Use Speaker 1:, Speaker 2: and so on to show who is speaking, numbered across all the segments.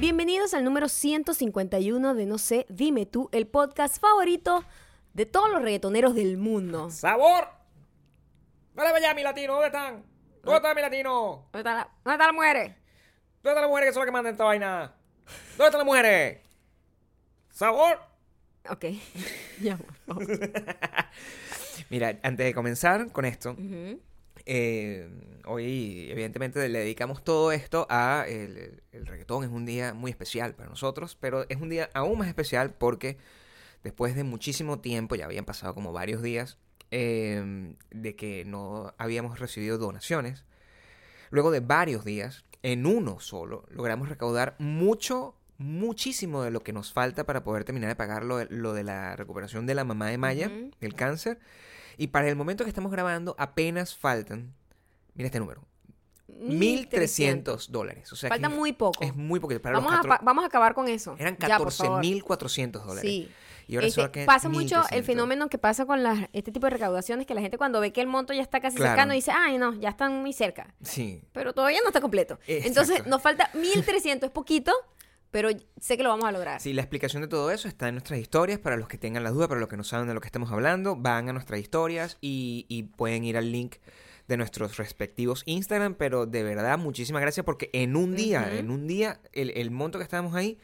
Speaker 1: Bienvenidos al número 151 de No sé, dime tú, el podcast favorito de todos los reggaetoneros del mundo.
Speaker 2: ¡Sabor! ¡Dónde vaya mi latino! ¿Dónde están? ¿Dónde está mi latino?
Speaker 1: ¿Dónde está la, dónde está la mujer?
Speaker 2: ¿Dónde están las mujeres que son las que mandan esta vaina? ¿Dónde están las mujeres? ¡Sabor!
Speaker 1: Ok. ya, por favor.
Speaker 2: Mira, antes de comenzar con esto,
Speaker 1: Ujú.
Speaker 2: eh, hoy evidentemente le dedicamos todo esto a el, el reggaetón. Es un día muy especial para nosotros, pero es un día aún más especial porque después de muchísimo tiempo, ya habían pasado como varios días, eh, de que no habíamos recibido donaciones. Luego de varios días, en uno solo, logramos recaudar mucho, muchísimo de lo que nos falta para poder terminar de pagar lo, de- lo de la recuperación de la mamá de Maya,
Speaker 1: Ujú.
Speaker 2: del cáncer. Y para el momento que estamos grabando, apenas faltan, mira este número, 1.300 dólares. O sea, que
Speaker 1: Falta
Speaker 2: es-
Speaker 1: muy poco.
Speaker 2: Es muy poquito. Para
Speaker 1: Vamos,
Speaker 2: los
Speaker 1: a,
Speaker 2: cuatro-
Speaker 1: pa- vamos a acabar con eso.
Speaker 2: eran
Speaker 1: Ya, por favor.
Speaker 2: 14.400 dólares.
Speaker 1: Sí.
Speaker 2: Y ahora
Speaker 1: Este,
Speaker 2: solo quedan
Speaker 1: pasa mucho
Speaker 2: 1.300.
Speaker 1: el fenómeno que pasa con las, este tipo de recaudaciones que la gente cuando ve que el monto ya está casi
Speaker 2: Claro.
Speaker 1: cercano dice, ay no, ya están muy cerca.
Speaker 2: Sí.
Speaker 1: Pero todavía no está completo.
Speaker 2: Exacto.
Speaker 1: Entonces nos falta 1.300, es poquito, pero sé que lo vamos a lograr.
Speaker 2: Sí, la explicación de todo eso está en nuestras historias. Para los que tengan la duda, para los que no saben de lo que estamos hablando, van a nuestras historias y, y pueden ir al link de nuestros respectivos Instagram. Pero de verdad, muchísimas gracias porque en un día,
Speaker 1: Ujú.
Speaker 2: en un día, el, el monto que estábamos ahí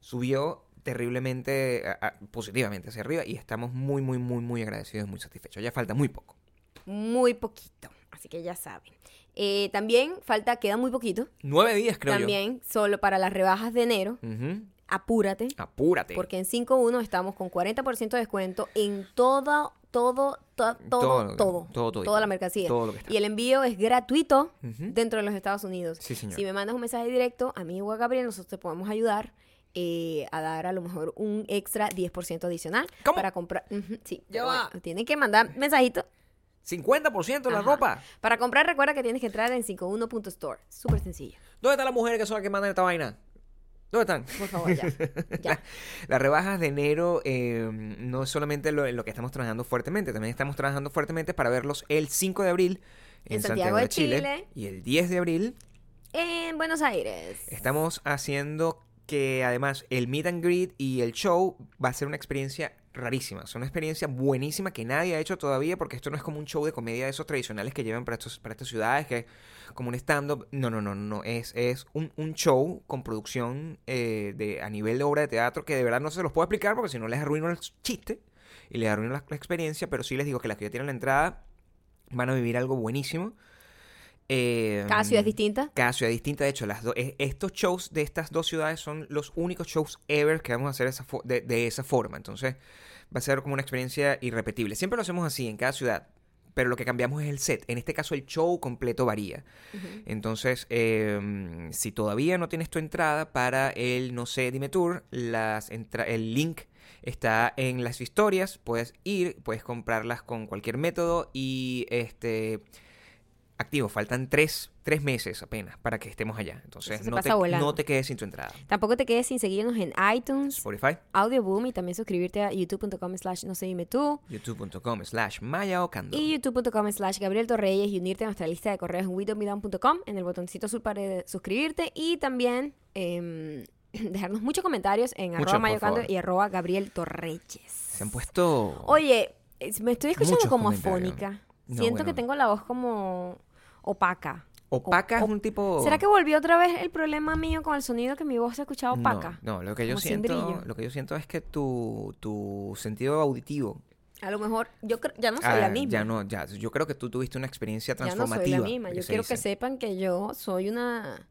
Speaker 2: subió terriblemente, a- a- positivamente hacia arriba y estamos muy, muy, muy, muy agradecidos y muy satisfechos. Ya falta muy poco.
Speaker 1: Muy poquito, así que ya saben. Eh, también falta, queda muy poquito.
Speaker 2: Nueve días, creo
Speaker 1: también solo para las rebajas de enero.
Speaker 2: yo. Ujú.
Speaker 1: Apúrate,
Speaker 2: Ah, Apúrate.
Speaker 1: porque en 5.1 estamos con 40% de descuento en todo, todo, to- todo,
Speaker 2: Todo,
Speaker 1: todo,
Speaker 2: todo, todo.
Speaker 1: toda la mercancía.
Speaker 2: Todo lo que está.
Speaker 1: Y el envío es gratuito
Speaker 2: Ujú.
Speaker 1: dentro de los Estados Unidos.
Speaker 2: Sí, señor.
Speaker 1: Si me mandas un mensaje directo a mí o a Gabriel, nosotros te podemos ayudar eh, a dar a lo mejor un extra 10% adicional
Speaker 2: ¿Cómo?
Speaker 1: para comprar. Ujú, sí,
Speaker 2: Ya
Speaker 1: pero
Speaker 2: va.
Speaker 1: bueno, tienen que mandar mensajito
Speaker 2: 50% de la
Speaker 1: Ajá.
Speaker 2: ropa.
Speaker 1: Para comprar, recuerda que tienes que entrar en 51.store. Súper sencillo.
Speaker 2: ¿Dónde están las mujeres que son las que mandan esta vaina? ¿Dónde están?
Speaker 1: Por favor, ya. ya.
Speaker 2: Las rebajas de enero eh, no es solamente lo, en lo que estamos trabajando fuertemente, también estamos trabajando fuertemente para verlos el 5 de abril en, Santiago, de Chile, y el 10 de abril
Speaker 1: En Buenos Aires.
Speaker 2: estamos haciendo que además el meet and greet y el show va a ser una experiencia rarísima, es una experiencia buenísima que nadie ha hecho todavía porque esto no es como un show de comedia de esos tradicionales que llevan para, estos, para estas ciudades, que es como un stand-up, no, no, no, no, es, es un, un show con producción eh, de, a nivel de obra de teatro que de verdad no se los puedo explicar porque si no les arruino el chiste y les arruino la, la experiencia, pero sí les digo que las que ya tienen la entrada van a vivir algo buenísimo. Eh,
Speaker 1: Cada ciudad es distinta.
Speaker 2: cada ciudad distinta. De hecho, las do- e- estos shows de estas dos ciudades son los únicos shows ever que vamos a hacer esa fo- de, de esa forma. Entonces, va a ser como una experiencia irrepetible. Siempre lo hacemos así en cada ciudad, pero lo que cambiamos es el set. En este caso, el show completo varía. Entonces, eh, si todavía no tienes tu entrada para el No sé, dime tour, las entra- el link está en las historias. Puedes ir, puedes comprarlas con cualquier método y este activo. Faltan tres, tres meses apenas para que estemos allá. Entonces,
Speaker 1: Eso se
Speaker 2: no
Speaker 1: pasa
Speaker 2: te,
Speaker 1: volando.
Speaker 2: no te quedes sin tu entrada.
Speaker 1: Tampoco te quedes sin seguirnos en iTunes,
Speaker 2: Spotify,
Speaker 1: Audioboom y también suscribirte a youtube.com slash no sé dime tú
Speaker 2: youtube.com slash mayaocando.
Speaker 1: y youtube.com slash Gabriel Torreyes y unirte a nuestra lista de correos en widomidam.com en el botoncito azul para eh, suscribirte y también em, dejarnos muchos comentarios en
Speaker 2: Muchos,
Speaker 1: arroba
Speaker 2: por
Speaker 1: mayocando
Speaker 2: favor.
Speaker 1: y arroba Gabriel Torreyes.
Speaker 2: Se han puesto...
Speaker 1: Oye, es- me estoy escuchando
Speaker 2: Muchos
Speaker 1: como
Speaker 2: comentarios.
Speaker 1: afónica.
Speaker 2: No,
Speaker 1: Siento que
Speaker 2: bueno.
Speaker 1: tengo la voz como opaca.
Speaker 2: Opaca es
Speaker 1: o-
Speaker 2: un tipo...
Speaker 1: ¿Será que volvió otra vez el problema mío con el sonido que mi voz se escuchaba
Speaker 2: No,
Speaker 1: opaca?
Speaker 2: No, lo que yo
Speaker 1: Como sin
Speaker 2: siento,
Speaker 1: brillo.
Speaker 2: lo que yo siento es que tu, tu sentido auditivo
Speaker 1: A lo mejor yo creo- ya no soy la
Speaker 2: ah,
Speaker 1: misma.
Speaker 2: ya no, ya, yo creo que tú tuviste una experiencia
Speaker 1: Ya no soy
Speaker 2: transformativa.
Speaker 1: la misma. Yo quiero que
Speaker 2: dice.
Speaker 1: sepan que yo soy una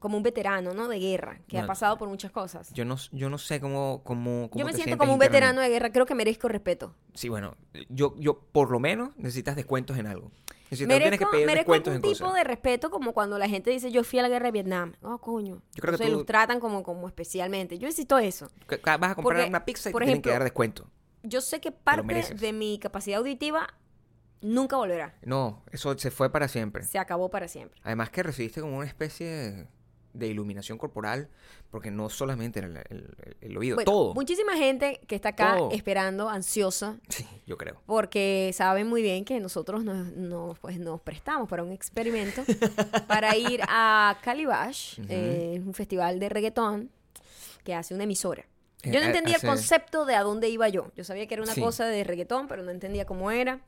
Speaker 1: como un veterano, ¿no? De guerra, que ha
Speaker 2: No.
Speaker 1: pasado por muchas cosas. Yo,
Speaker 2: Yo no, yo no sé cómo, cómo, cómo
Speaker 1: me siento
Speaker 2: te sientes
Speaker 1: como un
Speaker 2: internamente.
Speaker 1: veterano de guerra, creo que merezco respeto.
Speaker 2: Sí, bueno, yo, yo por lo menos necesitas descuentos en algo. Necesitas, no tienes que
Speaker 1: merezco
Speaker 2: pedir
Speaker 1: merezco
Speaker 2: descuentos
Speaker 1: algún
Speaker 2: en
Speaker 1: tipo
Speaker 2: cosas.
Speaker 1: de respeto como cuando la gente dice yo fui a la guerra de Vietnam. Oh, coño.
Speaker 2: Yo creo que
Speaker 1: Entonces
Speaker 2: tú-
Speaker 1: los tratan como, como especialmente. Yo necesito eso.
Speaker 2: Que- que Vas a comprar
Speaker 1: Porque,
Speaker 2: una pizza y
Speaker 1: por
Speaker 2: te tienen que
Speaker 1: ejemplo,
Speaker 2: dar descuento.
Speaker 1: Yo sé que parte
Speaker 2: mereces.
Speaker 1: de mi capacidad auditiva nunca volverá.
Speaker 2: No, eso se fue para siempre.
Speaker 1: Se acabó para siempre.
Speaker 2: Además que recibiste como una especie de, de iluminación corporal, porque no solamente era el, el- el oído,
Speaker 1: Bueno,
Speaker 2: todo.
Speaker 1: Muchísima gente que está acá
Speaker 2: Todo.
Speaker 1: esperando, ansiosa,
Speaker 2: Sí, yo creo.
Speaker 1: porque saben muy bien que nosotros nos, nos, pues, nos prestamos para un experimento, para ir a Calibash, eh, un festival de reggaetón que hace una emisora.
Speaker 2: Eh,
Speaker 1: Yo no
Speaker 2: ha-
Speaker 1: entendía
Speaker 2: hace-
Speaker 1: el concepto de a dónde iba yo. Yo sabía que era una
Speaker 2: Sí.
Speaker 1: cosa de reggaetón, pero no entendía cómo era.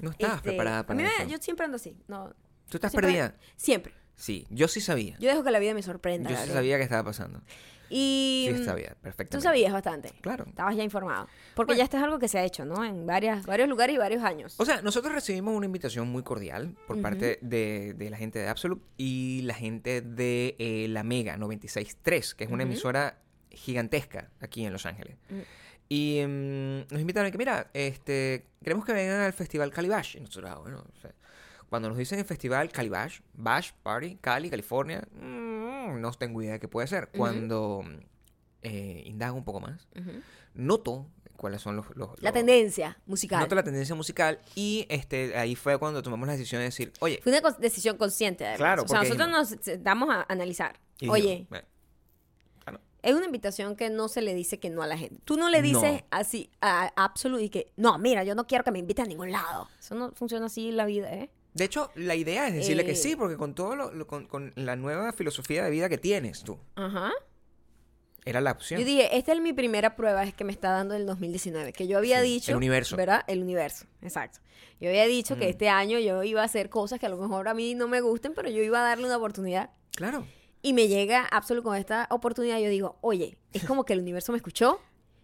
Speaker 2: No estabas
Speaker 1: Este,
Speaker 2: preparada
Speaker 1: a
Speaker 2: para
Speaker 1: mí me-
Speaker 2: eso.
Speaker 1: Yo siempre ando así. No,
Speaker 2: Tú estás
Speaker 1: siempre-
Speaker 2: perdida.
Speaker 1: Siempre.
Speaker 2: Sí, yo sí sabía.
Speaker 1: Yo dejo que la vida me sorprenda.
Speaker 2: Yo sí
Speaker 1: Gabriel.
Speaker 2: sabía que estaba pasando.
Speaker 1: Y
Speaker 2: Sí,
Speaker 1: mm,
Speaker 2: sabía, perfectamente.
Speaker 1: tú sabías bastante.
Speaker 2: Claro.
Speaker 1: Estabas ya informado. Porque
Speaker 2: Bueno.
Speaker 1: ya esto es algo que se ha hecho, ¿no? En varias, varios lugares y varios años.
Speaker 2: O sea, nosotros recibimos una invitación muy cordial por parte de, de la gente de Absolute y la gente de eh, La Mega 963, que es una emisora gigantesca aquí en Los Ángeles. Y mm, nos invitaron a que, mira, este, queremos que vengan al Festival Calibash. Y nosotros, ah, bueno, o sea, cuando nos dicen el Festival Calibash, Bash, Party, Cali, California, mm, no tengo idea de qué puede ser. Cuando mm, eh, indago un poco más,
Speaker 1: Ujú.
Speaker 2: noto cuáles son los... los-
Speaker 1: La
Speaker 2: los-
Speaker 1: tendencia musical.
Speaker 2: Nota la tendencia musical y este ahí fue cuando tomamos la decisión de decir, oye,
Speaker 1: Fue una cos- decisión consciente. además.
Speaker 2: Claro,
Speaker 1: O sea,
Speaker 2: porque
Speaker 1: nosotros nos sentamos a analizar.
Speaker 2: y Ah,
Speaker 1: Oye,
Speaker 2: dijimos, "Bueno,
Speaker 1: es una invitación que no se le dice que no a la gente. Tú no le dices
Speaker 2: No.
Speaker 1: así a Absolute y que, no, mira, yo no quiero que me invite a ningún lado. Eso no funciona así en la vida, ¿eh?
Speaker 2: de hecho, la idea es decirle
Speaker 1: Eh.
Speaker 2: que sí, porque con todo lo, lo- con, con la nueva filosofía de vida que tienes tú,
Speaker 1: Ajá.
Speaker 2: era la opción.
Speaker 1: Yo dije, esta es mi primera prueba es que me está dando el 2019, que yo había
Speaker 2: Sí,
Speaker 1: dicho...
Speaker 2: el universo. Mm.
Speaker 1: ¿Verdad? El universo, exacto. Yo había dicho que este año yo iba a hacer cosas que a lo mejor a mí no me gusten, pero yo iba a darle una oportunidad.
Speaker 2: claro.
Speaker 1: Y me llega Absol con esta oportunidad y yo digo, oye, es como que el universo me escuchó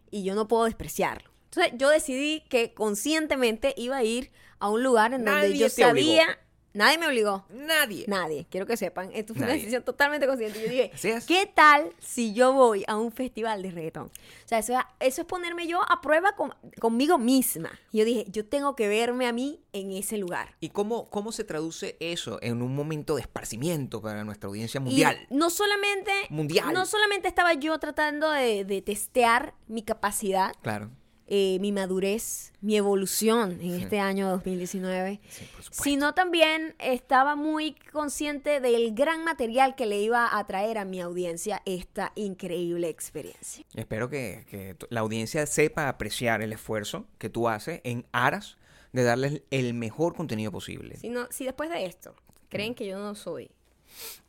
Speaker 1: y yo no puedo despreciarlo. Entonces yo decidí que conscientemente iba a ir a un lugar en donde
Speaker 2: Nadie
Speaker 1: yo
Speaker 2: te
Speaker 1: sabía...
Speaker 2: obligó.
Speaker 1: Nadie me obligó.
Speaker 2: Nadie.
Speaker 1: Nadie, quiero que sepan, esto fue una
Speaker 2: Nadie.
Speaker 1: decisión totalmente consciente. Yo dije,
Speaker 2: Así es.
Speaker 1: ¿qué tal si yo voy a un festival de reggaetón? O sea, eso, eso es ponerme yo a prueba con- conmigo misma. Y yo dije, yo tengo que verme a mí en ese lugar.
Speaker 2: ¿Y cómo, cómo se traduce eso en un momento de esparcimiento para nuestra audiencia
Speaker 1: Y
Speaker 2: mundial?
Speaker 1: no solamente,
Speaker 2: Mundial.
Speaker 1: no solamente estaba yo tratando de, de testear mi capacidad,
Speaker 2: Claro.
Speaker 1: eh, mi madurez, mi evolución en este año 2019,
Speaker 2: Sí, por supuesto.
Speaker 1: sino también estaba muy consciente del gran material que le iba a traer a mi audiencia esta increíble experiencia.
Speaker 2: Espero que, que tu- la audiencia sepa apreciar el esfuerzo que tú haces en aras de darles el mejor contenido posible.
Speaker 1: Si, no- si después de esto creen que yo no soy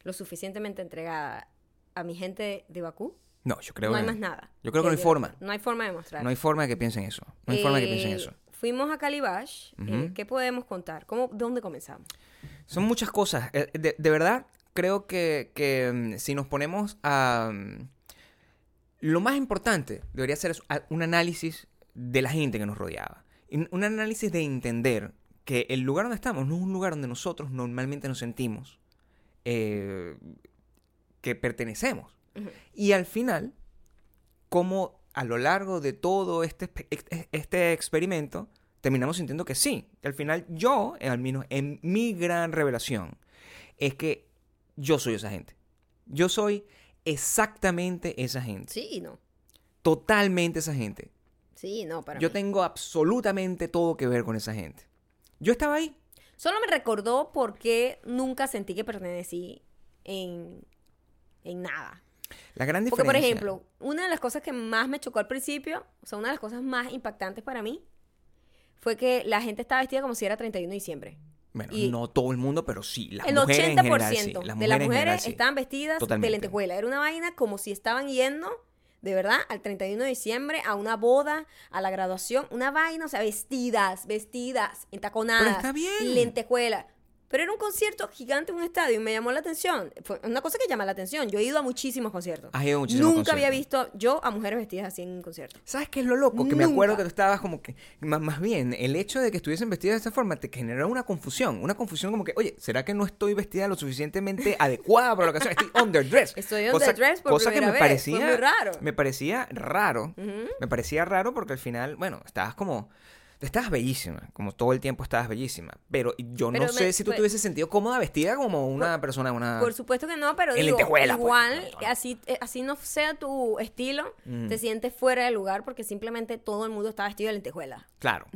Speaker 1: lo suficientemente entregada a mi gente de Bakú,
Speaker 2: No, yo creo
Speaker 1: no hay
Speaker 2: que-
Speaker 1: más nada.
Speaker 2: Yo creo que no hay forma.
Speaker 1: No hay forma de mostrar.
Speaker 2: No hay forma de que piensen eso. No hay forma de que piensen
Speaker 1: Eh,
Speaker 2: eso.
Speaker 1: Fuimos a Calibash. eh, ¿Qué podemos contar? ¿Cómo, ¿Dónde comenzamos?
Speaker 2: Son muchas cosas. Eh, De, de verdad, creo que, que, mm, si nos ponemos a... mm, Lo más importante debería ser es- a- un análisis de la gente que nos rodeaba. Y Un análisis de entender que el lugar donde estamos no es un lugar donde nosotros normalmente nos sentimos eh, que pertenecemos. Y al final, como a lo largo de todo este, espe- ex- este experimento, terminamos sintiendo que sí. Que al final yo, eh, al menos en mi gran revelación, es que yo soy esa gente. Yo soy exactamente esa gente.
Speaker 1: Sí y no.
Speaker 2: Totalmente esa gente.
Speaker 1: Sí y no. Para
Speaker 2: Yo
Speaker 1: mí.
Speaker 2: tengo absolutamente todo que ver con esa gente. Yo estaba ahí.
Speaker 1: Solo me recordó por qué nunca sentí que pertenecí en, en nada.
Speaker 2: La gran
Speaker 1: Porque,
Speaker 2: diferencia.
Speaker 1: por ejemplo, una de las cosas que más me chocó al principio, o sea, una de las cosas más impactantes para mí, fue que la gente estaba vestida como si era 31 de diciembre.
Speaker 2: Bueno,
Speaker 1: y-
Speaker 2: no todo el mundo, pero sí. Las
Speaker 1: el 80%
Speaker 2: mujeres en general, sí. Las
Speaker 1: de las mujeres
Speaker 2: en general, sí.
Speaker 1: estaban vestidas
Speaker 2: Totalmente.
Speaker 1: de lentejuela. Era una vaina como si estaban yendo, de verdad, al 31 de diciembre, a una boda, a la graduación. Una vaina, o sea, vestidas, vestidas, entaconadas.
Speaker 2: Pero está bien.
Speaker 1: Lentejuela. Pero era un concierto gigante en un estadio y me llamó la atención. Fue una cosa que llama la atención. Yo he ido a muchísimos conciertos.
Speaker 2: Has ido a muchísimos
Speaker 1: Nunca había
Speaker 2: conciertos.
Speaker 1: visto yo a mujeres vestidas así en un concierto.
Speaker 2: ¿Sabes qué es lo loco? Que me acuerdo
Speaker 1: Nunca.
Speaker 2: que tú estabas como que. Más, más bien, el hecho de que estuviesen vestidas de esta forma te generó una confusión. Una confusión como que, oye, ¿será que no estoy vestida lo suficientemente adecuada para la ocasión? Estoy underdressed.
Speaker 1: Estoy underdressed por
Speaker 2: cosa
Speaker 1: primera vez.
Speaker 2: que me
Speaker 1: Fue
Speaker 2: parecía.
Speaker 1: muy raro.
Speaker 2: Me parecía raro. Me parecía raro porque al final, bueno, estabas como. Estabas bellísima, como todo el tiempo estabas bellísima. Pero yo
Speaker 1: Pero
Speaker 2: no
Speaker 1: me-
Speaker 2: sé si tú
Speaker 1: fue-
Speaker 2: te hubieses sentido cómoda vestida como una persona, una.
Speaker 1: Por supuesto que no, pero
Speaker 2: Ah. En
Speaker 1: digo,
Speaker 2: lentejuela, pues.
Speaker 1: igual,
Speaker 2: No, Mm. no.
Speaker 1: así, eh, así no sea tu estilo, te sientes fuera de lugar porque simplemente todo el mundo está vestido de lentejuela.
Speaker 2: Claro.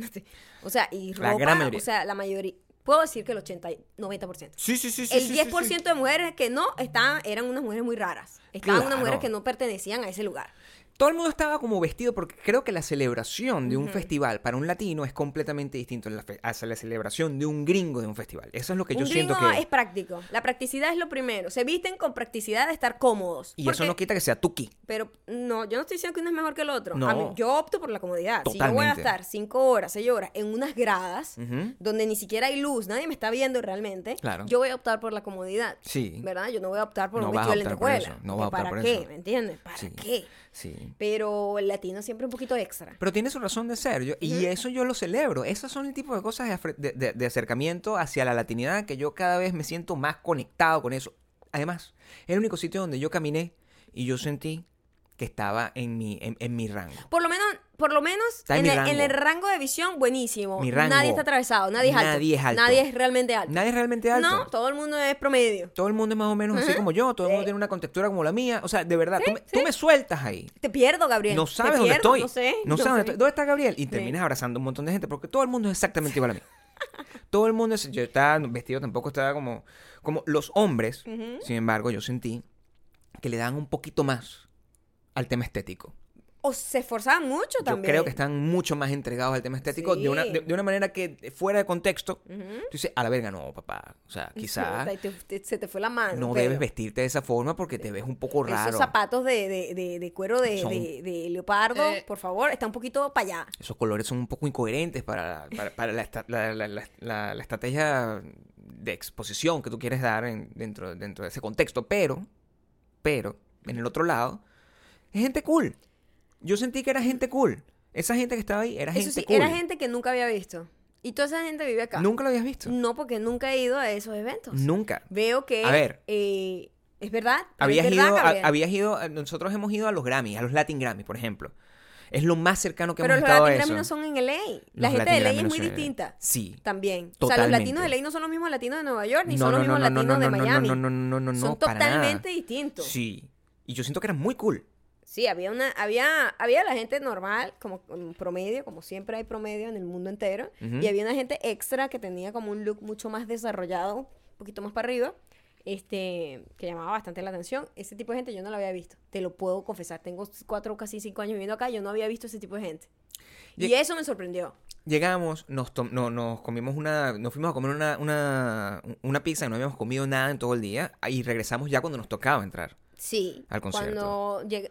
Speaker 1: O sea, y
Speaker 2: La
Speaker 1: ropa,
Speaker 2: gran mayoría.
Speaker 1: o sea, la mayoría, puedo decir que el 80, y 90%.
Speaker 2: Sí, sí, sí, sí.
Speaker 1: El
Speaker 2: sí,
Speaker 1: 10%
Speaker 2: sí,
Speaker 1: de
Speaker 2: sí.
Speaker 1: mujeres que no estaban, eran unas mujeres muy raras. Estaban unas mujeres
Speaker 2: Claro.
Speaker 1: que no pertenecían a ese lugar.
Speaker 2: Todo el mundo estaba como vestido porque creo que la celebración de un festival para un latino es completamente distinto a la, fe- a la celebración de un gringo de un festival. Eso es lo que yo
Speaker 1: Un
Speaker 2: siento
Speaker 1: gringo
Speaker 2: que...
Speaker 1: es práctico. La practicidad es lo primero. Se visten con practicidad de estar cómodos.
Speaker 2: Y eso
Speaker 1: Porque-
Speaker 2: no quita que sea tuki.
Speaker 1: Pero no, yo no estoy diciendo que uno es mejor que el otro.
Speaker 2: No.
Speaker 1: A mí- yo opto por la comodidad. Si yo voy a
Speaker 2: Totalmente.
Speaker 1: estar cinco horas, seis horas en unas gradas
Speaker 2: Ujú.
Speaker 1: donde ni siquiera hay luz, nadie me está viendo realmente,
Speaker 2: Claro.
Speaker 1: yo voy a optar por la comodidad.
Speaker 2: Sí.
Speaker 1: ¿Verdad? Yo no voy a optar por
Speaker 2: No
Speaker 1: un
Speaker 2: vas a
Speaker 1: vestido de
Speaker 2: optar por
Speaker 1: lentejuela.
Speaker 2: eso, no vas a
Speaker 1: porque
Speaker 2: optar
Speaker 1: ¿Para
Speaker 2: por
Speaker 1: qué?
Speaker 2: eso.
Speaker 1: ¿Me entiendes? ¿Para
Speaker 2: Sí.
Speaker 1: qué?
Speaker 2: Sí.
Speaker 1: Pero el latino siempre un poquito extra.
Speaker 2: Pero tiene su razón de ser. yo- y eso yo lo celebro. Esas son el tipo de cosas de, afre- de- de- de acercamiento hacia la latinidad que yo cada vez me siento más conectado con eso. Además, es el único sitio donde yo caminé y yo sentí que estaba en mi, en, en mi rango.
Speaker 1: Por lo menos, por lo menos
Speaker 2: Está en
Speaker 1: en,
Speaker 2: mi
Speaker 1: el,
Speaker 2: rango.
Speaker 1: en el rango de visión, buenísimo.
Speaker 2: Mi rango.
Speaker 1: Nadie está atravesado, nadie es alto.
Speaker 2: Nadie es alto.
Speaker 1: Nadie es realmente alto.
Speaker 2: Nadie es realmente alto.
Speaker 1: No, todo el mundo es promedio.
Speaker 2: Todo el mundo es más o menos así como yo. Todo el mundo tiene una contextura como la mía. O sea, de verdad, tú, me, tú me sueltas ahí.
Speaker 1: Te pierdo, Gabriel.
Speaker 2: No
Speaker 1: Te
Speaker 2: sabes dónde
Speaker 1: pierdo,
Speaker 2: estoy.
Speaker 1: No sé.
Speaker 2: No sabes dónde
Speaker 1: sé.
Speaker 2: estoy. ¿Dónde está Gabriel? Y terminas abrazando a un montón de gente porque todo el mundo es exactamente igual a mí. todo el mundo es, yo estaba vestido tampoco estaba como como los hombres. Sin embargo, yo sentí que le dan un poquito más al tema estético.
Speaker 1: O se esforzaban mucho también.
Speaker 2: Yo creo que están mucho más entregados al tema estético de, una,
Speaker 1: Sí.
Speaker 2: de, de una manera que eh, fuera de contexto. Tú dices, a la verga, no, papá. O sea, quizás
Speaker 1: Te- te- se te fue la mano.
Speaker 2: no
Speaker 1: Ah, pero
Speaker 2: debes vestirte de esa forma porque te ves un poco raro.
Speaker 1: Esos zapatos de, de, de, de cuero de,
Speaker 2: Son-
Speaker 1: de- de leopardo,
Speaker 2: Eh.
Speaker 1: por favor, está un poquito para allá.
Speaker 2: esos colores son un poco incoherentes para, para, para la, esta- la- la- la- la- la estrategia de exposición que tú quieres dar en- dentro, dentro de ese contexto. Pero, pero, en el otro lado, es gente cool. Yo sentí que era gente cool. Esa gente que estaba ahí era gente
Speaker 1: Eso sí,
Speaker 2: cool.
Speaker 1: era gente que nunca había visto. Y toda esa gente vive acá.
Speaker 2: Nunca lo habías visto.
Speaker 1: No, porque nunca he ido a esos eventos.
Speaker 2: Nunca.
Speaker 1: Veo que.
Speaker 2: A ver.
Speaker 1: eh, es verdad. es
Speaker 2: Habías
Speaker 1: verdad,
Speaker 2: ido, a-
Speaker 1: Gabriel.
Speaker 2: habías ido, nosotros hemos ido a los Grammys, a los Latin Grammys, por ejemplo. Es lo más cercano que
Speaker 1: Pero los
Speaker 2: hemos estado
Speaker 1: latinos
Speaker 2: a eso.
Speaker 1: no son en LA. La
Speaker 2: Los
Speaker 1: gente de LA
Speaker 2: Latin Grammy
Speaker 1: es
Speaker 2: no
Speaker 1: muy
Speaker 2: son en LA.
Speaker 1: distinta.
Speaker 2: Sí.
Speaker 1: También. O sea, los
Speaker 2: Totalmente.
Speaker 1: latinos de LA no son los mismos latinos de Nueva York, ni son los mismos latinos de Miami.
Speaker 2: No, no, no, no, no,
Speaker 1: son
Speaker 2: para nada.
Speaker 1: totalmente distintos. Sí,
Speaker 2: Sí. Y yo siento que era muy cool.
Speaker 1: había una, había, había la gente normal, como como promedio, como siempre hay promedio en el mundo entero,
Speaker 2: Ujú.
Speaker 1: y había una gente extra que tenía como un look mucho más desarrollado, un poquito más para arriba, este, que llamaba bastante la atención. Ese tipo de gente yo no la había visto, te lo puedo confesar. Tengo cuatro, casi cinco años viviendo acá, yo no había visto ese tipo de gente.
Speaker 2: Ye-
Speaker 1: Y eso me sorprendió.
Speaker 2: Llegamos, nos, tom- no, nos comimos una, nos fuimos a comer una, una, una pizza que no habíamos comido nada en todo el día y regresamos ya cuando nos tocaba entrar.
Speaker 1: Sí.
Speaker 2: Al concierto.
Speaker 1: Cuando llega-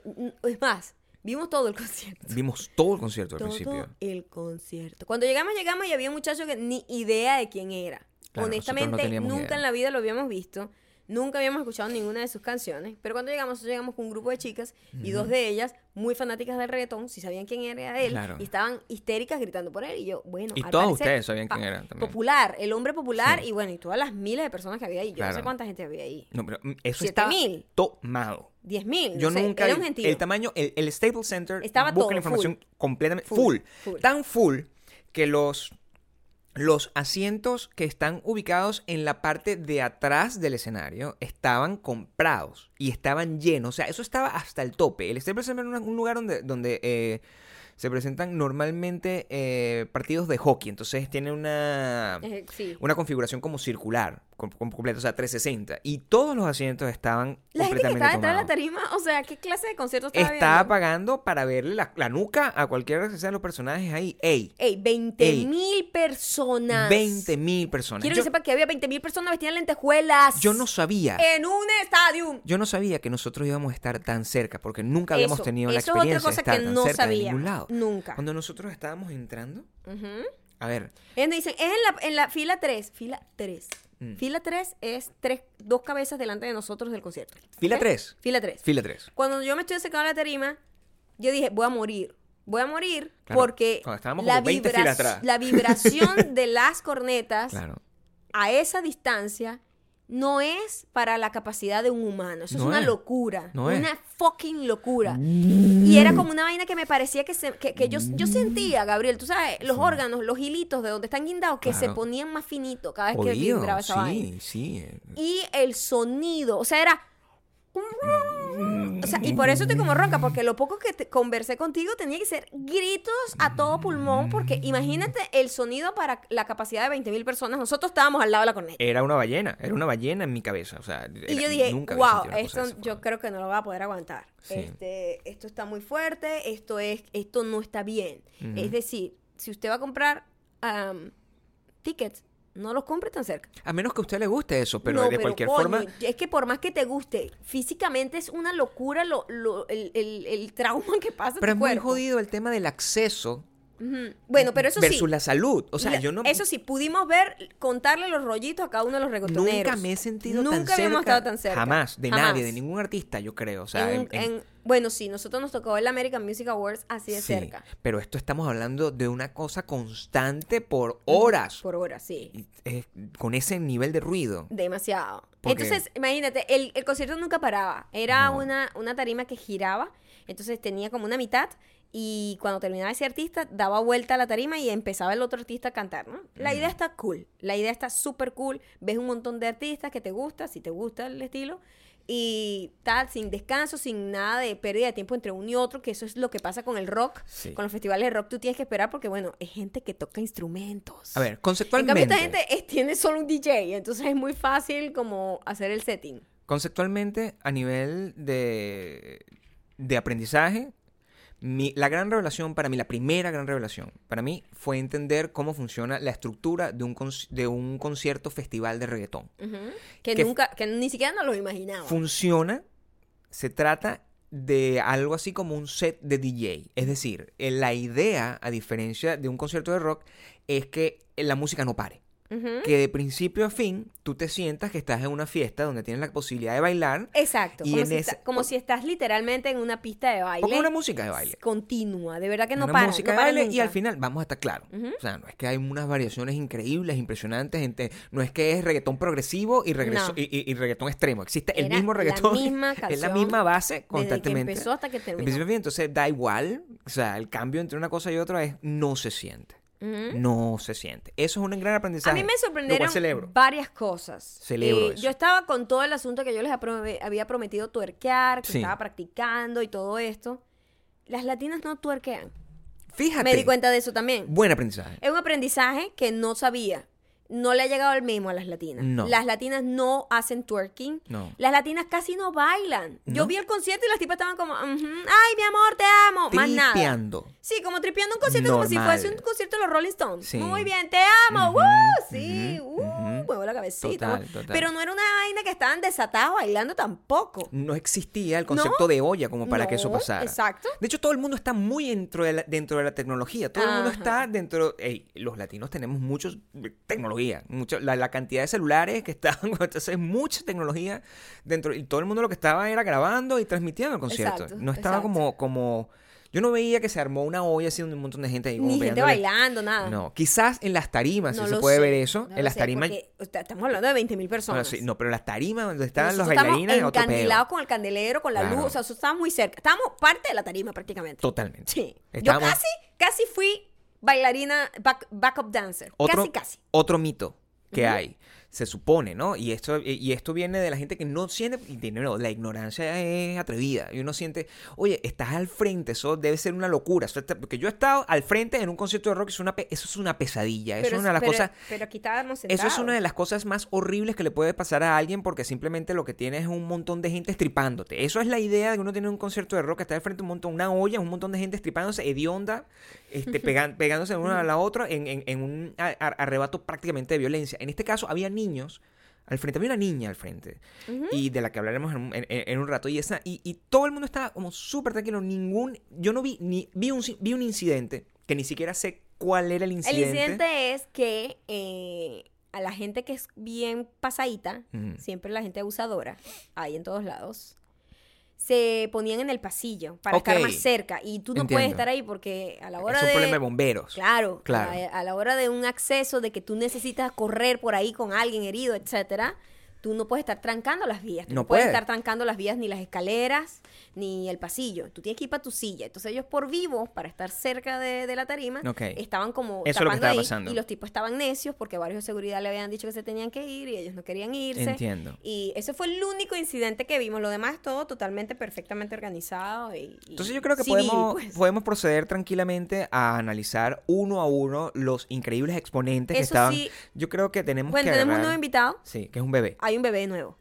Speaker 1: es más, vimos todo el concierto.
Speaker 2: Vimos todo el concierto al
Speaker 1: todo
Speaker 2: principio.
Speaker 1: el concierto. Cuando llegamos, llegamos y había un muchacho que ni idea de quién era.
Speaker 2: Claro, nosotros no
Speaker 1: Honestamente,
Speaker 2: teníamos
Speaker 1: nunca
Speaker 2: idea.
Speaker 1: en la vida lo habíamos visto. Nunca habíamos escuchado ninguna de sus canciones. Pero cuando llegamos, nosotros llegamos con un grupo de chicas y dos de ellas, muy fanáticas del reggaetón, si sabían quién era él,
Speaker 2: Claro.
Speaker 1: y estaban histéricas gritando por él. Y yo, bueno,
Speaker 2: Y
Speaker 1: al
Speaker 2: todas
Speaker 1: parecer,
Speaker 2: ustedes sabían quién
Speaker 1: pa-
Speaker 2: era también.
Speaker 1: Popular, el hombre popular,
Speaker 2: Sí.
Speaker 1: y bueno, y todas las miles de personas que había ahí. Yo no
Speaker 2: Claro.
Speaker 1: sé cuánta gente había ahí.
Speaker 2: No, pero mm, eso
Speaker 1: Siete
Speaker 2: estaba
Speaker 1: mil.
Speaker 2: tomado.
Speaker 1: Diez mil.
Speaker 2: Yo nunca.
Speaker 1: Eh, Era un
Speaker 2: el,
Speaker 1: gentío.
Speaker 2: el tamaño, el, el Staples Center.
Speaker 1: Estaba
Speaker 2: busca
Speaker 1: todo,
Speaker 2: la información completamente. Full,
Speaker 1: Full, full.
Speaker 2: Tan full que los. Los asientos que están ubicados en la parte de atrás del escenario estaban comprados y estaban llenos. O sea, eso estaba hasta el tope. El Staples Center era un- un lugar donde, donde eh, se presentan normalmente eh, partidos de hockey. Entonces tiene una
Speaker 1: Eh, sí.
Speaker 2: una configuración como circular, com- com- completa, o sea, 360. Y todos los asientos estaban
Speaker 1: La gente que estaba
Speaker 2: completamente
Speaker 1: detrás de la
Speaker 2: tomados.
Speaker 1: tarima, o sea, ¿qué clase de concierto estaba
Speaker 2: Estaba
Speaker 1: viendo?
Speaker 2: pagando para verle la, la nuca a cualquiera que sean los personajes ahí. ¡Ey!
Speaker 1: Ey, 20 mil personas.
Speaker 2: 20 mil personas.
Speaker 1: Quiero
Speaker 2: yo,
Speaker 1: que sepa que había 20 mil personas vestidas en lentejuelas.
Speaker 2: yo no sabía.
Speaker 1: En un estadio.
Speaker 2: yo no sabía que nosotros íbamos a estar tan cerca porque nunca habíamos
Speaker 1: Eso,
Speaker 2: tenido la
Speaker 1: eso es otra
Speaker 2: experiencia
Speaker 1: cosa
Speaker 2: de estar
Speaker 1: que
Speaker 2: tan
Speaker 1: no
Speaker 2: cerca de
Speaker 1: sabía,
Speaker 2: ningún lado.
Speaker 1: nunca.
Speaker 2: Cuando nosotros estábamos entrando,
Speaker 1: Ujú.
Speaker 2: a ver,
Speaker 1: Ellos me dicen, es en la, en la fila 3. Fila 3.
Speaker 2: Mm.
Speaker 1: Fila 3 es tres, dos cabezas delante de nosotros del concierto.
Speaker 2: Fila
Speaker 1: ¿ok?
Speaker 2: tres.
Speaker 1: Fila 3.
Speaker 2: fila 3.
Speaker 1: Cuando yo me estoy acercando a la tarima, yo dije, voy a morir. Voy a morir
Speaker 2: Claro,
Speaker 1: porque
Speaker 2: cuando estábamos
Speaker 1: la,
Speaker 2: como 20 filas
Speaker 1: vibra-
Speaker 2: atrás.
Speaker 1: la vibración de las cornetas
Speaker 2: Claro.
Speaker 1: a esa distancia no es para la capacidad de un humano. Eso
Speaker 2: No
Speaker 1: es una
Speaker 2: es.
Speaker 1: locura.
Speaker 2: No es.
Speaker 1: una fucking locura. Y era como una vaina que me parecía que, se- que, que yo, yo sentía, Gabriel, tú sabes, los órganos, los hilitos de donde están guindados, que se
Speaker 2: Claro.
Speaker 1: ponían más finitos cada vez que
Speaker 2: Oído, eh,
Speaker 1: vibraba esa vaina.
Speaker 2: sí, sí.
Speaker 1: Y el sonido, o sea, era... O sea, y por eso estoy como ronca, porque lo poco que te- conversé contigo tenía que ser gritos a todo pulmón, porque imagínate el sonido para la capacidad de 20.000 personas. Nosotros estábamos al lado de la corneta.
Speaker 2: Era una ballena, era una ballena en mi cabeza. O sea,
Speaker 1: Y
Speaker 2: E-, era-
Speaker 1: yo dije,
Speaker 2: nunca había
Speaker 1: wow,
Speaker 2: sentido una cosa
Speaker 1: esto
Speaker 2: de esa
Speaker 1: yo
Speaker 2: forma".
Speaker 1: creo que no lo voy a poder aguantar.
Speaker 2: Sí.
Speaker 1: Este, esto está muy fuerte, esto es, esto no está bien. Es decir, si usted va a comprar am, tickets, no los compre tan cerca.
Speaker 2: A menos que a usted le guste eso, pero
Speaker 1: No,
Speaker 2: de cualquier
Speaker 1: coño,
Speaker 2: forma,
Speaker 1: Es que por más que te guste, físicamente es una locura lo, lo- el, el- el trauma que pasa. en
Speaker 2: Pero
Speaker 1: tu
Speaker 2: es muy
Speaker 1: cuerpo.
Speaker 2: jodido el tema del acceso
Speaker 1: Ujú. Bueno, pero eso
Speaker 2: versus
Speaker 1: sí.
Speaker 2: la salud. O sea,
Speaker 1: la-
Speaker 2: yo no.
Speaker 1: Eso sí, pudimos ver, contarle los rollitos a cada uno de los reggaetoneros.
Speaker 2: Nunca me he sentido
Speaker 1: Nunca
Speaker 2: tan cerca.
Speaker 1: habíamos estado tan cerca.
Speaker 2: Jamás, de
Speaker 1: Jamás.
Speaker 2: nadie, de ningún artista, yo creo. O sea,
Speaker 1: En-
Speaker 2: en- en-
Speaker 1: en- bueno, sí, nosotros nos tocó el American Music Awards así de
Speaker 2: sí,
Speaker 1: cerca.
Speaker 2: Pero esto estamos hablando de una cosa constante por horas.
Speaker 1: Por horas, sí.
Speaker 2: Y, eh, con ese nivel de ruido.
Speaker 1: Demasiado.
Speaker 2: Porque-
Speaker 1: Entonces, imagínate, el, el concierto nunca paraba. Era
Speaker 2: No.
Speaker 1: una, una tarima que giraba, entonces tenía como una mitad y cuando terminaba ese artista, daba vuelta a la tarima y empezaba el otro artista a cantar, ¿no? La
Speaker 2: Mm.
Speaker 1: idea está cool, la idea está súper cool, ves un montón de artistas que te gusta, si te gusta el estilo, y tal, sin descanso, sin nada de pérdida de tiempo entre uno y otro, que eso es lo que pasa con el rock,
Speaker 2: Sí.
Speaker 1: con los festivales de rock tú tienes que esperar porque, bueno, es gente que toca instrumentos.
Speaker 2: A ver,
Speaker 1: En cambio,
Speaker 2: conceptualmente.
Speaker 1: esta gente es- tiene solo un DJ, entonces es muy fácil como hacer el setting.
Speaker 2: Conceptualmente, a nivel de, de aprendizaje, mi- la gran revelación para mí, la primera gran revelación para mí fue entender cómo funciona la estructura de un, conci- de un concierto festival de reggaetón.
Speaker 1: Que,
Speaker 2: Que-
Speaker 1: nunca, que ni siquiera nos lo imaginaba.
Speaker 2: Funciona, se trata de algo así como un set de DJ. Es decir, eh, la idea, a diferencia de un concierto de rock, es que eh, la música no pare.
Speaker 1: Ujú.
Speaker 2: Que de principio a fin tú te sientas que estás en una fiesta donde tienes la posibilidad de bailar
Speaker 1: Exacto.
Speaker 2: Y
Speaker 1: como,
Speaker 2: en
Speaker 1: si
Speaker 2: ese-
Speaker 1: esta- como si estás literalmente en una pista de baile.
Speaker 2: o con una música de baile.
Speaker 1: Continua, de verdad que no
Speaker 2: una
Speaker 1: para. no
Speaker 2: música de
Speaker 1: para
Speaker 2: baile y
Speaker 1: nunca.
Speaker 2: al final vamos a estar claros. O sea, no es que hay unas variaciones increíbles, impresionantes. Entre, no es que es reggaetón progresivo y, regreso,
Speaker 1: No.
Speaker 2: y, y- y reggaetón extremo. Existe el
Speaker 1: Era
Speaker 2: mismo
Speaker 1: la
Speaker 2: reggaetón.
Speaker 1: misma
Speaker 2: es la
Speaker 1: canción
Speaker 2: misma base
Speaker 1: que
Speaker 2: constantemente.
Speaker 1: empezó hasta que
Speaker 2: De
Speaker 1: terminó.
Speaker 2: principio a fin, entonces da igual. O sea, el cambio entre una cosa y otra es no se siente. No se siente. Eso es un
Speaker 1: ¿Mm?
Speaker 2: gran
Speaker 1: A
Speaker 2: aprendizaje.
Speaker 1: mí me
Speaker 2: Lo cual
Speaker 1: sorprendieron
Speaker 2: celebro.
Speaker 1: varias cosas. Eh,
Speaker 2: Celebro eso.
Speaker 1: Yo estaba con todo el asunto que yo les aprove- había prometido tuerquear, que
Speaker 2: Sí.
Speaker 1: estaba practicando y todo esto. Las latinas no tuerquean.
Speaker 2: Fíjate.
Speaker 1: Me di cuenta de eso también.
Speaker 2: Buen aprendizaje.
Speaker 1: Es un aprendizaje que no sabía. No le ha llegado el memo a las latinas.
Speaker 2: No.
Speaker 1: Las latinas no hacen twerking.
Speaker 2: No.
Speaker 1: Las latinas casi no bailan. Yo
Speaker 2: No.
Speaker 1: vi el concierto y las tipas estaban como, "Ujú, ay, mi amor, te amo. Más nada.
Speaker 2: Tripeando.
Speaker 1: Sí, como tripeando un concierto como si
Speaker 2: Normal.
Speaker 1: fuese un concierto de los Rolling Stones.
Speaker 2: Sí.
Speaker 1: Muy bien, te amo.
Speaker 2: Ujú,
Speaker 1: ¡Woo! Sí,
Speaker 2: ujú,
Speaker 1: ¡uh!
Speaker 2: ujú.
Speaker 1: Muevo la cabecita.
Speaker 2: Total, total.
Speaker 1: Pero no era una vaina que estaban desatadas bailando tampoco.
Speaker 2: no existía el concepto de olla como para que eso
Speaker 1: No,
Speaker 2: pasara.
Speaker 1: exacto.
Speaker 2: De hecho, todo el mundo está muy dentro de la, dentro de la tecnología. Todo el mundo
Speaker 1: Ajá.
Speaker 2: está dentro. Ey, los latinos tenemos muchos eh, tecnología, mucho, la, la cantidad de celulares que están, entonces mucha tecnología dentro y todo el mundo lo que estaba era grabando y transmitiendo el concierto.
Speaker 1: Exacto,
Speaker 2: no estaba
Speaker 1: exacto.
Speaker 2: como como yo no veía que se armó una olla así donde un montón de gente ahí como
Speaker 1: Ni gente
Speaker 2: pegándole.
Speaker 1: bailando, nada.
Speaker 2: No, quizás en las tarimas
Speaker 1: No
Speaker 2: si se
Speaker 1: lo
Speaker 2: puede
Speaker 1: sé,
Speaker 2: ver eso,
Speaker 1: no lo
Speaker 2: en las
Speaker 1: sé,
Speaker 2: tarimas
Speaker 1: porque, o sea, estamos hablando de 20 mil
Speaker 2: bueno,
Speaker 1: personas.
Speaker 2: sí, no, pero en las tarimas donde estaban los
Speaker 1: Nosotros
Speaker 2: bailarines
Speaker 1: estábamos
Speaker 2: otro pedo.
Speaker 1: encandilados con el candelero, con la
Speaker 2: Claro.
Speaker 1: luz, o sea, nosotros estábamos muy cerca. Estábamos parte de la tarima prácticamente.
Speaker 2: Totalmente.
Speaker 1: Sí. Yo
Speaker 2: Estábamos-
Speaker 1: casi, casi fui bailarina, back- backup dancer.
Speaker 2: otro,
Speaker 1: casi, casi.
Speaker 2: Otro mito que hay, se supone, ¿no? Y esto, y esto viene de la gente que no siente, y de nuevo, la ignorancia es atrevida. Y uno siente, oye, estás al frente, eso debe ser una locura. Eso está- porque yo he estado al frente en un concierto de rock, eso es una, pe- eso es una pesadilla, eso es una de las
Speaker 1: pero,
Speaker 2: cosas...
Speaker 1: Pero aquí estábamos
Speaker 2: Eso
Speaker 1: sentados.
Speaker 2: es una de las cosas más horribles que le puede pasar a alguien porque simplemente lo que tienes es un montón de gente estripándote. Eso es la idea de que uno tiene un concierto de rock, está de frente a un montón, una olla, un montón de gente estripándose, hedionda, este, pegan- pegándose una a la otra en, en- en un a- a- arrebato prácticamente de violencia. En este caso había niños. Al frente había una niña al frente y de la que hablaremos en, un- en- en un rato y esa y, y todo el mundo estaba como súper tranquilo ningún yo no vi ni vi un vi un incidente que ni siquiera sé cuál era el
Speaker 1: El
Speaker 2: incidente
Speaker 1: incidente es que eh, a la gente que es bien pasadita,
Speaker 2: Ujú.
Speaker 1: siempre la gente abusadora, hay en todos lados, se ponían en el pasillo para
Speaker 2: Ok.
Speaker 1: estar más cerca. Y tú no puedes
Speaker 2: Entiendo.
Speaker 1: estar ahí porque a la hora
Speaker 2: es un
Speaker 1: de...
Speaker 2: problema de bomberos
Speaker 1: Claro,
Speaker 2: Claro.
Speaker 1: A, a la hora de un acceso, de que tú necesitas correr por ahí con alguien herido, etcétera, tú no puedes estar trancando las vías. Tú
Speaker 2: No
Speaker 1: no, puedes
Speaker 2: puede.
Speaker 1: estar trancando las vías, ni las escaleras, ni el pasillo. Tú tienes que ir para tu silla. Entonces ellos por vivos, para estar cerca de, de la tarima,
Speaker 2: Ok.
Speaker 1: estaban como
Speaker 2: Eso es lo
Speaker 1: tapando
Speaker 2: que estaba
Speaker 1: ahí,
Speaker 2: pasando.
Speaker 1: Y los tipos estaban necios porque varios de seguridad le habían dicho que se tenían que ir y ellos no querían irse.
Speaker 2: Entiendo.
Speaker 1: Y ese fue el único incidente que vimos. Lo demás todo totalmente perfectamente organizado y, y
Speaker 2: Entonces yo creo que
Speaker 1: civil,
Speaker 2: podemos,
Speaker 1: pues.
Speaker 2: podemos proceder tranquilamente a analizar uno a uno los increíbles exponentes que
Speaker 1: Eso
Speaker 2: estaban.
Speaker 1: sí.
Speaker 2: Yo creo que tenemos
Speaker 1: Bueno,
Speaker 2: que
Speaker 1: tenemos un
Speaker 2: agarrar-
Speaker 1: nuevo invitado.
Speaker 2: Sí, que es un bebé.
Speaker 1: Hay un bebé nuevo.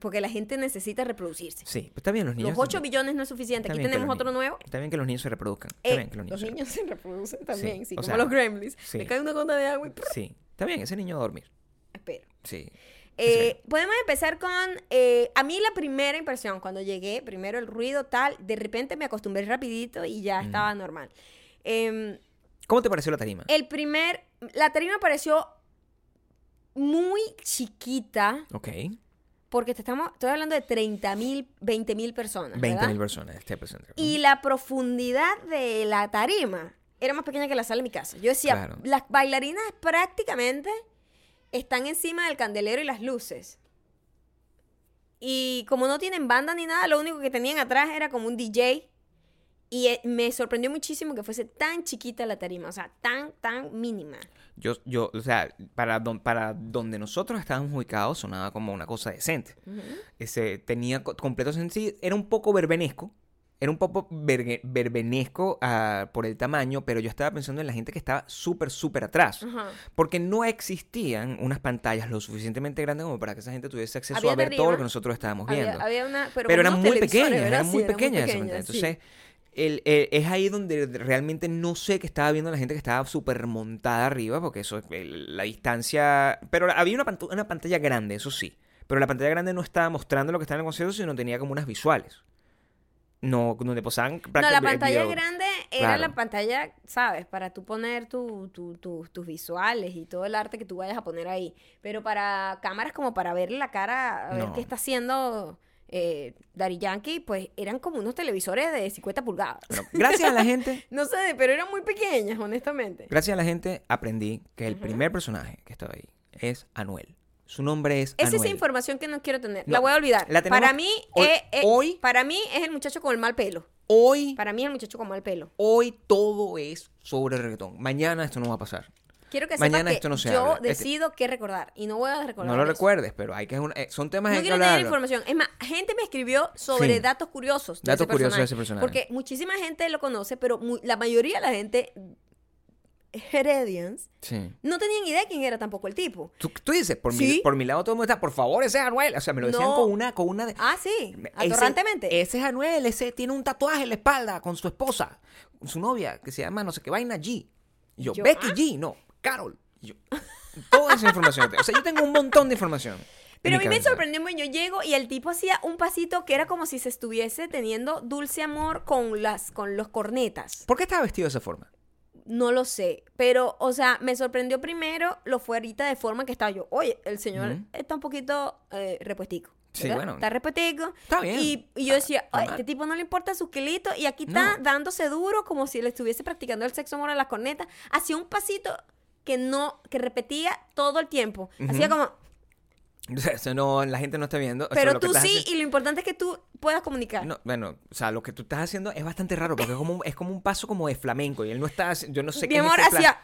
Speaker 1: Porque la gente necesita reproducirse.
Speaker 2: Sí, pues está bien los niños.
Speaker 1: Los 8 billones no es suficiente.
Speaker 2: Está
Speaker 1: Aquí
Speaker 2: bien que
Speaker 1: tenemos
Speaker 2: los
Speaker 1: otro
Speaker 2: niños-
Speaker 1: nuevo.
Speaker 2: Está bien que los niños se reproduzcan. Está
Speaker 1: Eh,
Speaker 2: bien que los
Speaker 1: los
Speaker 2: niños. se
Speaker 1: niños se reproducen también, sí,
Speaker 2: o
Speaker 1: como
Speaker 2: sea,
Speaker 1: los gremlins.
Speaker 2: sí.
Speaker 1: Me cae una gota de agua y
Speaker 2: reproduzcan. Sí, está bien ese niño va a dormir.
Speaker 1: espero.
Speaker 2: Sí.
Speaker 1: Eh, Podemos empezar con, eh, a mí la primera impresión, cuando llegué, primero el ruido tal, de repente me acostumbré rapidito y ya estaba normal. Em,
Speaker 2: ¿Cómo te pareció la tarima?
Speaker 1: el primer, la tarima pareció muy chiquita,
Speaker 2: Ok.
Speaker 1: porque te estamos, estoy hablando de 30 mil, 20 mil personas.
Speaker 2: 20
Speaker 1: ¿verdad?
Speaker 2: mil personas. Este presente.
Speaker 1: Y la profundidad de la tarima era más pequeña que la sala de mi casa. Yo decía,
Speaker 2: Claro.
Speaker 1: las bailarinas prácticamente están encima del candelero y las luces. Y como no tienen banda ni nada, lo único que tenían atrás era como un DJ. Y eh, me sorprendió muchísimo que fuese tan chiquita la tarima, o sea, tan, tan mínima.
Speaker 2: Yo, yo, o sea, para, don- para donde nosotros estábamos ubicados sonaba como una cosa decente. Ese, tenía co- completo sentido. Era un poco verbenesco. Era un poco vergue- verbenesco ah, por el tamaño, pero yo estaba pensando en la gente que estaba súper, súper atrás.
Speaker 1: Ajá.
Speaker 2: Porque no existían unas pantallas lo suficientemente grandes como para que esa gente tuviese acceso
Speaker 1: Había
Speaker 2: a ver
Speaker 1: de
Speaker 2: todo
Speaker 1: arriba.
Speaker 2: lo que nosotros estábamos
Speaker 1: Había-
Speaker 2: viendo.
Speaker 1: había una- pero
Speaker 2: pero
Speaker 1: como
Speaker 2: eran
Speaker 1: unos
Speaker 2: muy
Speaker 1: televisores,
Speaker 2: pequeñas,
Speaker 1: ¿verdad?
Speaker 2: eran
Speaker 1: Sí,
Speaker 2: muy
Speaker 1: eran muy
Speaker 2: pequeñas. esa
Speaker 1: pequeñas,
Speaker 2: pantalla.
Speaker 1: sí.
Speaker 2: Entonces, el- el- es ahí donde realmente no sé qué estaba viendo la gente que estaba súper montada arriba, porque eso, es el- la distancia... Pero había una, pantu- una pantalla grande, eso sí. Pero la pantalla grande no estaba mostrando lo que estaba en el concierto, sino tenía como unas visuales. No, donde posaban
Speaker 1: No, la
Speaker 2: prácticamente el
Speaker 1: pantalla
Speaker 2: video.
Speaker 1: grande era
Speaker 2: Claro.
Speaker 1: la pantalla, ¿sabes? Para tú poner tu- tu- tu- tus visuales y todo el arte que tú vayas a poner ahí. Pero para cámaras como para ver la cara, a ver
Speaker 2: No.
Speaker 1: qué está haciendo eh, Daddy Yankee, pues eran como unos televisores de 50 pulgadas.
Speaker 2: Bueno, gracias a la gente
Speaker 1: No sé, pero eran muy pequeñas, honestamente.
Speaker 2: Gracias a la gente aprendí que el primer personaje que estaba ahí es Anuel. Su nombre es
Speaker 1: Esa es
Speaker 2: Anuel.
Speaker 1: información que no quiero tener.
Speaker 2: No,
Speaker 1: la voy a olvidar.
Speaker 2: la tenemos-
Speaker 1: para mí,
Speaker 2: hoy-
Speaker 1: eh, eh,
Speaker 2: hoy-
Speaker 1: para mí es el muchacho con el mal pelo.
Speaker 2: Hoy,
Speaker 1: Para mí es el muchacho con mal pelo.
Speaker 2: hoy todo es sobre reggaetón. Mañana esto no va a pasar.
Speaker 1: Quiero que
Speaker 2: Mañana
Speaker 1: sepas que
Speaker 2: esto no se
Speaker 1: yo
Speaker 2: habla. Este-
Speaker 1: decido qué recordar y no voy a recordar.
Speaker 2: no lo
Speaker 1: eso.
Speaker 2: recuerdes, pero hay que eh, son temas
Speaker 1: No
Speaker 2: hay que
Speaker 1: quiero tener
Speaker 2: hablarlo.
Speaker 1: información. Es más, gente me escribió sobre
Speaker 2: Sí.
Speaker 1: datos curiosos. de
Speaker 2: Datos
Speaker 1: ese
Speaker 2: curiosos de ese personaje.
Speaker 1: Porque muchísima gente lo conoce, pero mu- la mayoría de la gente, Heredians,
Speaker 2: Sí.
Speaker 1: no tenían idea de quién era tampoco el tipo.
Speaker 2: Tú, tú dices, por, mi,
Speaker 1: Sí.
Speaker 2: por mi lado todo el mundo está, por favor, ese es Anuel. O sea, me lo decían
Speaker 1: No.
Speaker 2: con una... Con una
Speaker 1: Ah, sí,
Speaker 2: Ese-
Speaker 1: atorrantemente.
Speaker 2: Ese, es Anuel, ese tiene un tatuaje en la espalda con su esposa, con su novia, que se llama no sé qué vaina G. Y yo,
Speaker 1: Yo,
Speaker 2: Becky
Speaker 1: ¿ah?
Speaker 2: G, no, Carol. Y yo, toda esa información. O sea, yo tengo un montón de información. en
Speaker 1: Pero a
Speaker 2: mi
Speaker 1: mí me
Speaker 2: cabeza.
Speaker 1: sorprendió muy. Yo llego y el tipo hacía un pasito que era como si se estuviese teniendo dulce amor con, las, con los cornetas.
Speaker 2: ¿Por qué estaba vestido de esa forma?
Speaker 1: No lo sé. Pero, o sea, me sorprendió primero lo fuerita de forma que estaba yo. Oye, el señor
Speaker 2: Ujú.
Speaker 1: está un poquito eh, repuestico.
Speaker 2: Sí,
Speaker 1: ¿verdad?
Speaker 2: bueno.
Speaker 1: Está repuestico.
Speaker 2: Está bien.
Speaker 1: Y, y yo decía,
Speaker 2: Ah,
Speaker 1: "Ay,
Speaker 2: normal.
Speaker 1: este tipo no le importa sus kilitos. Y aquí está
Speaker 2: No.
Speaker 1: dándose duro como si le estuviese practicando el sexo moral a las cornetas. Hacía un pasito que no, que repetía todo el tiempo. Hacía como,
Speaker 2: O sea, eso no, la gente no está viendo. o sea,
Speaker 1: pero
Speaker 2: lo
Speaker 1: tú
Speaker 2: que estás
Speaker 1: sí,
Speaker 2: haciendo-
Speaker 1: y lo importante es que tú puedas comunicar.
Speaker 2: No, bueno, o sea, lo que tú estás haciendo es bastante raro porque es como un, es como un paso como de flamenco y él no está, haci- yo no sé
Speaker 1: Mi
Speaker 2: qué es
Speaker 1: amor,
Speaker 2: ese pla-
Speaker 1: hacía.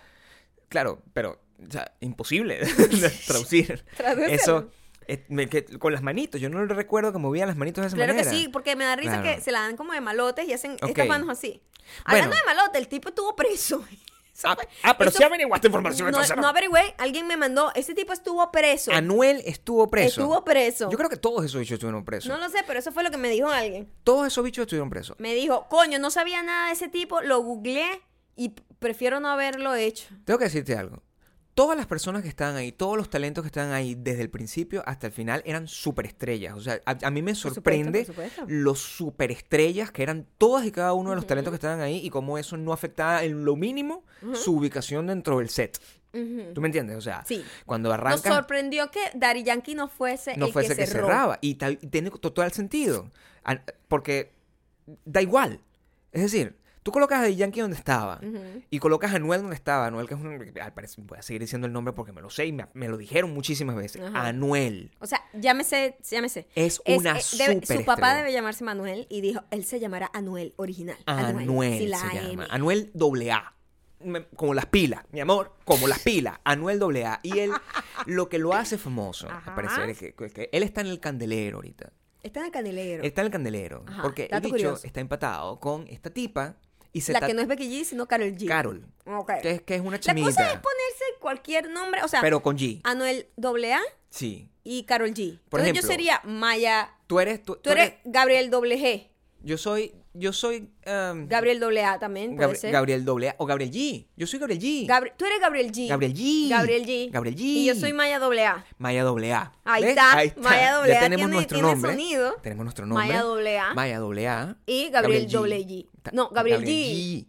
Speaker 2: Claro, pero o sea, imposible de traducir.
Speaker 1: Tradúcelo.
Speaker 2: Eso eh, me- que- con las manitos. Yo no recuerdo que movía las manitos de esa
Speaker 1: Claro que
Speaker 2: manera.
Speaker 1: sí, porque me da risa
Speaker 2: Claro.
Speaker 1: que se la dan como de malotes y hacen
Speaker 2: Ok.
Speaker 1: estas manos así.
Speaker 2: Bueno.
Speaker 1: Hablando de malote, el tipo estuvo preso. Eso
Speaker 2: Ah,
Speaker 1: fue-
Speaker 2: ah, pero
Speaker 1: pues, eso-
Speaker 2: sí averiguaste información.
Speaker 1: No,
Speaker 2: entonces,
Speaker 1: no averigüé, alguien me mandó, ese tipo estuvo preso.
Speaker 2: Anuel estuvo preso.
Speaker 1: Estuvo preso.
Speaker 2: Yo creo que todos esos bichos estuvieron presos.
Speaker 1: No lo sé, pero eso fue lo que me dijo alguien.
Speaker 2: Todos esos bichos estuvieron presos.
Speaker 1: Me dijo, coño, no sabía nada de ese tipo, lo googleé y p- prefiero no haberlo hecho.
Speaker 2: Tengo que decirte algo. Todas las personas que estaban ahí, todos los talentos que estaban ahí, desde el principio hasta el final, eran superestrellas. O sea, a, a mí me
Speaker 1: supuesto,
Speaker 2: sorprende
Speaker 1: por supuesto.
Speaker 2: los superestrellas que eran todas y cada uno de los talentos que estaban ahí y cómo eso no afectaba en lo mínimo su ubicación dentro del set.
Speaker 1: Ujú.
Speaker 2: ¿Tú me entiendes? O sea,
Speaker 1: Sí.
Speaker 2: cuando
Speaker 1: Nos
Speaker 2: arranca
Speaker 1: sorprendió que Daddy Yankee no fuese
Speaker 2: no
Speaker 1: el
Speaker 2: fuese
Speaker 1: que,
Speaker 2: que
Speaker 1: cerró.
Speaker 2: cerraba. Y, tal- y tiene total sentido. An- Porque da igual. Es decir, Tú colocas a The Yankee donde estaba
Speaker 1: Ujú.
Speaker 2: y colocas a Anuel donde estaba. Anuel, que es un. Al parecer, voy a seguir diciendo el nombre porque me lo sé y me, me lo dijeron muchísimas veces.
Speaker 1: Ajá.
Speaker 2: Anuel
Speaker 1: O sea, llámese, llámese.
Speaker 2: es,
Speaker 1: Es-
Speaker 2: una
Speaker 1: eh, debe-
Speaker 2: superestrella.
Speaker 1: su papá debe llamarse Manuel y dijo, él se llamará Anuel original. Ah,
Speaker 2: Anuel
Speaker 1: sin la
Speaker 2: se
Speaker 1: AM.
Speaker 2: llama. Anuel AA. Me- Como las pilas, mi amor, como las pilas. Anuel AA. Y él, lo que lo hace famoso,
Speaker 1: Ajá.
Speaker 2: al parecer, es que, que él está en el candelero ahorita.
Speaker 1: Está en el candelero.
Speaker 2: Está en el candelero.
Speaker 1: Ajá,
Speaker 2: Porque el
Speaker 1: dato
Speaker 2: bicho
Speaker 1: curioso.
Speaker 2: está empatado con esta tipa y se
Speaker 1: la
Speaker 2: ta-
Speaker 1: que no es Becky G, sino Carol G.
Speaker 2: Carol.
Speaker 1: Ok.
Speaker 2: Que es, que es una
Speaker 1: La
Speaker 2: chimita.
Speaker 1: cosa es ponerse cualquier nombre, o sea, ah.
Speaker 2: pero con G.
Speaker 1: Anuel AA
Speaker 2: Sí.
Speaker 1: y Carol G.
Speaker 2: Por
Speaker 1: Entonces
Speaker 2: ejemplo,
Speaker 1: yo sería Maya,
Speaker 2: Tú eres. Tú,
Speaker 1: tú eres Gabriel G,
Speaker 2: Yo soy. Yo soy. um,
Speaker 1: Gabriel AA también, puede
Speaker 2: Gabri-
Speaker 1: ser.
Speaker 2: Gabriel AA. O Gabriel G. Yo soy Gabriel G.
Speaker 1: Gabri- tú eres Gabriel G.
Speaker 2: Gabriel G.
Speaker 1: Gabriel G.
Speaker 2: Gabriel G.
Speaker 1: Y yo soy Maya AA.
Speaker 2: Maya doble A.
Speaker 1: Ahí
Speaker 2: ¿Ves?
Speaker 1: está, Maya doble A
Speaker 2: Ya tenemos
Speaker 1: tiene-
Speaker 2: nuestro
Speaker 1: tiene
Speaker 2: nombre.
Speaker 1: sonido.
Speaker 2: Tenemos nuestro nombre.
Speaker 1: Maya AA.
Speaker 2: Maya doble A.
Speaker 1: Y Gabriel doble G. No, Gabriel G.
Speaker 2: G.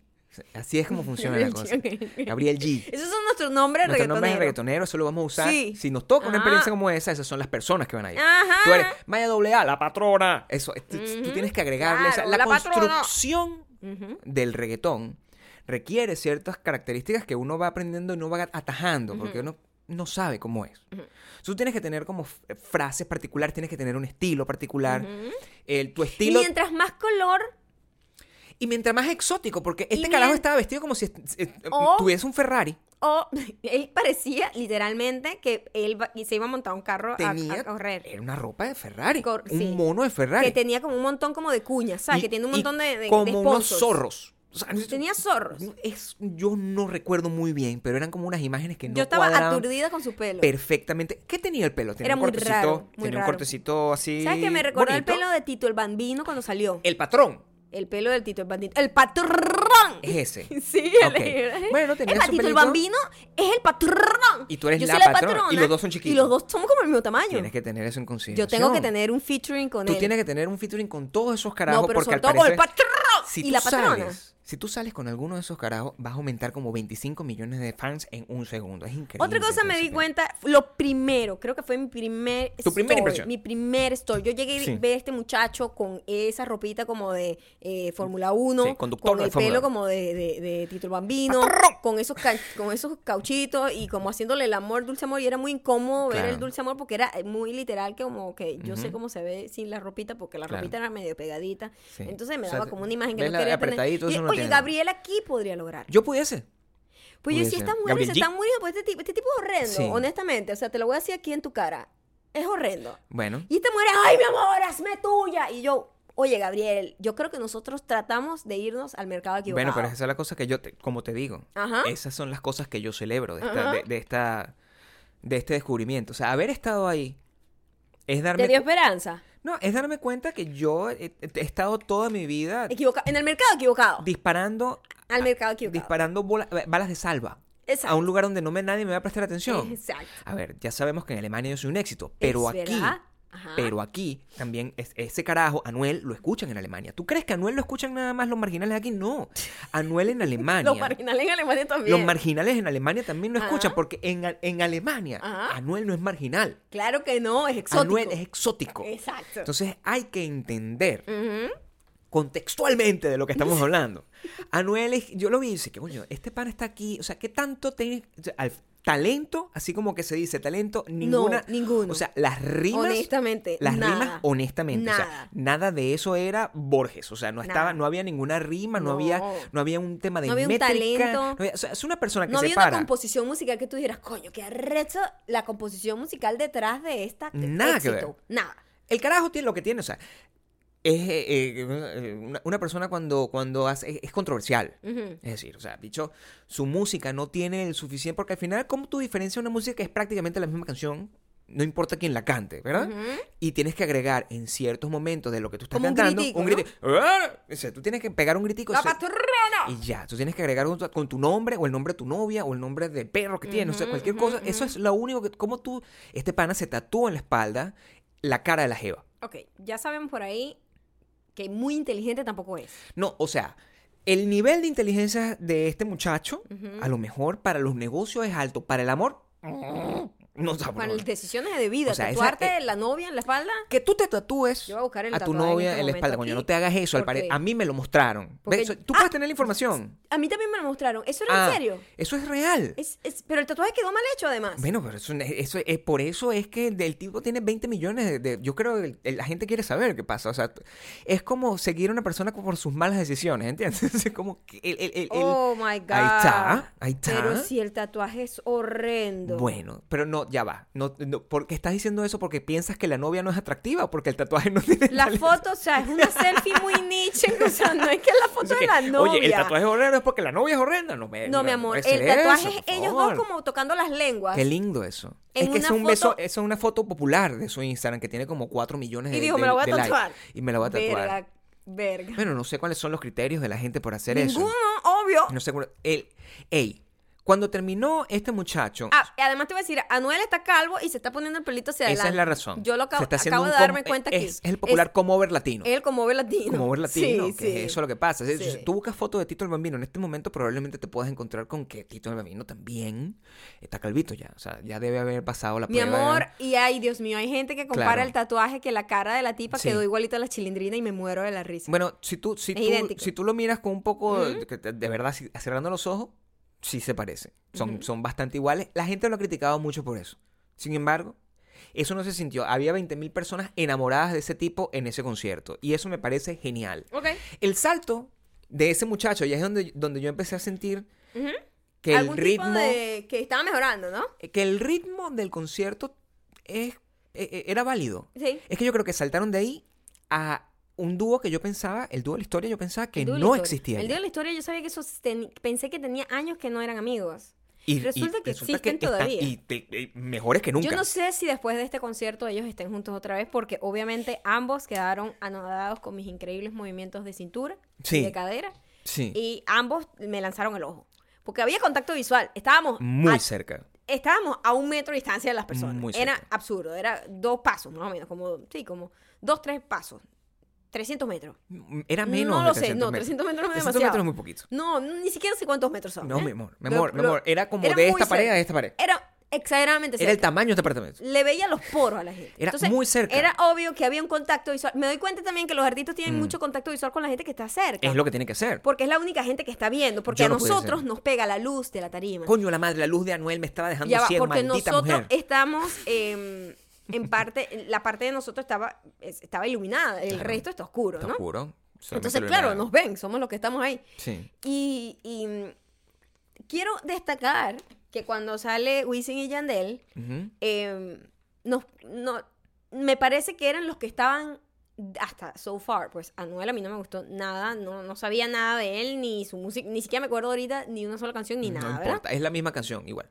Speaker 2: Así es como funciona la cosa.
Speaker 1: Gabriel G, ok.
Speaker 2: Gabriel G.
Speaker 1: Esos son nuestros nombres
Speaker 2: Nuestro nombre es
Speaker 1: reggaetoneros.
Speaker 2: reggaetonero, eso lo vamos a usar.
Speaker 1: Sí.
Speaker 2: Si nos toca
Speaker 1: Ajá.
Speaker 2: una experiencia como esa, esas son las personas que van a ir.
Speaker 1: Ajá.
Speaker 2: Tú eres Maya doble A, la patrona. Eso, eh, tú, tú tienes que agregarle esa-
Speaker 1: claro,
Speaker 2: la,
Speaker 1: la patrona.
Speaker 2: construcción del reggaetón requiere ciertas características que uno va aprendiendo y no va atajando, porque uno no sabe cómo es. Tú tienes que tener como f- eh, frases particulares, tienes que tener un estilo particular. El- tu
Speaker 1: Y
Speaker 2: estilo.
Speaker 1: mientras más color,
Speaker 2: y mientras más exótico, porque este
Speaker 1: mien-
Speaker 2: carajo estaba vestido como si est- eh,
Speaker 1: O-
Speaker 2: tuviese un Ferrari.
Speaker 1: o él parecía literalmente que él va- y se iba a montar un carro a-
Speaker 2: Tenía.
Speaker 1: a, correr.
Speaker 2: Era una ropa de Ferrari.
Speaker 1: Cor-
Speaker 2: un
Speaker 1: sí.
Speaker 2: mono de Ferrari.
Speaker 1: Que tenía como un montón como de cuñas, ¿sabes?
Speaker 2: Y-
Speaker 1: que tiene un
Speaker 2: y
Speaker 1: montón de, de- de
Speaker 2: Como unos
Speaker 1: sponsors.
Speaker 2: zorros. O sea,
Speaker 1: Tenía zorros.
Speaker 2: es- yo no recuerdo muy bien, pero eran como unas imágenes que no
Speaker 1: Yo estaba
Speaker 2: cuadraban
Speaker 1: aturdida con su pelo.
Speaker 2: perfectamente. ¿Qué tenía el pelo? Tenía
Speaker 1: Era
Speaker 2: un
Speaker 1: muy
Speaker 2: cortecito,
Speaker 1: raro, muy
Speaker 2: tenía un
Speaker 1: raro.
Speaker 2: cortecito así.
Speaker 1: ¿Sabes que me recordó
Speaker 2: bonito. Eh.
Speaker 1: el pelo de Tito el Bambino cuando salió?
Speaker 2: El patrón
Speaker 1: El pelo del Tito el Bambino. ¡El patrón!
Speaker 2: es ese.
Speaker 1: Sí,
Speaker 2: Eh.
Speaker 1: ¿eh?
Speaker 2: Ok.
Speaker 1: el-
Speaker 2: Bueno, tenía
Speaker 1: el
Speaker 2: su
Speaker 1: patito, el
Speaker 2: pelito.
Speaker 1: bambino es el patrón.
Speaker 2: Y tú eres
Speaker 1: Yo
Speaker 2: la
Speaker 1: soy la
Speaker 2: patrona,
Speaker 1: patrona.
Speaker 2: y los dos son chiquitos.
Speaker 1: Y los dos somos como el mismo tamaño.
Speaker 2: Tienes que tener eso en
Speaker 1: Yo
Speaker 2: consideración.
Speaker 1: tengo que tener un featuring con
Speaker 2: Tú
Speaker 1: él.
Speaker 2: tienes que tener un featuring con todos esos carajos
Speaker 1: no, pero
Speaker 2: porque
Speaker 1: sobre
Speaker 2: al
Speaker 1: todo con el
Speaker 2: parecer.
Speaker 1: patrón
Speaker 2: si
Speaker 1: y
Speaker 2: tú
Speaker 1: la patrona.
Speaker 2: sales- si tú sales con alguno de esos carajos, vas a aumentar como 25 millones de fans en un segundo. Es increíble.
Speaker 1: Otra cosa me
Speaker 2: ese
Speaker 1: di
Speaker 2: tema.
Speaker 1: cuenta, lo primero, creo que fue mi primer
Speaker 2: Tu primera
Speaker 1: story,
Speaker 2: impresión.
Speaker 1: Mi primer story. Yo llegué
Speaker 2: Sí.
Speaker 1: a ver a este muchacho con esa ropita como de eh, Fórmula 1,
Speaker 2: Sí, conductor
Speaker 1: con
Speaker 2: de
Speaker 1: el
Speaker 2: Fórmula
Speaker 1: pelo
Speaker 2: 1.
Speaker 1: como de, de, de Tito el Bambino, con esos, ca- con esos cauchitos y como haciéndole el amor, dulce amor. Y era muy incómodo ver
Speaker 2: Claro.
Speaker 1: el dulce amor porque era eh, muy literal, que como que yo sé cómo se ve sin la ropita porque la
Speaker 2: Claro.
Speaker 1: ropita era medio pegadita.
Speaker 2: Sí.
Speaker 1: Entonces me
Speaker 2: O sea,
Speaker 1: daba como una imagen que
Speaker 2: ves
Speaker 1: no
Speaker 2: la-
Speaker 1: quería
Speaker 2: apretadito,
Speaker 1: tener. Y,
Speaker 2: eso no
Speaker 1: oye,
Speaker 2: tiene nada.
Speaker 1: Gabriel aquí podría lograr.
Speaker 2: Yo pudiese.
Speaker 1: Pues yo decía,
Speaker 2: Pudiese.
Speaker 1: estas mujeres
Speaker 2: Gabriel
Speaker 1: se
Speaker 2: G.
Speaker 1: están muriendo por este tipo. Este tipo es horrendo,
Speaker 2: Sí.
Speaker 1: honestamente. O sea, te lo voy a decir aquí en tu cara. Es horrendo.
Speaker 2: Bueno.
Speaker 1: Y esta mujer, ay, mi amor, hazme tuya. Y yo, oye, Gabriel, yo creo que nosotros tratamos de irnos al mercado equivocado.
Speaker 2: Bueno, pero esa es la cosa que yo, te- como te digo,
Speaker 1: Ajá.
Speaker 2: esas son las cosas que yo celebro de, esta,
Speaker 1: Ajá.
Speaker 2: de, de esta, de este descubrimiento. O sea, haber estado ahí es darme,
Speaker 1: Te dio esperanza.
Speaker 2: no, es darme cuenta que yo he, he estado toda mi vida
Speaker 1: Equivoca- en el mercado equivocado.
Speaker 2: disparando,
Speaker 1: al mercado equivocado.
Speaker 2: disparando bola- balas de salva
Speaker 1: Exacto.
Speaker 2: a un lugar donde no me nadie me va a prestar atención.
Speaker 1: Exacto.
Speaker 2: A ver, ya sabemos que en Alemania yo soy un éxito, pero
Speaker 1: Es
Speaker 2: aquí,
Speaker 1: verdad. Ajá.
Speaker 2: pero aquí también es- ese carajo, Anuel, lo escuchan en Alemania. ¿Tú crees que Anuel lo escuchan nada más los marginales aquí? No, Anuel en Alemania.
Speaker 1: Los marginales en Alemania también.
Speaker 2: Ah, Los marginales en Alemania también lo escuchan, porque en, Al- en Alemania
Speaker 1: Ajá.
Speaker 2: Anuel no es marginal.
Speaker 1: claro que no, es exótico.
Speaker 2: Anuel Ah, es exótico.
Speaker 1: Exacto.
Speaker 2: Entonces hay que entender
Speaker 1: Ujú.
Speaker 2: contextualmente de lo que estamos hablando. Anuel, es- yo lo vi y dije, que coño, este pan está aquí. O sea, ¿qué tanto tiene? o sea, al- talento, así como que se dice, talento, ninguna.
Speaker 1: ninguno.
Speaker 2: O sea, las rimas.
Speaker 1: Honestamente,
Speaker 2: Las
Speaker 1: nada.
Speaker 2: rimas, honestamente. O sea,
Speaker 1: Nada.
Speaker 2: nada de eso era Borges. O sea, no estaba,
Speaker 1: Nada.
Speaker 2: no había ninguna rima, no,
Speaker 1: No.
Speaker 2: había, no había un tema de
Speaker 1: No había un
Speaker 2: métrica,
Speaker 1: talento.
Speaker 2: no había- o sea, es una persona que
Speaker 1: No
Speaker 2: se
Speaker 1: había una
Speaker 2: para.
Speaker 1: composición musical que tú dijeras, coño, qué arrecho la composición musical detrás de esta.
Speaker 2: Nada que
Speaker 1: éxito.
Speaker 2: ver.
Speaker 1: Nada.
Speaker 2: El carajo tiene lo que tiene, o sea, es eh, eh, una, una persona cuando, cuando hace, es, es controversial.
Speaker 1: Ujú.
Speaker 2: Es decir, o sea, dicho, su música no tiene el suficiente, porque al final, ¿cómo tú diferencias una música que es prácticamente la misma canción? No importa quién la cante, ¿verdad? Y tienes que agregar en ciertos momentos de lo que tú estás
Speaker 1: Como un
Speaker 2: cantando
Speaker 1: gritico,
Speaker 2: un
Speaker 1: ¿no?
Speaker 2: gritico. ¡Ah! O sea, tú tienes que pegar un gritico.
Speaker 1: ¡La
Speaker 2: o sea,
Speaker 1: patrona!
Speaker 2: y ya, tú tienes que agregar con tu, con tu nombre o el nombre de tu novia o el nombre del perro que tienes, o sea, cualquier cosa. Eso es lo único que, como tú, este pana se tatúa en la espalda la cara de la jeva.
Speaker 1: Ok, ya sabemos por ahí que muy inteligente tampoco es.
Speaker 2: No, o sea, el nivel de inteligencia de este muchacho, a lo mejor para los negocios es alto, para el amor, No, o sea,
Speaker 1: Para
Speaker 2: no.
Speaker 1: las decisiones de vida,
Speaker 2: O sea, esa-
Speaker 1: tatuarte
Speaker 2: eh,
Speaker 1: la novia en la espalda.
Speaker 2: Que tú te tatúes
Speaker 1: Yo voy a buscar el
Speaker 2: a tu
Speaker 1: tatuaje en
Speaker 2: novia
Speaker 1: este
Speaker 2: en la espalda.
Speaker 1: momento
Speaker 2: Coño,
Speaker 1: aquí,
Speaker 2: no te hagas eso. al
Speaker 1: porque-
Speaker 2: pare- A mí me lo mostraron.
Speaker 1: Porque-
Speaker 2: ¿Ves? Tú
Speaker 1: ¡Ah!
Speaker 2: puedes tener la información.
Speaker 1: A mí también me lo mostraron. ¿Eso era
Speaker 2: Ah,
Speaker 1: en serio?
Speaker 2: Eso es real.
Speaker 1: Es, es- pero el tatuaje quedó mal hecho, además.
Speaker 2: Bueno, pero eso, eso es, por eso es que el, del tipo tiene 20 millones de... de- yo creo que el- el- la gente quiere saber qué pasa. O sea, t- es como seguir a una persona por sus malas decisiones, ¿entiendes? Es como que el- el- el- el-
Speaker 1: oh my God.
Speaker 2: Ahí está, ahí está.
Speaker 1: Pero si el tatuaje es horrendo.
Speaker 2: Bueno, pero no, ya va. No, no, ¿Por qué estás diciendo eso? ¿Porque piensas que la novia no es atractiva? ¿Porque el tatuaje no tiene...
Speaker 1: La
Speaker 2: tal-
Speaker 1: foto, o sea, es una selfie muy niche. O sea, no es que la foto
Speaker 2: Así
Speaker 1: de
Speaker 2: que,
Speaker 1: la novia.
Speaker 2: Oye, el tatuaje es horrendo es porque la novia es horrenda. No, me,
Speaker 1: No, mi amor,
Speaker 2: puede
Speaker 1: el
Speaker 2: ser
Speaker 1: tatuaje
Speaker 2: eso,
Speaker 1: es
Speaker 2: por
Speaker 1: ellos
Speaker 2: favor.
Speaker 1: dos como tocando las lenguas.
Speaker 2: Qué lindo eso.
Speaker 1: En
Speaker 2: es que
Speaker 1: una
Speaker 2: es un
Speaker 1: foto-
Speaker 2: beso, eso es una foto popular de su Instagram que tiene como 4 millones de
Speaker 1: Y dijo, me la
Speaker 2: de-
Speaker 1: voy a
Speaker 2: de likes.
Speaker 1: tatuar.
Speaker 2: Y me la voy a tatuar.
Speaker 1: Verga, verga.
Speaker 2: Bueno, no sé cuáles son los criterios de la gente por hacer
Speaker 1: Ninguno,
Speaker 2: eso.
Speaker 1: obvio.
Speaker 2: No sé. cuál- El, ey, cuando terminó este muchacho,
Speaker 1: Ah, y además te voy a decir, Anuel está calvo y se está poniendo el pelito hacia
Speaker 2: esa
Speaker 1: adelante.
Speaker 2: es la razón.
Speaker 1: Yo lo acabo,
Speaker 2: Se está haciendo
Speaker 1: acabo
Speaker 2: un
Speaker 1: de
Speaker 2: com-
Speaker 1: darme cuenta
Speaker 2: es,
Speaker 1: aquí.
Speaker 2: Es el popular comover latino.
Speaker 1: él como ve latino.
Speaker 2: Comover latino,
Speaker 1: Sí,
Speaker 2: que es
Speaker 1: sí.
Speaker 2: eso lo que pasa. Si-
Speaker 1: Sí.
Speaker 2: Si tú buscas fotos de Tito el Bambino en este momento, probablemente te puedas encontrar con que Tito el Bambino también está calvito ya. O sea, ya debe haber pasado la
Speaker 1: Mi
Speaker 2: prueba.
Speaker 1: amor, y ay, Dios mío, hay gente que compara
Speaker 2: Claro.
Speaker 1: el tatuaje que la cara de la tipa
Speaker 2: Sí.
Speaker 1: quedó igualita a la chilindrina y me muero de la risa.
Speaker 2: Bueno, si tú, si
Speaker 1: Es
Speaker 2: tú,
Speaker 1: idéntico.
Speaker 2: si tú lo miras con un poco, que te- de verdad, si- cerrando los ojos, sí se parecen. Son, son bastante iguales. La gente lo ha criticado mucho por eso. Sin embargo, eso no se sintió. Había 20.000 personas enamoradas de ese tipo en ese concierto. Y eso me parece genial.
Speaker 1: Ok.
Speaker 2: El salto de ese muchacho, ya es donde, donde yo empecé a sentir
Speaker 1: Ujú.
Speaker 2: que el
Speaker 1: Algún tipo
Speaker 2: ritmo
Speaker 1: de- que estaba mejorando, ¿no?
Speaker 2: que el ritmo del concierto es, e- e- era válido.
Speaker 1: Sí.
Speaker 2: Es que yo creo que saltaron de ahí a un dúo que yo pensaba, el dúo de la historia, yo pensaba que
Speaker 1: El día de la
Speaker 2: no
Speaker 1: historia.
Speaker 2: existía.
Speaker 1: El
Speaker 2: ya.
Speaker 1: día de la historia yo sabía que eso ten- pensé que tenía años que no eran amigos.
Speaker 2: Y,
Speaker 1: Resulta que existen
Speaker 2: están-
Speaker 1: todavía.
Speaker 2: y te- y mejores que nunca.
Speaker 1: Yo no sé si después de este concierto ellos estén juntos otra vez porque obviamente ambos quedaron anonadados con mis increíbles movimientos de cintura y
Speaker 2: Sí.
Speaker 1: de cadera
Speaker 2: Sí.
Speaker 1: y ambos me lanzaron el ojo. Porque había contacto visual, estábamos
Speaker 2: Muy
Speaker 1: a-
Speaker 2: cerca.
Speaker 1: estábamos a un metro de distancia de las personas.
Speaker 2: Muy cerca.
Speaker 1: era absurdo, era dos pasos más o menos, como, sí, como dos, tres pasos, 300 metros.
Speaker 2: Era
Speaker 1: No
Speaker 2: menos.
Speaker 1: lo
Speaker 2: de
Speaker 1: sé,
Speaker 2: 300
Speaker 1: no, 300 metros no es
Speaker 2: 300 metros
Speaker 1: demasiado.
Speaker 2: es muy poquito.
Speaker 1: No, ni siquiera sé cuántos metros son.
Speaker 2: No,
Speaker 1: ¿eh?
Speaker 2: mi amor. Mi
Speaker 1: Lo-
Speaker 2: amor, mi
Speaker 1: lo-
Speaker 2: amor. Era como
Speaker 1: era
Speaker 2: de
Speaker 1: muy
Speaker 2: esta pared
Speaker 1: cerca.
Speaker 2: a esta pared.
Speaker 1: Era exageradamente
Speaker 2: Era el
Speaker 1: cerca.
Speaker 2: tamaño de este apartamento.
Speaker 1: le veía los poros a la gente.
Speaker 2: Era muy cerca.
Speaker 1: Era obvio que había un contacto visual. Me doy cuenta también que los artistas tienen mucho contacto visual con la gente que está cerca.
Speaker 2: Mm. Es lo que tiene que ser.
Speaker 1: Porque es la única gente que está viendo. Porque
Speaker 2: Yo
Speaker 1: a
Speaker 2: no pude
Speaker 1: nosotros
Speaker 2: ser.
Speaker 1: nos pega la luz de la tarima.
Speaker 2: Coño, la madre, la luz de Anuel me estaba dejando
Speaker 1: Ya va,
Speaker 2: ciego,
Speaker 1: porque
Speaker 2: maldita
Speaker 1: nosotros
Speaker 2: mujer.
Speaker 1: estamos eh, en parte, la parte de nosotros estaba, es- estaba iluminada, el
Speaker 2: Claro.
Speaker 1: resto está oscuro,
Speaker 2: Te
Speaker 1: ¿no?
Speaker 2: juro. solamente
Speaker 1: Entonces,
Speaker 2: lo
Speaker 1: claro,
Speaker 2: veo.
Speaker 1: nos ven, somos los que estamos ahí.
Speaker 2: Sí.
Speaker 1: Y, y, mm, quiero destacar que cuando sale Wisin y Yandel,
Speaker 2: Ujú.
Speaker 1: eh, nos- no, me parece que eran los que estaban hasta so far, pues Anuel a mí no me gustó nada, no, no sabía nada de él, ni su música, ni siquiera me acuerdo ahorita ni una sola canción, ni
Speaker 2: No
Speaker 1: nada,
Speaker 2: importa,
Speaker 1: ¿verdad?
Speaker 2: es la misma canción, igual.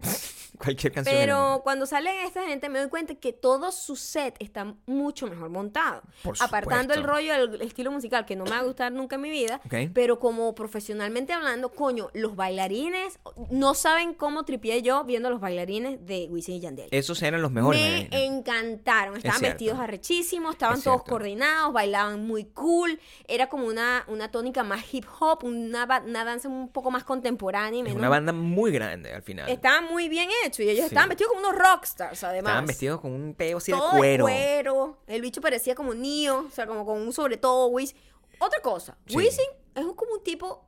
Speaker 2: Cualquier canción. es la
Speaker 1: Pero
Speaker 2: misma.
Speaker 1: cuando sale esta gente me doy cuenta que todo su set está mucho mejor montado.
Speaker 2: Por
Speaker 1: apartando el
Speaker 2: supuesto.
Speaker 1: rollo del estilo musical que no me va a gustar nunca en mi vida,
Speaker 2: Ok.
Speaker 1: pero como profesionalmente hablando, coño, los bailarines no saben cómo tripié yo viendo los bailarines de Wisin y Yandel.
Speaker 2: Esos eran los mejores. me
Speaker 1: me
Speaker 2: imagino.
Speaker 1: encantaron, estaban
Speaker 2: cierto.
Speaker 1: vestidos arrechísimos, estaban
Speaker 2: Es
Speaker 1: todos
Speaker 2: cierto.
Speaker 1: coordinados, bailaban muy cool, era como una, una tónica más hip hop, una, ba- una danza un poco más contemporánea y
Speaker 2: Es
Speaker 1: menos
Speaker 2: una banda muy grande al final.
Speaker 1: Estaban muy bien hechos y ellos
Speaker 2: Sí.
Speaker 1: estaban vestidos como unos rockstars, además.
Speaker 2: Estaban vestidos con un peo así de
Speaker 1: Todo
Speaker 2: cuero.
Speaker 1: cuero. El bicho parecía como Neo, o sea, como con un sobre todo, Wisin. Otra cosa,
Speaker 2: Sí.
Speaker 1: Wisin es un- como un tipo,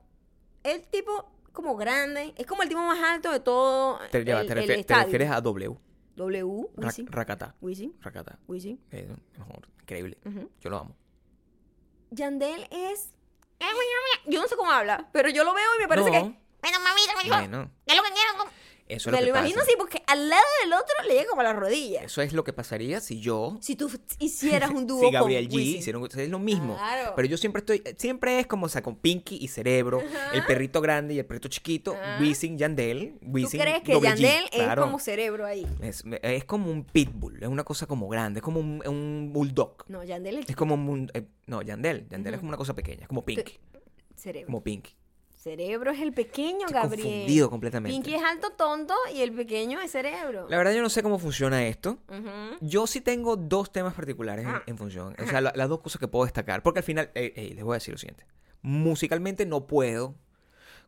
Speaker 1: el tipo como grande, es como el tipo más alto de todo
Speaker 2: Te, ya va,
Speaker 1: el,
Speaker 2: te
Speaker 1: el
Speaker 2: refier- te
Speaker 1: estadio.
Speaker 2: refieres a W.
Speaker 1: W,
Speaker 2: Ra-
Speaker 1: Wisin,
Speaker 2: Rakata.
Speaker 1: Wisin,
Speaker 2: Rakata.
Speaker 1: Wisin.
Speaker 2: Eh, mejor, increíble.
Speaker 1: Ujú.
Speaker 2: Yo lo amo.
Speaker 1: Yandel es... Yo no sé cómo habla, pero yo lo veo y me parece
Speaker 2: No.
Speaker 1: que... Bueno, mamita, me dijo,
Speaker 2: Bueno,
Speaker 1: ¿qué es lo que quiero?
Speaker 2: eso es
Speaker 1: Me
Speaker 2: lo
Speaker 1: lo
Speaker 2: que
Speaker 1: imagino
Speaker 2: pasa.
Speaker 1: así, porque al lado del otro le llega como a las rodillas.
Speaker 2: Eso es lo que pasaría si yo.
Speaker 1: Si tú hicieras un dúo
Speaker 2: si Gabriel
Speaker 1: con
Speaker 2: G.
Speaker 1: Wisin.
Speaker 2: hicieron- es lo mismo.
Speaker 1: Claro.
Speaker 2: Pero yo siempre estoy. Siempre es como o sea, con Pinky y Cerebro, el perrito grande y el perrito chiquito,
Speaker 1: Ajá.
Speaker 2: Wisin, Yandel.
Speaker 1: ¿Tú
Speaker 2: Wisin,
Speaker 1: crees que
Speaker 2: doble G,
Speaker 1: Yandel es
Speaker 2: claro.
Speaker 1: como cerebro ahí?
Speaker 2: Es, es como un pitbull, es una cosa como grande, es como un, un bulldog.
Speaker 1: No, Yandel es
Speaker 2: Es como un... mun- eh, no, Yandel. Yandel es como una cosa pequeña, es como Pinky.
Speaker 1: cerebro.
Speaker 2: Como Pinky.
Speaker 1: Cerebro es el pequeño,
Speaker 2: Estoy
Speaker 1: Gabriel.
Speaker 2: confundido completamente.
Speaker 1: Pinky es alto tonto y el pequeño es cerebro.
Speaker 2: La verdad yo no sé cómo funciona esto.
Speaker 1: Ujú.
Speaker 2: Yo sí tengo dos temas particulares
Speaker 1: Ah.
Speaker 2: en, en función. O sea, la- las dos cosas que puedo destacar. Porque al final, eh, eh, les voy a decir lo siguiente. Musicalmente no puedo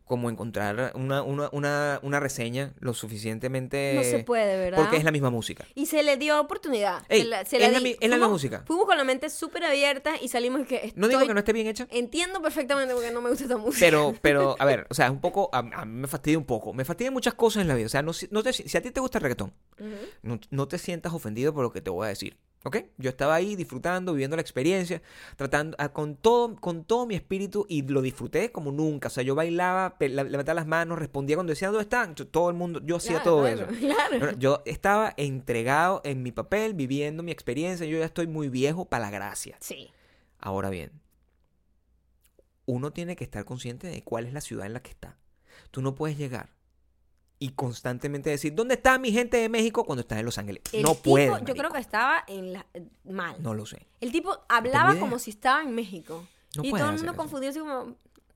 Speaker 2: como encontrar una, una, una, una reseña lo suficientemente...
Speaker 1: No se puede, ¿verdad?
Speaker 2: Porque es la misma música.
Speaker 1: Y se le dio oportunidad.
Speaker 2: Ey,
Speaker 1: se la, se
Speaker 2: es la
Speaker 1: di-
Speaker 2: mi- es la misma
Speaker 1: fuimos-
Speaker 2: música.
Speaker 1: Fuimos con la mente súper abierta y salimos y que
Speaker 2: No digo
Speaker 1: estoy-
Speaker 2: que no esté bien hecha,
Speaker 1: Entiendo perfectamente porque no me gusta esta música.
Speaker 2: pero, pero, a ver, o sea, es un poco, a, a mí me fastidia un poco. Me fastidia muchas cosas en la vida. O sea, no, si- no te- si a ti te gusta el reggaetón,
Speaker 1: Ujú.
Speaker 2: no, no te sientas ofendido por lo que te voy a decir. ¿Ok? Yo estaba ahí disfrutando, viviendo la experiencia, tratando ah, con todo, con todo mi espíritu y lo disfruté como nunca. O sea, yo bailaba, pe- la- levantaba las manos, respondía cuando decían dónde están. Yo- todo el mundo, yo hacía
Speaker 1: Claro,
Speaker 2: todo
Speaker 1: claro,
Speaker 2: eso.
Speaker 1: Claro.
Speaker 2: No, no, Yo estaba entregado en mi papel, viviendo mi experiencia. Yo ya estoy muy viejo para la gracia.
Speaker 1: Sí.
Speaker 2: Ahora bien, uno tiene que estar consciente de cuál es la ciudad en la que está. Tú no puedes llegar y constantemente decir, ¿dónde está mi gente de México cuando estás en Los Ángeles?
Speaker 1: El
Speaker 2: no
Speaker 1: tipo,
Speaker 2: puedes.
Speaker 1: yo creo
Speaker 2: marico.
Speaker 1: que estaba en la, eh, mal.
Speaker 2: No lo sé.
Speaker 1: El tipo hablaba
Speaker 2: idea.
Speaker 1: como si estaba en México.
Speaker 2: No
Speaker 1: y
Speaker 2: puedes
Speaker 1: todo el
Speaker 2: hacer
Speaker 1: mundo
Speaker 2: eso.
Speaker 1: confundido así como,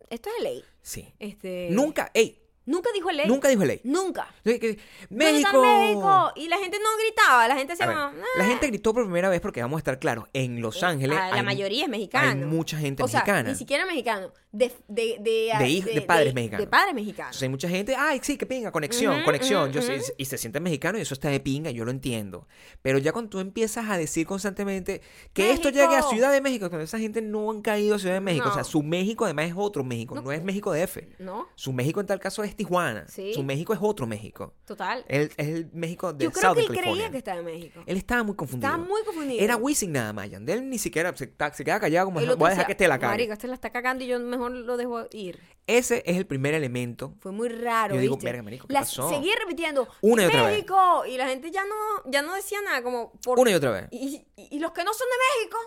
Speaker 1: esto es ley.
Speaker 2: Sí.
Speaker 1: Este,
Speaker 2: Nunca, ey,
Speaker 1: Nunca dijo ley.
Speaker 2: nunca dijo ley.
Speaker 1: Nunca.
Speaker 2: Sí, que-
Speaker 1: eh, ¿Dónde está
Speaker 2: México.
Speaker 1: México? Y la gente no gritaba, la gente
Speaker 2: A
Speaker 1: hacía
Speaker 2: ver,
Speaker 1: como, "Ah".
Speaker 2: la gente gritó por primera vez porque vamos a estar claros, en Los Ángeles
Speaker 1: Ah, la
Speaker 2: hay-
Speaker 1: mayoría es mexicana.
Speaker 2: hay mucha gente
Speaker 1: o sea,
Speaker 2: mexicana.
Speaker 1: Ni siquiera mexicano. De, de, de, ah,
Speaker 2: De hij- de padres mexicanos.
Speaker 1: De padres mexicanos.
Speaker 2: Entonces hay mucha gente, ay, sí, que pinga, conexión,
Speaker 1: Ujú,
Speaker 2: conexión.
Speaker 1: ujú,
Speaker 2: yo sé-
Speaker 1: ujú.
Speaker 2: y se siente mexicano y eso está de pinga, yo lo entiendo. Pero ya cuando tú empiezas a decir constantemente que esto
Speaker 1: México.
Speaker 2: llegue a Ciudad de México, cuando esa gente no han caído a Ciudad de México, o sea,
Speaker 1: No.
Speaker 2: su México además es otro México, no,
Speaker 1: No.
Speaker 2: es México DF.
Speaker 1: ¿No?
Speaker 2: Su México en tal caso es Tijuana.
Speaker 1: Sí.
Speaker 2: Su México es otro México.
Speaker 1: Total.
Speaker 2: Él es el México Eh, de
Speaker 1: Yo creo que
Speaker 2: Southern
Speaker 1: él creía
Speaker 2: California.
Speaker 1: que estaba en México.
Speaker 2: Él estaba muy confundido.
Speaker 1: Estaba muy confundido.
Speaker 2: Era Wisin nada más, Yandel ni siquiera se, ta- se queda callado como
Speaker 1: El
Speaker 2: "Ja,
Speaker 1: otro
Speaker 2: voy a dejar
Speaker 1: decía,
Speaker 2: que esté la
Speaker 1: Marico,
Speaker 2: cara.
Speaker 1: este la está cagando y yo mejor lo dejo ir.
Speaker 2: Ese es el primer elemento
Speaker 1: Fue muy raro,
Speaker 2: Yo digo,
Speaker 1: ¿viste?
Speaker 2: "Verga, marico, ¿qué
Speaker 1: La-
Speaker 2: pasó?"
Speaker 1: Seguía repitiendo,
Speaker 2: Una y otra vez.
Speaker 1: ¡México! Y la gente ya no, ya no decía nada, como... Por...
Speaker 2: una y otra vez.
Speaker 1: Y, y- y los que no son de México,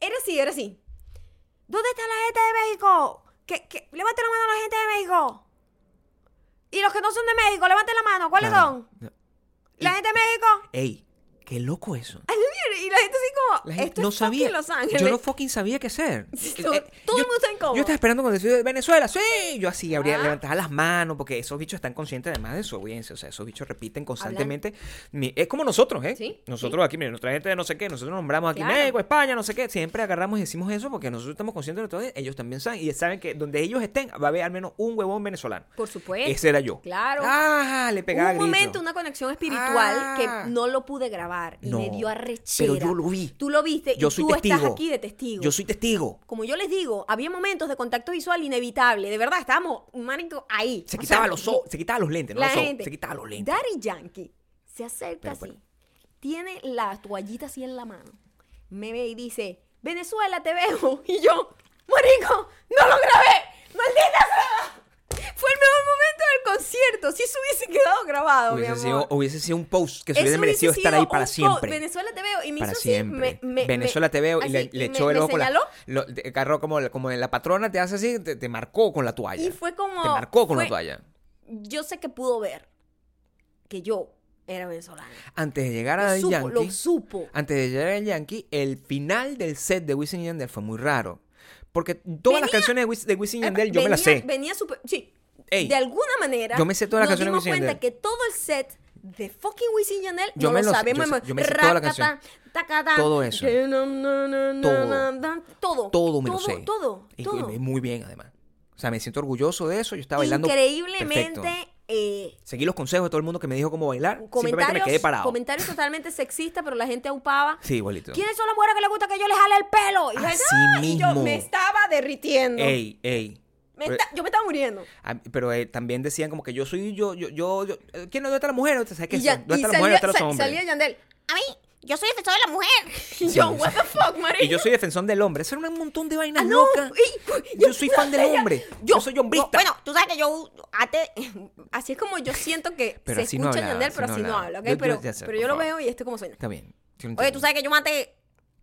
Speaker 1: era así, era así. ¿Dónde está la gente de México? ¿Qué, qué? Levante la mano a la gente de México. Y los que no son de México, levanten la mano. ¿Cuáles
Speaker 2: Claro.
Speaker 1: son? ¿La gente de México?
Speaker 2: Ey, qué loco eso.
Speaker 1: Y la gente así como,
Speaker 2: La gente
Speaker 1: esto
Speaker 2: no
Speaker 1: es fucking
Speaker 2: sabía.
Speaker 1: Los Ángeles.
Speaker 2: Yo no fucking sabía qué hacer.
Speaker 1: Todo-
Speaker 2: Eh, eh,
Speaker 1: todo
Speaker 2: yo-
Speaker 1: el mundo está incómodo.
Speaker 2: Yo estaba esperando cuando decía Venezuela, sí. Yo así habría
Speaker 1: Ah.
Speaker 2: levantaba las manos porque esos bichos están conscientes además de su audiencia. O sea, esos bichos repiten constantemente. Mi- es como nosotros, ¿eh?
Speaker 1: Sí,
Speaker 2: Nosotros aquí, miren, nuestra gente de no sé qué, nosotros nombramos aquí
Speaker 1: Claro.
Speaker 2: México, España, no sé qué. Siempre agarramos y decimos eso porque nosotros estamos conscientes de todo. Ellos también saben y saben que donde ellos estén va a haber al menos un huevón venezolano.
Speaker 1: Por supuesto.
Speaker 2: Ese era yo.
Speaker 1: Claro.
Speaker 2: Ah, le
Speaker 1: Hubo
Speaker 2: pegaba
Speaker 1: un
Speaker 2: grito.
Speaker 1: momento, una conexión espiritual
Speaker 2: Ah.
Speaker 1: que no lo pude grabar y
Speaker 2: No,
Speaker 1: me dio arrechera.
Speaker 2: pero yo lo vi.
Speaker 1: Tú lo viste
Speaker 2: Yo
Speaker 1: y
Speaker 2: soy
Speaker 1: tú estás
Speaker 2: testigo.
Speaker 1: aquí de testigo.
Speaker 2: Yo soy testigo.
Speaker 1: Como yo les digo, había momentos de contacto visual inevitable. De verdad, estábamos, marico, ahí.
Speaker 2: Se
Speaker 1: O
Speaker 2: quitaba
Speaker 1: sea,
Speaker 2: los
Speaker 1: yo-
Speaker 2: ojos, se quitaba los lentes, Este, no
Speaker 1: la
Speaker 2: los ojos,
Speaker 1: gente.
Speaker 2: se quitaba los lentes.
Speaker 1: Daddy Yankee se acerca
Speaker 2: Pero,
Speaker 1: así.
Speaker 2: pero.
Speaker 1: Tiene la toallita así en la mano. Me ve y dice, Venezuela, te veo. Y yo, marico, no lo grabé. Maldita sea. Fue el mejor momento del concierto. Si eso hubiese quedado grabado,
Speaker 2: Hubiese
Speaker 1: mi
Speaker 2: sido,
Speaker 1: amor.
Speaker 2: hubiese sido un post que se
Speaker 1: Eso
Speaker 2: hubiese merecido
Speaker 1: hubiese
Speaker 2: estar ahí
Speaker 1: sido
Speaker 2: para
Speaker 1: un co-
Speaker 2: siempre.
Speaker 1: Venezuela te veo. Y me hizo
Speaker 2: para
Speaker 1: así,
Speaker 2: siempre.
Speaker 1: me- me-
Speaker 2: Venezuela
Speaker 1: me-
Speaker 2: te veo y le,
Speaker 1: así,
Speaker 2: le
Speaker 1: me-
Speaker 2: echó el
Speaker 1: me
Speaker 2: ojo con la,
Speaker 1: señaló.
Speaker 2: lo- te agarró como, la- como la patrona te hace así, te, te marcó con la toalla.
Speaker 1: Y fue como-
Speaker 2: Ah, Te marcó con la
Speaker 1: fue-
Speaker 2: toalla.
Speaker 1: Yo sé que pudo ver que yo era venezolana.
Speaker 2: Antes de llegar a
Speaker 1: Lo
Speaker 2: Daddy
Speaker 1: supo,
Speaker 2: Yankee,
Speaker 1: lo supo.
Speaker 2: antes de llegar a Daddy Yankee, el final del set de Wisin y Yandel fue muy raro. Porque todas
Speaker 1: Venía-
Speaker 2: las canciones de Wisin, de Wisin y
Speaker 1: Eh,
Speaker 2: Yandel yo me las
Speaker 1: venía-
Speaker 2: sé.
Speaker 1: Venía súper. Sí.
Speaker 2: Ey,
Speaker 1: de alguna manera.
Speaker 2: yo me sé todas las
Speaker 1: nos
Speaker 2: canciones de
Speaker 1: dimos
Speaker 2: Wisin y
Speaker 1: cuenta
Speaker 2: Yandel.
Speaker 1: que todo el set de fucking Wisin y Yandel
Speaker 2: Yo
Speaker 1: no
Speaker 2: me
Speaker 1: lo
Speaker 2: lo sé,
Speaker 1: sabemos.
Speaker 2: yo sé, yo me sé toda la canción.
Speaker 1: Racatán, tacatán,
Speaker 2: Todo eso.
Speaker 1: que na, na, na, na,
Speaker 2: Todo.
Speaker 1: na, na, Todo.
Speaker 2: todo me lo sé.
Speaker 1: Todo.
Speaker 2: Y- y
Speaker 1: todo.
Speaker 2: muy bien, además. O sea, me siento orgulloso de eso. Yo estaba bailando.
Speaker 1: Increíblemente.
Speaker 2: perfecto.
Speaker 1: eh,
Speaker 2: Seguí los consejos de todo el mundo que me dijo cómo bailar. Simplemente me
Speaker 1: comentarios,
Speaker 2: quedé parado.
Speaker 1: comentarios totalmente sexistas, pero la gente aupaba.
Speaker 2: Sí, igualito.
Speaker 1: ¿Quiénes son las mujeres que les gusta que yo les jale el pelo? Y, la gente,
Speaker 2: Así
Speaker 1: "Ah", y yo
Speaker 2: mismo.
Speaker 1: me estaba derritiendo.
Speaker 2: Ey, eh. ey.
Speaker 1: Me
Speaker 2: Pero-
Speaker 1: esta- yo me estaba muriendo.
Speaker 2: Ah, Pero eh, también decían como que yo soy yo, yo, yo, yo- eh, ¿quién no dónde está la mujer? O sea, ¿sabes qué?
Speaker 1: Y ya-
Speaker 2: ¿Dónde
Speaker 1: y
Speaker 2: está la
Speaker 1: salía-
Speaker 2: mujer? ¿Dónde están los
Speaker 1: sa-
Speaker 2: hombres?
Speaker 1: Salía Yandel. A mí, yo soy defensor de la mujer. Y yo,
Speaker 2: Sí.
Speaker 1: what the fuck, marico.
Speaker 2: Y yo soy defensor del hombre. Eso era un montón de vainas
Speaker 1: Ah, no.
Speaker 2: locas.
Speaker 1: Ey,
Speaker 2: Yo soy fan del
Speaker 1: sabía.
Speaker 2: hombre. Yo soy hombrista.
Speaker 1: bueno, tú sabes que yo antes- así es como yo siento que
Speaker 2: Pero
Speaker 1: se
Speaker 2: así
Speaker 1: escucha
Speaker 2: no hablaba,
Speaker 1: Yandel, pero
Speaker 2: así
Speaker 1: así
Speaker 2: no
Speaker 1: no
Speaker 2: hablaba.
Speaker 1: habla, ¿ok?
Speaker 2: Yo- yo-
Speaker 1: pero
Speaker 2: ya sé,
Speaker 1: pero
Speaker 2: por
Speaker 1: yo lo
Speaker 2: favor.
Speaker 1: veo y esto como suena.
Speaker 2: Está bien. Sí, lo
Speaker 1: Oye,
Speaker 2: entiendo.
Speaker 1: tú sabes que yo antes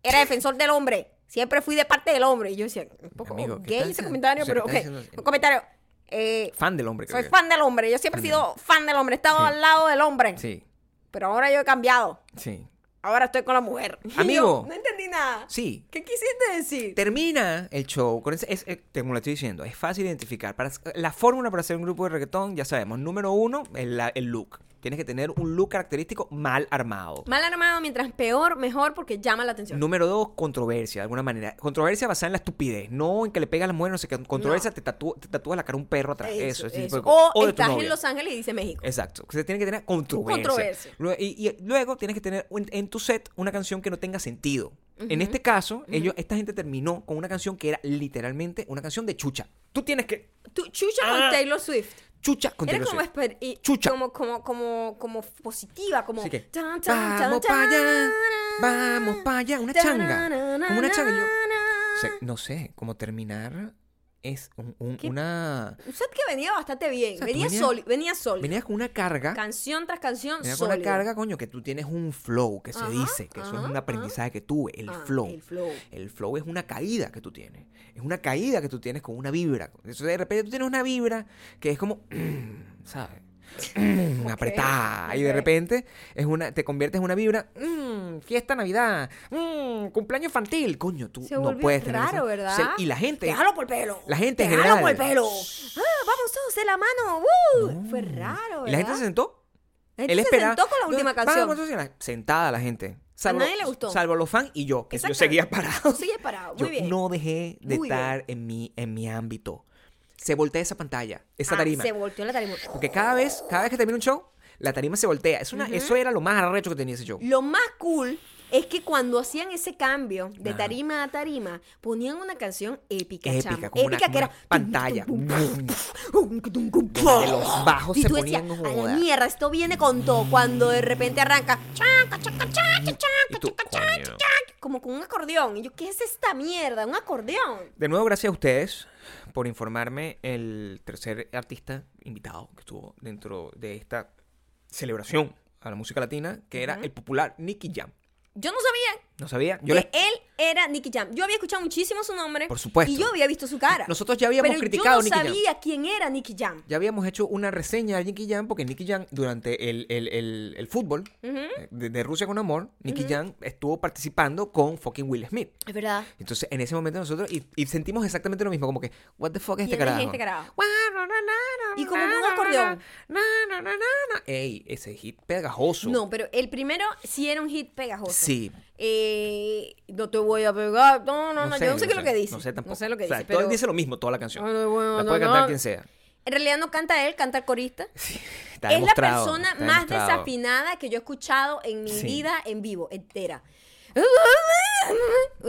Speaker 1: era defensor del hombre. Siempre fui de parte del hombre. Y yo decía, un poco
Speaker 2: Amigo, ¿qué
Speaker 1: gay
Speaker 2: estás
Speaker 1: ese
Speaker 2: diciendo?
Speaker 1: comentario,
Speaker 2: O sea,
Speaker 1: pero
Speaker 2: ¿qué
Speaker 1: ok.
Speaker 2: estás diciendo?
Speaker 1: Un comentario. Eh,
Speaker 2: Fan del hombre, creo
Speaker 1: soy
Speaker 2: que.
Speaker 1: fan del hombre. Yo siempre he sido fan del hombre. He estado
Speaker 2: Sí.
Speaker 1: al lado del hombre.
Speaker 2: Sí,
Speaker 1: Pero ahora yo he cambiado.
Speaker 2: sí.
Speaker 1: ahora estoy con la mujer. Y yo,
Speaker 2: Amigo.
Speaker 1: no entendí nada.
Speaker 2: Sí.
Speaker 1: ¿Qué quisiste decir?
Speaker 2: Termina el show con ese, es- eh, te- como le estoy diciendo, es fácil identificar. Para, la fórmula para hacer un grupo de reggaetón, ya sabemos, número uno, el, la- el look. Tienes que tener un look característico mal armado.
Speaker 1: Mal armado, mientras peor, mejor, porque llama la atención.
Speaker 2: Número dos, controversia, de alguna manera. Controversia basada en la estupidez, no en que le pegas a las mujeres, no sé qué. Controversia te, tatúa, te tatúa la cara un perro atrás. Eso, ese tipo de
Speaker 1: O,
Speaker 2: cosas. de tu
Speaker 1: estás en
Speaker 2: novia. Eh,
Speaker 1: Los Ángeles y dice México.
Speaker 2: Exacto. Se tiene que tener controversia.
Speaker 1: Controversia.
Speaker 2: Lue- Y, y luego tienes que tener un- en tu set una canción que no tenga sentido. En este caso, ellos, esta gente terminó con una canción que era literalmente una canción de chucha. Tú tienes que
Speaker 1: Tú, chucha
Speaker 2: Ah.
Speaker 1: con Taylor Swift.
Speaker 2: chucha con
Speaker 1: Era
Speaker 2: Taylor
Speaker 1: como,
Speaker 2: Swift.
Speaker 1: esper- y-
Speaker 2: Chucha.
Speaker 1: como como como como positiva, como
Speaker 2: Así que,
Speaker 1: tan, tan, tan,
Speaker 2: vamos para
Speaker 1: tan,
Speaker 2: allá,
Speaker 1: tan,
Speaker 2: vamos para allá, una
Speaker 1: tan,
Speaker 2: changa,
Speaker 1: tan,
Speaker 2: como una changa. Y yo,
Speaker 1: tan,
Speaker 2: o sea, no sé, como terminar es un- un-
Speaker 1: ¿Qué?
Speaker 2: una...
Speaker 1: Un set que venía bastante bien,
Speaker 2: Exacto,
Speaker 1: venía
Speaker 2: venía-
Speaker 1: sólido, venía sólido.
Speaker 2: Venías con una carga
Speaker 1: Canción tras canción
Speaker 2: Mira, con la
Speaker 1: sólido.
Speaker 2: carga, coño, que tú tienes un flow, que
Speaker 1: Ajá,
Speaker 2: se dice, que eso es
Speaker 1: ajá,
Speaker 2: un aprendizaje que tuve, el
Speaker 1: Ah,
Speaker 2: flow.
Speaker 1: el flow.
Speaker 2: El flow es una caída que tú tienes. Es una caída que tú tienes con una vibra. Entonces, de repente tú tienes una vibra que es como, ¿sabes? apretada y de
Speaker 1: ok.
Speaker 2: repente es una te conviertes en una vibra mm, fiesta navidad mm, cumpleaños infantil coño tú
Speaker 1: Se
Speaker 2: no
Speaker 1: volvió
Speaker 2: puedes tener
Speaker 1: raro,
Speaker 2: eso.
Speaker 1: ¿verdad?
Speaker 2: Se- y la gente
Speaker 1: Déjalo por el pelo.
Speaker 2: la gente en
Speaker 1: Déjalo por
Speaker 2: general.
Speaker 1: el pelo. Ah, vamos todos de la mano. ¡woo!
Speaker 2: No.
Speaker 1: Fue raro, ¿verdad?
Speaker 2: y la gente se sentó
Speaker 1: La gente
Speaker 2: él
Speaker 1: se
Speaker 2: esperaba- "Ah,
Speaker 1: sentó con la última
Speaker 2: Vamos,
Speaker 1: canción.
Speaker 2: vamos, vamos, sentada la gente.
Speaker 1: nadie le gustó.
Speaker 2: Salvo los fans y yo, que yo
Speaker 1: Exactamente.
Speaker 2: seguía parado.
Speaker 1: Sigue parado.
Speaker 2: Yo
Speaker 1: Ah, Muy bien.
Speaker 2: no dejé de
Speaker 1: Muy bien.
Speaker 2: estar en mi, en mi ámbito. Se voltea esa pantalla, esa
Speaker 1: Ah,
Speaker 2: tarima.
Speaker 1: se volteó la tarima.
Speaker 2: Porque cada vez, cada vez que termina un show, la tarima se voltea. Es una, Eso era lo más arrecho que tenía ese show.
Speaker 1: Lo más cool es que cuando hacían ese cambio de
Speaker 2: Ajá.
Speaker 1: tarima a tarima, ponían una canción épica,
Speaker 2: Épica,
Speaker 1: chamo.
Speaker 2: como una,
Speaker 1: épica que
Speaker 2: una
Speaker 1: era
Speaker 2: pantalla.
Speaker 1: De
Speaker 2: los bajos
Speaker 1: y
Speaker 2: se
Speaker 1: tú decías,
Speaker 2: ponían en
Speaker 1: a la
Speaker 2: joda".
Speaker 1: mierda, esto viene con todo. Cuando de repente arranca, chaca, chaca, chaca,
Speaker 2: Y
Speaker 1: chaca,
Speaker 2: tú,
Speaker 1: chaca,
Speaker 2: coño.
Speaker 1: chaca, como con un acordeón. Y yo, ¿qué es esta mierda? Un acordeón.
Speaker 2: De nuevo, gracias a ustedes por informarme el tercer artista invitado que estuvo dentro de esta celebración a la música latina, que era el popular Nicky Jam.
Speaker 1: Yo no sabía
Speaker 2: No sabía. Yo
Speaker 1: que
Speaker 2: les-
Speaker 1: él era Nicky Jam. Yo había escuchado muchísimo su nombre.
Speaker 2: Por supuesto.
Speaker 1: Y yo había visto su cara.
Speaker 2: Nosotros ya habíamos
Speaker 1: pero
Speaker 2: criticado a
Speaker 1: yo
Speaker 2: Nicky
Speaker 1: no
Speaker 2: Jam.
Speaker 1: sabía quién era Nicky Jam.
Speaker 2: Ya habíamos hecho una reseña de Nicky Jam porque Nicky Jam durante el, el- el- el fútbol eh, de, de Rusia con Amor, Nicky Jam estuvo participando con fucking Will Smith.
Speaker 1: Es verdad.
Speaker 2: Entonces, en ese momento nosotros y, y sentimos exactamente lo mismo, como que, what the fuck es este
Speaker 1: ¿Quién es
Speaker 2: carajo?
Speaker 1: este carajo?
Speaker 2: Y
Speaker 1: Y como un acordeón.
Speaker 2: Ey, ese hit pegajoso.
Speaker 1: No, pero el primero sí era un hit pegajoso.
Speaker 2: Sí.
Speaker 1: Eh, no te voy a pegar. No, no, no. yo no sé qué es lo que dice.
Speaker 2: No sé tampoco.
Speaker 1: No sé lo que
Speaker 2: O sea,
Speaker 1: dice.
Speaker 2: todo
Speaker 1: Pero
Speaker 2: dice lo mismo, toda la canción.
Speaker 1: Ay, bueno,
Speaker 2: la puede
Speaker 1: no,
Speaker 2: cantar
Speaker 1: no.
Speaker 2: quien sea.
Speaker 1: en realidad no canta él, canta el corista.
Speaker 2: Sí, está
Speaker 1: Es la
Speaker 2: demostrado,
Speaker 1: persona
Speaker 2: está
Speaker 1: más
Speaker 2: demostrado.
Speaker 1: desafinada que yo he escuchado en mi
Speaker 2: Sí.
Speaker 1: vida en vivo, entera.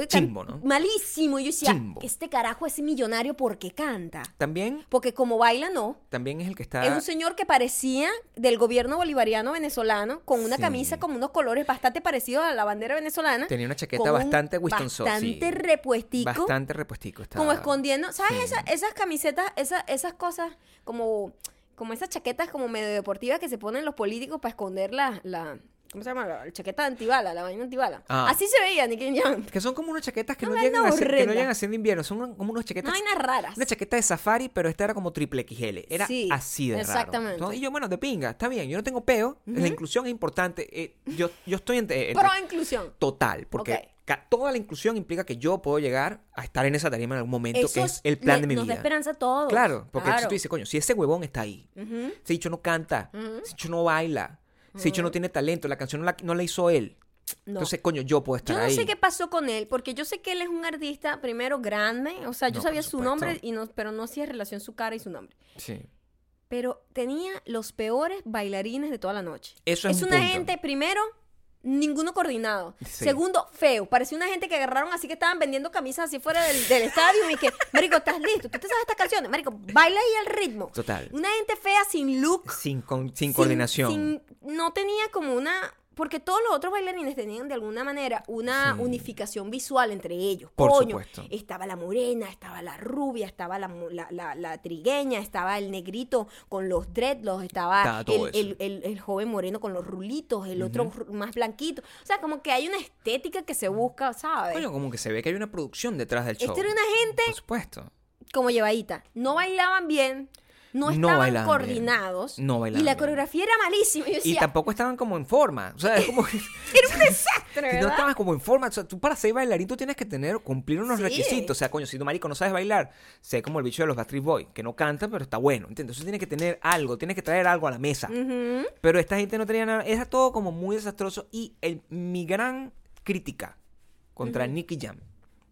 Speaker 2: Chimbo, ¿no?
Speaker 1: Malísimo. Y yo decía,
Speaker 2: Chimbo.
Speaker 1: este carajo es millonario porque canta.
Speaker 2: También,
Speaker 1: Porque como baila, no.
Speaker 2: también es el que está.
Speaker 1: Es un señor que parecía del gobierno bolivariano venezolano, con una
Speaker 2: Sí.
Speaker 1: camisa con unos colores bastante parecidos a la bandera venezolana.
Speaker 2: Tenía una chaqueta
Speaker 1: con un
Speaker 2: bastante Winston Sosa,
Speaker 1: Bastante
Speaker 2: sí.
Speaker 1: repuestico.
Speaker 2: Bastante repuestico. Está...
Speaker 1: Como escondiendo. ¿Sabes?
Speaker 2: Sí.
Speaker 1: Esa- esas camisetas, esa- esas cosas, como, como esas chaquetas como medio deportivas que se ponen los políticos para esconder la. la ¿Cómo se llama? La, la chaqueta antibala, la vaina antibala.
Speaker 2: Ah.
Speaker 1: Así se veía Nicky Jam.
Speaker 2: Que son como unas chaquetas que
Speaker 1: Una
Speaker 2: no,
Speaker 1: vaina
Speaker 2: llegan a ser, que no
Speaker 1: horrenda.
Speaker 2: llegan a ser de invierno. Son como unas chaquetas.
Speaker 1: No vainas raras.
Speaker 2: Una chaqueta de safari, pero esta era como triple XL. Era
Speaker 1: Sí,
Speaker 2: así de raro.
Speaker 1: exactamente.
Speaker 2: Entonces, Y yo, bueno, de pinga, está bien. Yo no tengo peo. La inclusión es importante. eh, yo, yo estoy en, eh,
Speaker 1: Pro inclusión.
Speaker 2: total, porque
Speaker 1: Ok.
Speaker 2: ca- toda la inclusión implica que yo puedo llegar a estar en esa tarima en algún momento,
Speaker 1: Eso
Speaker 2: que es el plan
Speaker 1: le-
Speaker 2: de mi
Speaker 1: nos da
Speaker 2: vida.
Speaker 1: esperanza a todos.
Speaker 2: Claro, porque entonces
Speaker 1: Claro.
Speaker 2: tú dices, coño, si ese huevón está ahí, si dicho no canta, si dicho no baila, si dicho no tiene talento, la canción no la, no la hizo él.
Speaker 1: No.
Speaker 2: Entonces, coño, yo puedo estar
Speaker 1: Yo no
Speaker 2: ahí.
Speaker 1: sé qué pasó con él, porque yo sé que él es un artista, primero, grande. O sea, yo
Speaker 2: No,
Speaker 1: sabía
Speaker 2: por
Speaker 1: su
Speaker 2: supuesto.
Speaker 1: nombre, y no, pero no hacía relación su cara y su nombre.
Speaker 2: Sí.
Speaker 1: Pero tenía los peores bailarines de toda la noche.
Speaker 2: Eso es un
Speaker 1: una
Speaker 2: punto.
Speaker 1: gente, primero, ninguno coordinado.
Speaker 2: Sí.
Speaker 1: Segundo, feo. Parecía una gente que agarraron así que estaban vendiendo camisas así fuera del, del estadio y que, Marico, ¿estás listo? ¿Tú te sabes estas canciones? Marico, baila ahí al ritmo.
Speaker 2: Total.
Speaker 1: Una gente fea sin look.
Speaker 2: Sin, con- sin
Speaker 1: sin-
Speaker 2: coordinación.
Speaker 1: sin- no tenía como una. Porque todos los otros bailarines tenían de alguna manera una
Speaker 2: Sí.
Speaker 1: unificación visual entre ellos.
Speaker 2: Por
Speaker 1: Coño,
Speaker 2: supuesto.
Speaker 1: Estaba la morena, estaba la rubia, estaba la, mu- la, la- la trigueña, estaba el negrito con los dreadlocks, estaba
Speaker 2: Estaba todo
Speaker 1: el,
Speaker 2: eso.
Speaker 1: el- el- el joven moreno con los rulitos, el otro ru- más blanquito. O sea, como que hay una estética que se busca, ¿sabes?
Speaker 2: Coño, como que se ve que hay una producción detrás del show.
Speaker 1: Esta era una gente
Speaker 2: Por supuesto.
Speaker 1: como llevadita. No bailaban bien. no
Speaker 2: No
Speaker 1: estaban
Speaker 2: bailaban bien.
Speaker 1: coordinados.
Speaker 2: No
Speaker 1: Y
Speaker 2: bailaban
Speaker 1: la
Speaker 2: bien.
Speaker 1: coreografía era malísima. Y yo
Speaker 2: Y
Speaker 1: decía,
Speaker 2: tampoco estaban como en forma. O sea, es como que
Speaker 1: era un desastre,
Speaker 2: no
Speaker 1: ¿verdad?
Speaker 2: estabas como en forma. O sea, tú para ser bailarín tú tienes que tener, cumplir unos
Speaker 1: Sí.
Speaker 2: requisitos. O sea, coño, si tu marico no sabes bailar, sé como el bicho de los Backstreet Boys, que no canta, pero está bueno. ¿Entiendes? Entonces tienes que tener algo, tienes que traer algo a la mesa.
Speaker 1: Ujú.
Speaker 2: Pero esta gente no tenía nada. Era todo como muy desastroso. Y el- mi gran crítica contra Nicky Jam,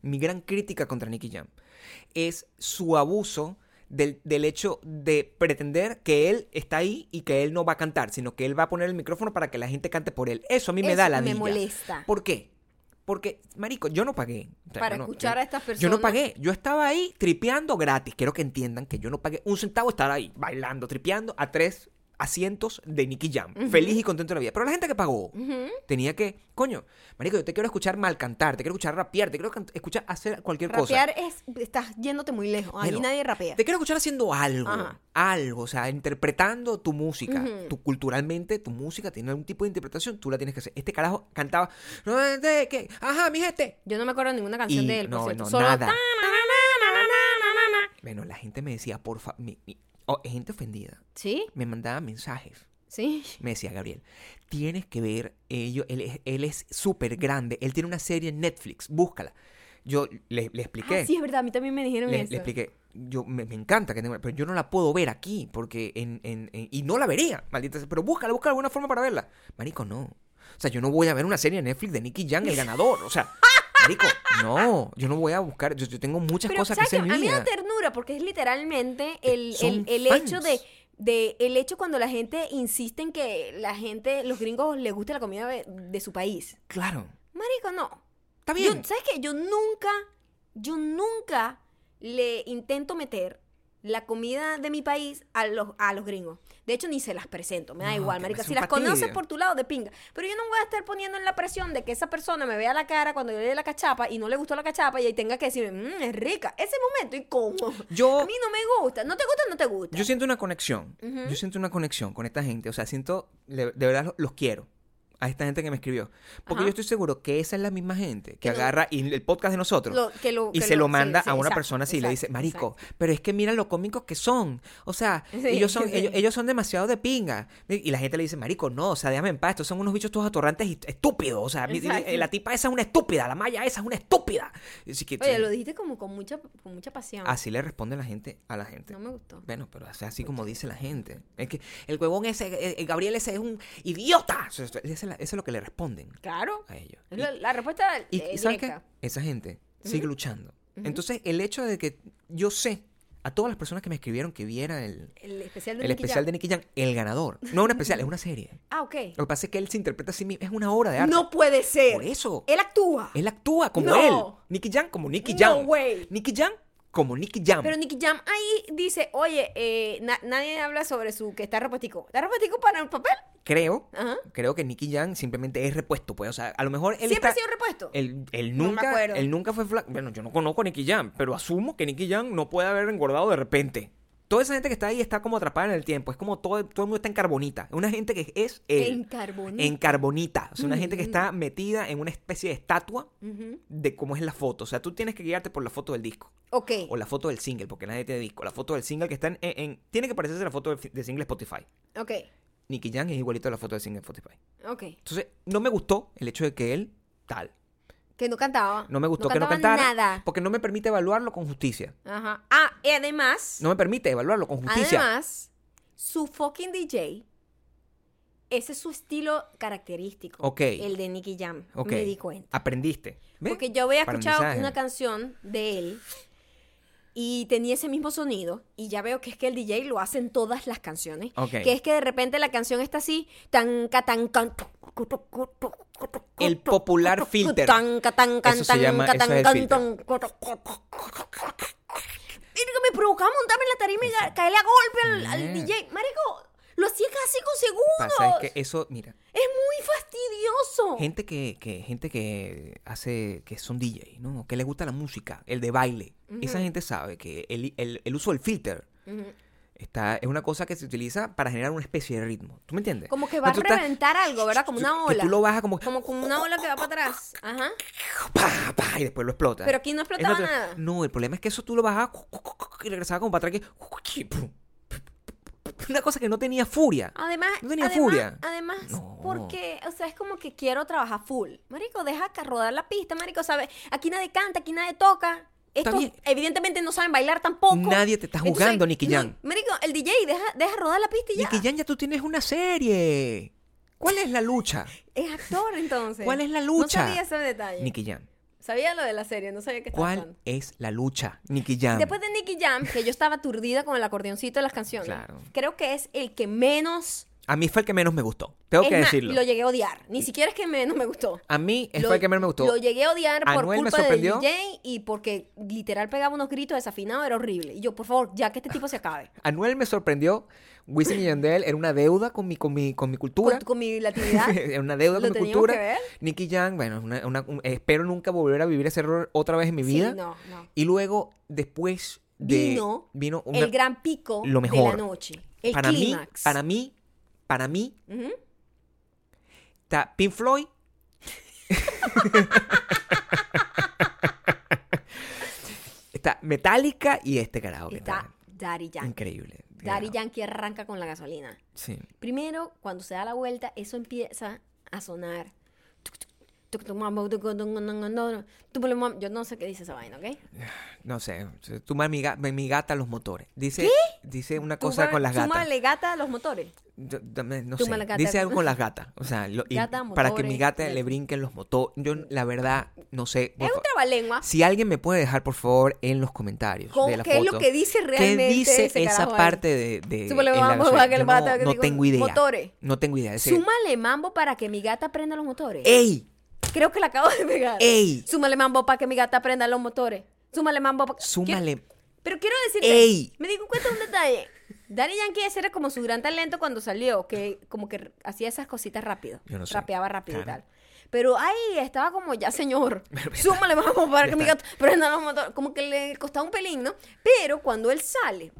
Speaker 2: mi gran crítica contra Nicky Jam, es su abuso del, del hecho de pretender que él está ahí y que él no va a cantar, sino que él va a poner el micrófono para que la gente cante por él. Eso a mí me
Speaker 1: Eso
Speaker 2: da la
Speaker 1: me molesta.
Speaker 2: ¿Por qué? Porque, marico, yo no pagué. O sea,
Speaker 1: Para
Speaker 2: yo no-
Speaker 1: escuchar a estas
Speaker 2: Yo
Speaker 1: personas.
Speaker 2: no pagué. Yo estaba ahí tripeando gratis. Quiero que entiendan que yo no pagué un centavo estar ahí bailando, tripeando a tres asientos de Nicky Jam. Feliz y contento de la vida. Pero la gente que pagó tenía que, coño, marico, yo te quiero escuchar mal cantar, te quiero escuchar rapear, te quiero can- escuchar hacer cualquier cosa.
Speaker 1: Rapear es, estás yéndote muy lejos. Ahí
Speaker 2: Bueno,
Speaker 1: nadie rapea.
Speaker 2: Te quiero escuchar haciendo algo,
Speaker 1: Ajá.
Speaker 2: algo, o sea, interpretando tu música. Tú culturalmente, tu música tiene algún tipo de interpretación, tú la tienes que hacer. Este carajo cantaba, no, de qué, ajá, mi gente.
Speaker 1: Yo no me acuerdo de ninguna canción
Speaker 2: Y-
Speaker 1: de él, por
Speaker 2: no,
Speaker 1: cierto.
Speaker 2: no,
Speaker 1: Solo
Speaker 2: nada.
Speaker 1: ta, na, na, na, na, na, na, na.
Speaker 2: Bueno, la gente me decía, por favor, oh, gente ofendida.
Speaker 1: ¿Sí?
Speaker 2: Me mandaba mensajes.
Speaker 1: ¿Sí?
Speaker 2: Me decía Gabriel, tienes que ver, ello, él es él es súper grande, él tiene una serie en Netflix, búscala. Yo le, le expliqué,
Speaker 1: Ah, sí, es verdad. A mí también me dijeron
Speaker 2: le, le
Speaker 1: eso.
Speaker 2: expliqué, yo, me, me encanta que tenga, pero yo no la puedo ver aquí, porque en, en- en- y no la vería, maldita sea, pero búscala, búscala alguna forma para verla. Marico, no. O sea, yo no voy a ver una serie en Netflix de Nicky Jam, el ganador, o sea, marico, no, yo no voy a buscar, yo, yo tengo muchas
Speaker 1: Pero
Speaker 2: cosas que
Speaker 1: ¿sabes
Speaker 2: hacer
Speaker 1: qué?
Speaker 2: en
Speaker 1: a
Speaker 2: mi
Speaker 1: mí me da
Speaker 2: vida.
Speaker 1: ternura porque es literalmente el, el,
Speaker 2: son
Speaker 1: el hecho de,
Speaker 2: fans.
Speaker 1: de el hecho cuando la gente insiste en que la gente, los gringos les guste la comida de, de su país.
Speaker 2: Claro,
Speaker 1: Marico, no.
Speaker 2: está
Speaker 1: Yo-
Speaker 2: Ah, bien.
Speaker 1: ¿Sabes qué? Yo nunca, yo nunca le intento meter la comida de mi país a los, a los gringos. De hecho, ni se las presento. Me da
Speaker 2: No,
Speaker 1: igual,
Speaker 2: que
Speaker 1: marica.
Speaker 2: parece
Speaker 1: Si
Speaker 2: un
Speaker 1: las
Speaker 2: fastidio.
Speaker 1: conoces por tu lado, de pinga. Pero yo no voy a estar poniendo en la presión de que esa persona me vea la cara cuando yo le dé la cachapa y no le gustó la cachapa y ahí tenga que decir, mmm, es rica. Ese momento, ¿y cómo?
Speaker 2: Yo-
Speaker 1: A mí no me gusta. ¿No te gusta no te gusta?
Speaker 2: Yo siento una conexión. Yo siento una conexión con esta gente. O sea, siento, le- de verdad lo- los quiero. A esta gente que me escribió. Porque
Speaker 1: Ajá.
Speaker 2: yo estoy seguro que esa es la misma gente que,
Speaker 1: Que no-
Speaker 2: agarra y el podcast de nosotros.
Speaker 1: Lo- que lo-
Speaker 2: y
Speaker 1: que
Speaker 2: se
Speaker 1: lo-
Speaker 2: lo,
Speaker 1: sí,
Speaker 2: manda
Speaker 1: sí,
Speaker 2: a una
Speaker 1: exacto,
Speaker 2: persona así y le dice,
Speaker 1: exacto,
Speaker 2: Marico, pero es que mira lo cómicos que son. O sea,
Speaker 1: Sí,
Speaker 2: ellos, son,
Speaker 1: sí.
Speaker 2: ellos, ellos son demasiado de pinga. Y la gente le dice, Marico, no, o sea, déjame en paz. Estos son unos bichos todos atorrantes y estúpidos. O sea, mi- eh,
Speaker 1: Exacto.
Speaker 2: la tipa esa es una estúpida. La maya esa es una estúpida. Así, que,
Speaker 1: Oye, lo dijiste como con mucha, con mucha pasión.
Speaker 2: así le responde la gente a la gente.
Speaker 1: No me gustó.
Speaker 2: Bueno, pero es así como dice la gente. Es que el huevón ese, el, el Gabriel ese es un idiota. Eso, eso- eso es la- eso es lo que le responden
Speaker 1: Claro.
Speaker 2: a ellos.
Speaker 1: Es La, la respuesta
Speaker 2: Ah, Y, y
Speaker 1: eh,
Speaker 2: ¿sabes qué?
Speaker 1: directa.
Speaker 2: Esa gente sigue luchando. Entonces, el hecho de que yo sé a todas las personas que me escribieron que vieran el,
Speaker 1: El especial de
Speaker 2: el
Speaker 1: Nicky
Speaker 2: especial
Speaker 1: Jam.
Speaker 2: de Nicky Jam, el ganador. No es un especial, es una serie.
Speaker 1: Ah, ok.
Speaker 2: Lo que pasa es que él se interpreta a sí mismo. Es una obra de arte.
Speaker 1: No puede ser.
Speaker 2: Por eso.
Speaker 1: Él actúa.
Speaker 2: Él actúa como
Speaker 1: No.
Speaker 2: él. Nicky Jam como Nicky
Speaker 1: No
Speaker 2: Jam.
Speaker 1: way.
Speaker 2: Nicky Jam como Nicky Jam.
Speaker 1: Pero Nicky Jam ahí dice, oye, eh, na- nadie habla sobre su que está repuestico. ¿Está repuestico para el papel?
Speaker 2: creo,
Speaker 1: Ajá.
Speaker 2: creo que Nicky Jam simplemente es repuesto, pues. O sea, a lo mejor él
Speaker 1: Siempre
Speaker 2: está-
Speaker 1: ha sido repuesto.
Speaker 2: Él, él
Speaker 1: No me
Speaker 2: nunca,
Speaker 1: acuerdo.
Speaker 2: él nunca fue flaco. Bueno, yo no conozco a Nicky Jam, pero asumo que Nicky Jam no puede haber engordado de repente. Toda esa gente que está ahí está como atrapada en el tiempo. Es como todo, todo el mundo está en carbonita. Es Una gente que es él.
Speaker 1: En carbonita. Mm.
Speaker 2: En carbonita. O sea, una gente que está metida en una especie de estatua de cómo es la foto. O sea, tú tienes que guiarte por la foto del disco.
Speaker 1: Ok.
Speaker 2: O la foto del single, porque nadie tiene disco. La foto del single que está en... en- en- tiene que parecerse a la foto de, de single Spotify.
Speaker 1: Ok.
Speaker 2: Nicky Jam es igualito a la foto del single Spotify.
Speaker 1: Ok.
Speaker 2: Entonces, no me gustó el hecho de que él tal.
Speaker 1: Que no cantaba.
Speaker 2: No me gustó que no
Speaker 1: cantaba
Speaker 2: cantara.
Speaker 1: nada.
Speaker 2: Porque no me permite evaluarlo con justicia.
Speaker 1: Ajá. Ah, y además,
Speaker 2: No me permite evaluarlo con justicia.
Speaker 1: además, su fucking DJ, ese es su estilo característico.
Speaker 2: Ok.
Speaker 1: El de Nicky Jam.
Speaker 2: ok.
Speaker 1: Me di cuenta.
Speaker 2: Aprendiste. ¿Ves?
Speaker 1: Porque yo había
Speaker 2: Para
Speaker 1: escuchado
Speaker 2: mensaje.
Speaker 1: una canción de él y tenía ese mismo sonido y ya veo que es que el DJ lo hace en todas las canciones.
Speaker 2: Ok.
Speaker 1: Que es que de repente la canción está así, tan tan can
Speaker 2: El popular filter.
Speaker 1: Tanca, tan, can,
Speaker 2: Eso se
Speaker 1: tan,
Speaker 2: llama-
Speaker 1: ca,
Speaker 2: eso
Speaker 1: tan,
Speaker 2: es el
Speaker 1: can,
Speaker 2: filter.
Speaker 1: tan, ca, tan, ca, ca, ca, ca, ca. Mira que me provocaba montarme en la tarima y ca- caerle a golpe al, al
Speaker 2: Bien.
Speaker 1: DJ. Marico, lo hacía casi con
Speaker 2: Pasa
Speaker 1: segundos.
Speaker 2: es que eso, mira,
Speaker 1: Es muy fastidioso.
Speaker 2: gente que, que gente que hace que son DJ, ¿no? Que le gusta la música, el de baile. Esa gente sabe que el, el- el uso del filter
Speaker 1: Ujú.
Speaker 2: está es una cosa que se utiliza para generar una especie de ritmo. ¿Tú me entiendes?
Speaker 1: Como que
Speaker 2: No,
Speaker 1: va a
Speaker 2: pues tú estás-
Speaker 1: reventar algo, ¿verdad? Como una
Speaker 2: que
Speaker 1: ola.
Speaker 2: tú lo bajas como
Speaker 1: Como con una ola que va para atrás. Ajá.
Speaker 2: pa, pa, y después lo explota.
Speaker 1: Pero aquí no
Speaker 2: Es
Speaker 1: explotaba
Speaker 2: natural.
Speaker 1: nada.
Speaker 2: No, el problema es que eso tú lo bajabas cu, cu, cu, cu, y regresaba como para atrás que, cu, cu, cu, y pum, pum, Una cosa que no tenía furia.
Speaker 1: Además,
Speaker 2: No tenía
Speaker 1: además-
Speaker 2: furia.
Speaker 1: Además,
Speaker 2: No.
Speaker 1: porque, o sea, es como que quiero trabajar full. Marico, deja que rodar la pista, marico, ¿sabes? Aquí nadie canta, aquí nadie toca.
Speaker 2: Está
Speaker 1: Estos
Speaker 2: bien.
Speaker 1: evidentemente no saben bailar tampoco.
Speaker 2: Nadie te está
Speaker 1: Entonces,
Speaker 2: jugando, Nicky
Speaker 1: no,
Speaker 2: Jam.
Speaker 1: marico, el DJ, deja, deja rodar la pista y ya.
Speaker 2: Nicky Jam, ya tú tienes una serie. ¿Cuál es la lucha?
Speaker 1: Es actor, entonces.
Speaker 2: ¿Cuál es la lucha?
Speaker 1: No sabía ese detalle.
Speaker 2: Nicky Jam.
Speaker 1: Sabía lo de la serie, no sabía que estaba
Speaker 2: ¿Cuál
Speaker 1: actuando.
Speaker 2: es la lucha? Nicky Jam.
Speaker 1: Después de Nicky Jam, que yo estaba aturdida con el acordeoncito de las canciones,
Speaker 2: Claro.
Speaker 1: creo que es el que menos...
Speaker 2: A mí fue el que menos me gustó. Tengo
Speaker 1: es
Speaker 2: que
Speaker 1: más,
Speaker 2: decirlo.
Speaker 1: Lo llegué a odiar. Ni siquiera es que menos me gustó.
Speaker 2: A mí es
Speaker 1: Lo-
Speaker 2: fue el que menos me gustó.
Speaker 1: Lo llegué a odiar por
Speaker 2: Anuel me
Speaker 1: culpa del
Speaker 2: sorprendió.
Speaker 1: DJ y porque literal pegaba unos gritos desafinados, era horrible. Y yo, por favor, ya que este tipo se acabe.
Speaker 2: Anuel me sorprendió. Wisin y Yandel era una deuda con mi, con mi, con mi cultura.
Speaker 1: Con, con mi latinidad.
Speaker 2: Era una deuda
Speaker 1: ¿Lo
Speaker 2: con mi
Speaker 1: teníamos
Speaker 2: cultura.
Speaker 1: que ver?
Speaker 2: Nicky Jam, bueno, es una- una- un- espero nunca volver a vivir ese error otra vez en mi
Speaker 1: Sí,
Speaker 2: vida.
Speaker 1: no, no.
Speaker 2: Y luego, después de.
Speaker 1: vino,
Speaker 2: vino una-
Speaker 1: el gran pico
Speaker 2: lo mejor.
Speaker 1: de la noche. El
Speaker 2: para mí,
Speaker 1: clímax.
Speaker 2: para mí, para mí,
Speaker 1: Ujú.
Speaker 2: está Pink Floyd. está Metallica y este carajo. que
Speaker 1: Está Daddy Yankee.
Speaker 2: Increíble.
Speaker 1: Daddy
Speaker 2: Carajo.
Speaker 1: Yankee arranca con la gasolina.
Speaker 2: Sí.
Speaker 1: Primero, cuando se da la vuelta, eso empieza a sonar. Yo no sé qué dice esa vaina, ¿ok?
Speaker 2: No sé, tú más mi, ga- mi gata los motores. Dice, dice una cosa
Speaker 1: Túmale-
Speaker 2: con las gatas.
Speaker 1: túmale gata a los motores.
Speaker 2: Yo- dame- no
Speaker 1: Tú
Speaker 2: sé.
Speaker 1: mala gata.
Speaker 2: Dice algo con las gatas. O sea, lo- y
Speaker 1: Gata,
Speaker 2: para que mi
Speaker 1: motores,
Speaker 2: gata
Speaker 1: y-
Speaker 2: le brinquen los motores. Yo, la verdad, no sé. por
Speaker 1: Es un
Speaker 2: fa-
Speaker 1: trabalengua.
Speaker 2: Si alguien me puede dejar, por favor, en los comentarios
Speaker 1: ¿Cómo-
Speaker 2: de la
Speaker 1: ¿Qué es
Speaker 2: foto.
Speaker 1: lo que dice realmente?
Speaker 2: ¿Qué dice
Speaker 1: ese
Speaker 2: esa
Speaker 1: carajo ahí?
Speaker 2: parte de, de
Speaker 1: Súbele
Speaker 2: en la
Speaker 1: mambo,
Speaker 2: gasolina?
Speaker 1: que le
Speaker 2: Yo
Speaker 1: mata, que
Speaker 2: no, no
Speaker 1: digo,
Speaker 2: tengo idea.
Speaker 1: motores.
Speaker 2: No tengo idea. Ese-
Speaker 1: Súmale mambo para que mi gata prenda los motores.
Speaker 2: ¡Ey!
Speaker 1: Creo que la acabo de pegar.
Speaker 2: Eh. Ey.
Speaker 1: Súmale mambo para que mi gata prenda los motores. Súmale mambo para
Speaker 2: Súmale.
Speaker 1: Pero quiero decirte,
Speaker 2: Ey.
Speaker 1: me di cuenta de un detalle. Daddy Yankee ese era como su gran talento cuando salió, que como que hacía esas cositas rápido.
Speaker 2: Yo no sé.
Speaker 1: Rapeaba rápido y
Speaker 2: Claro.
Speaker 1: tal. Pero ahí estaba como ya, señor. Súmale vamos para que mi gato prenda los motores. Como que le costaba un pelín, ¿no? Pero cuando él sale,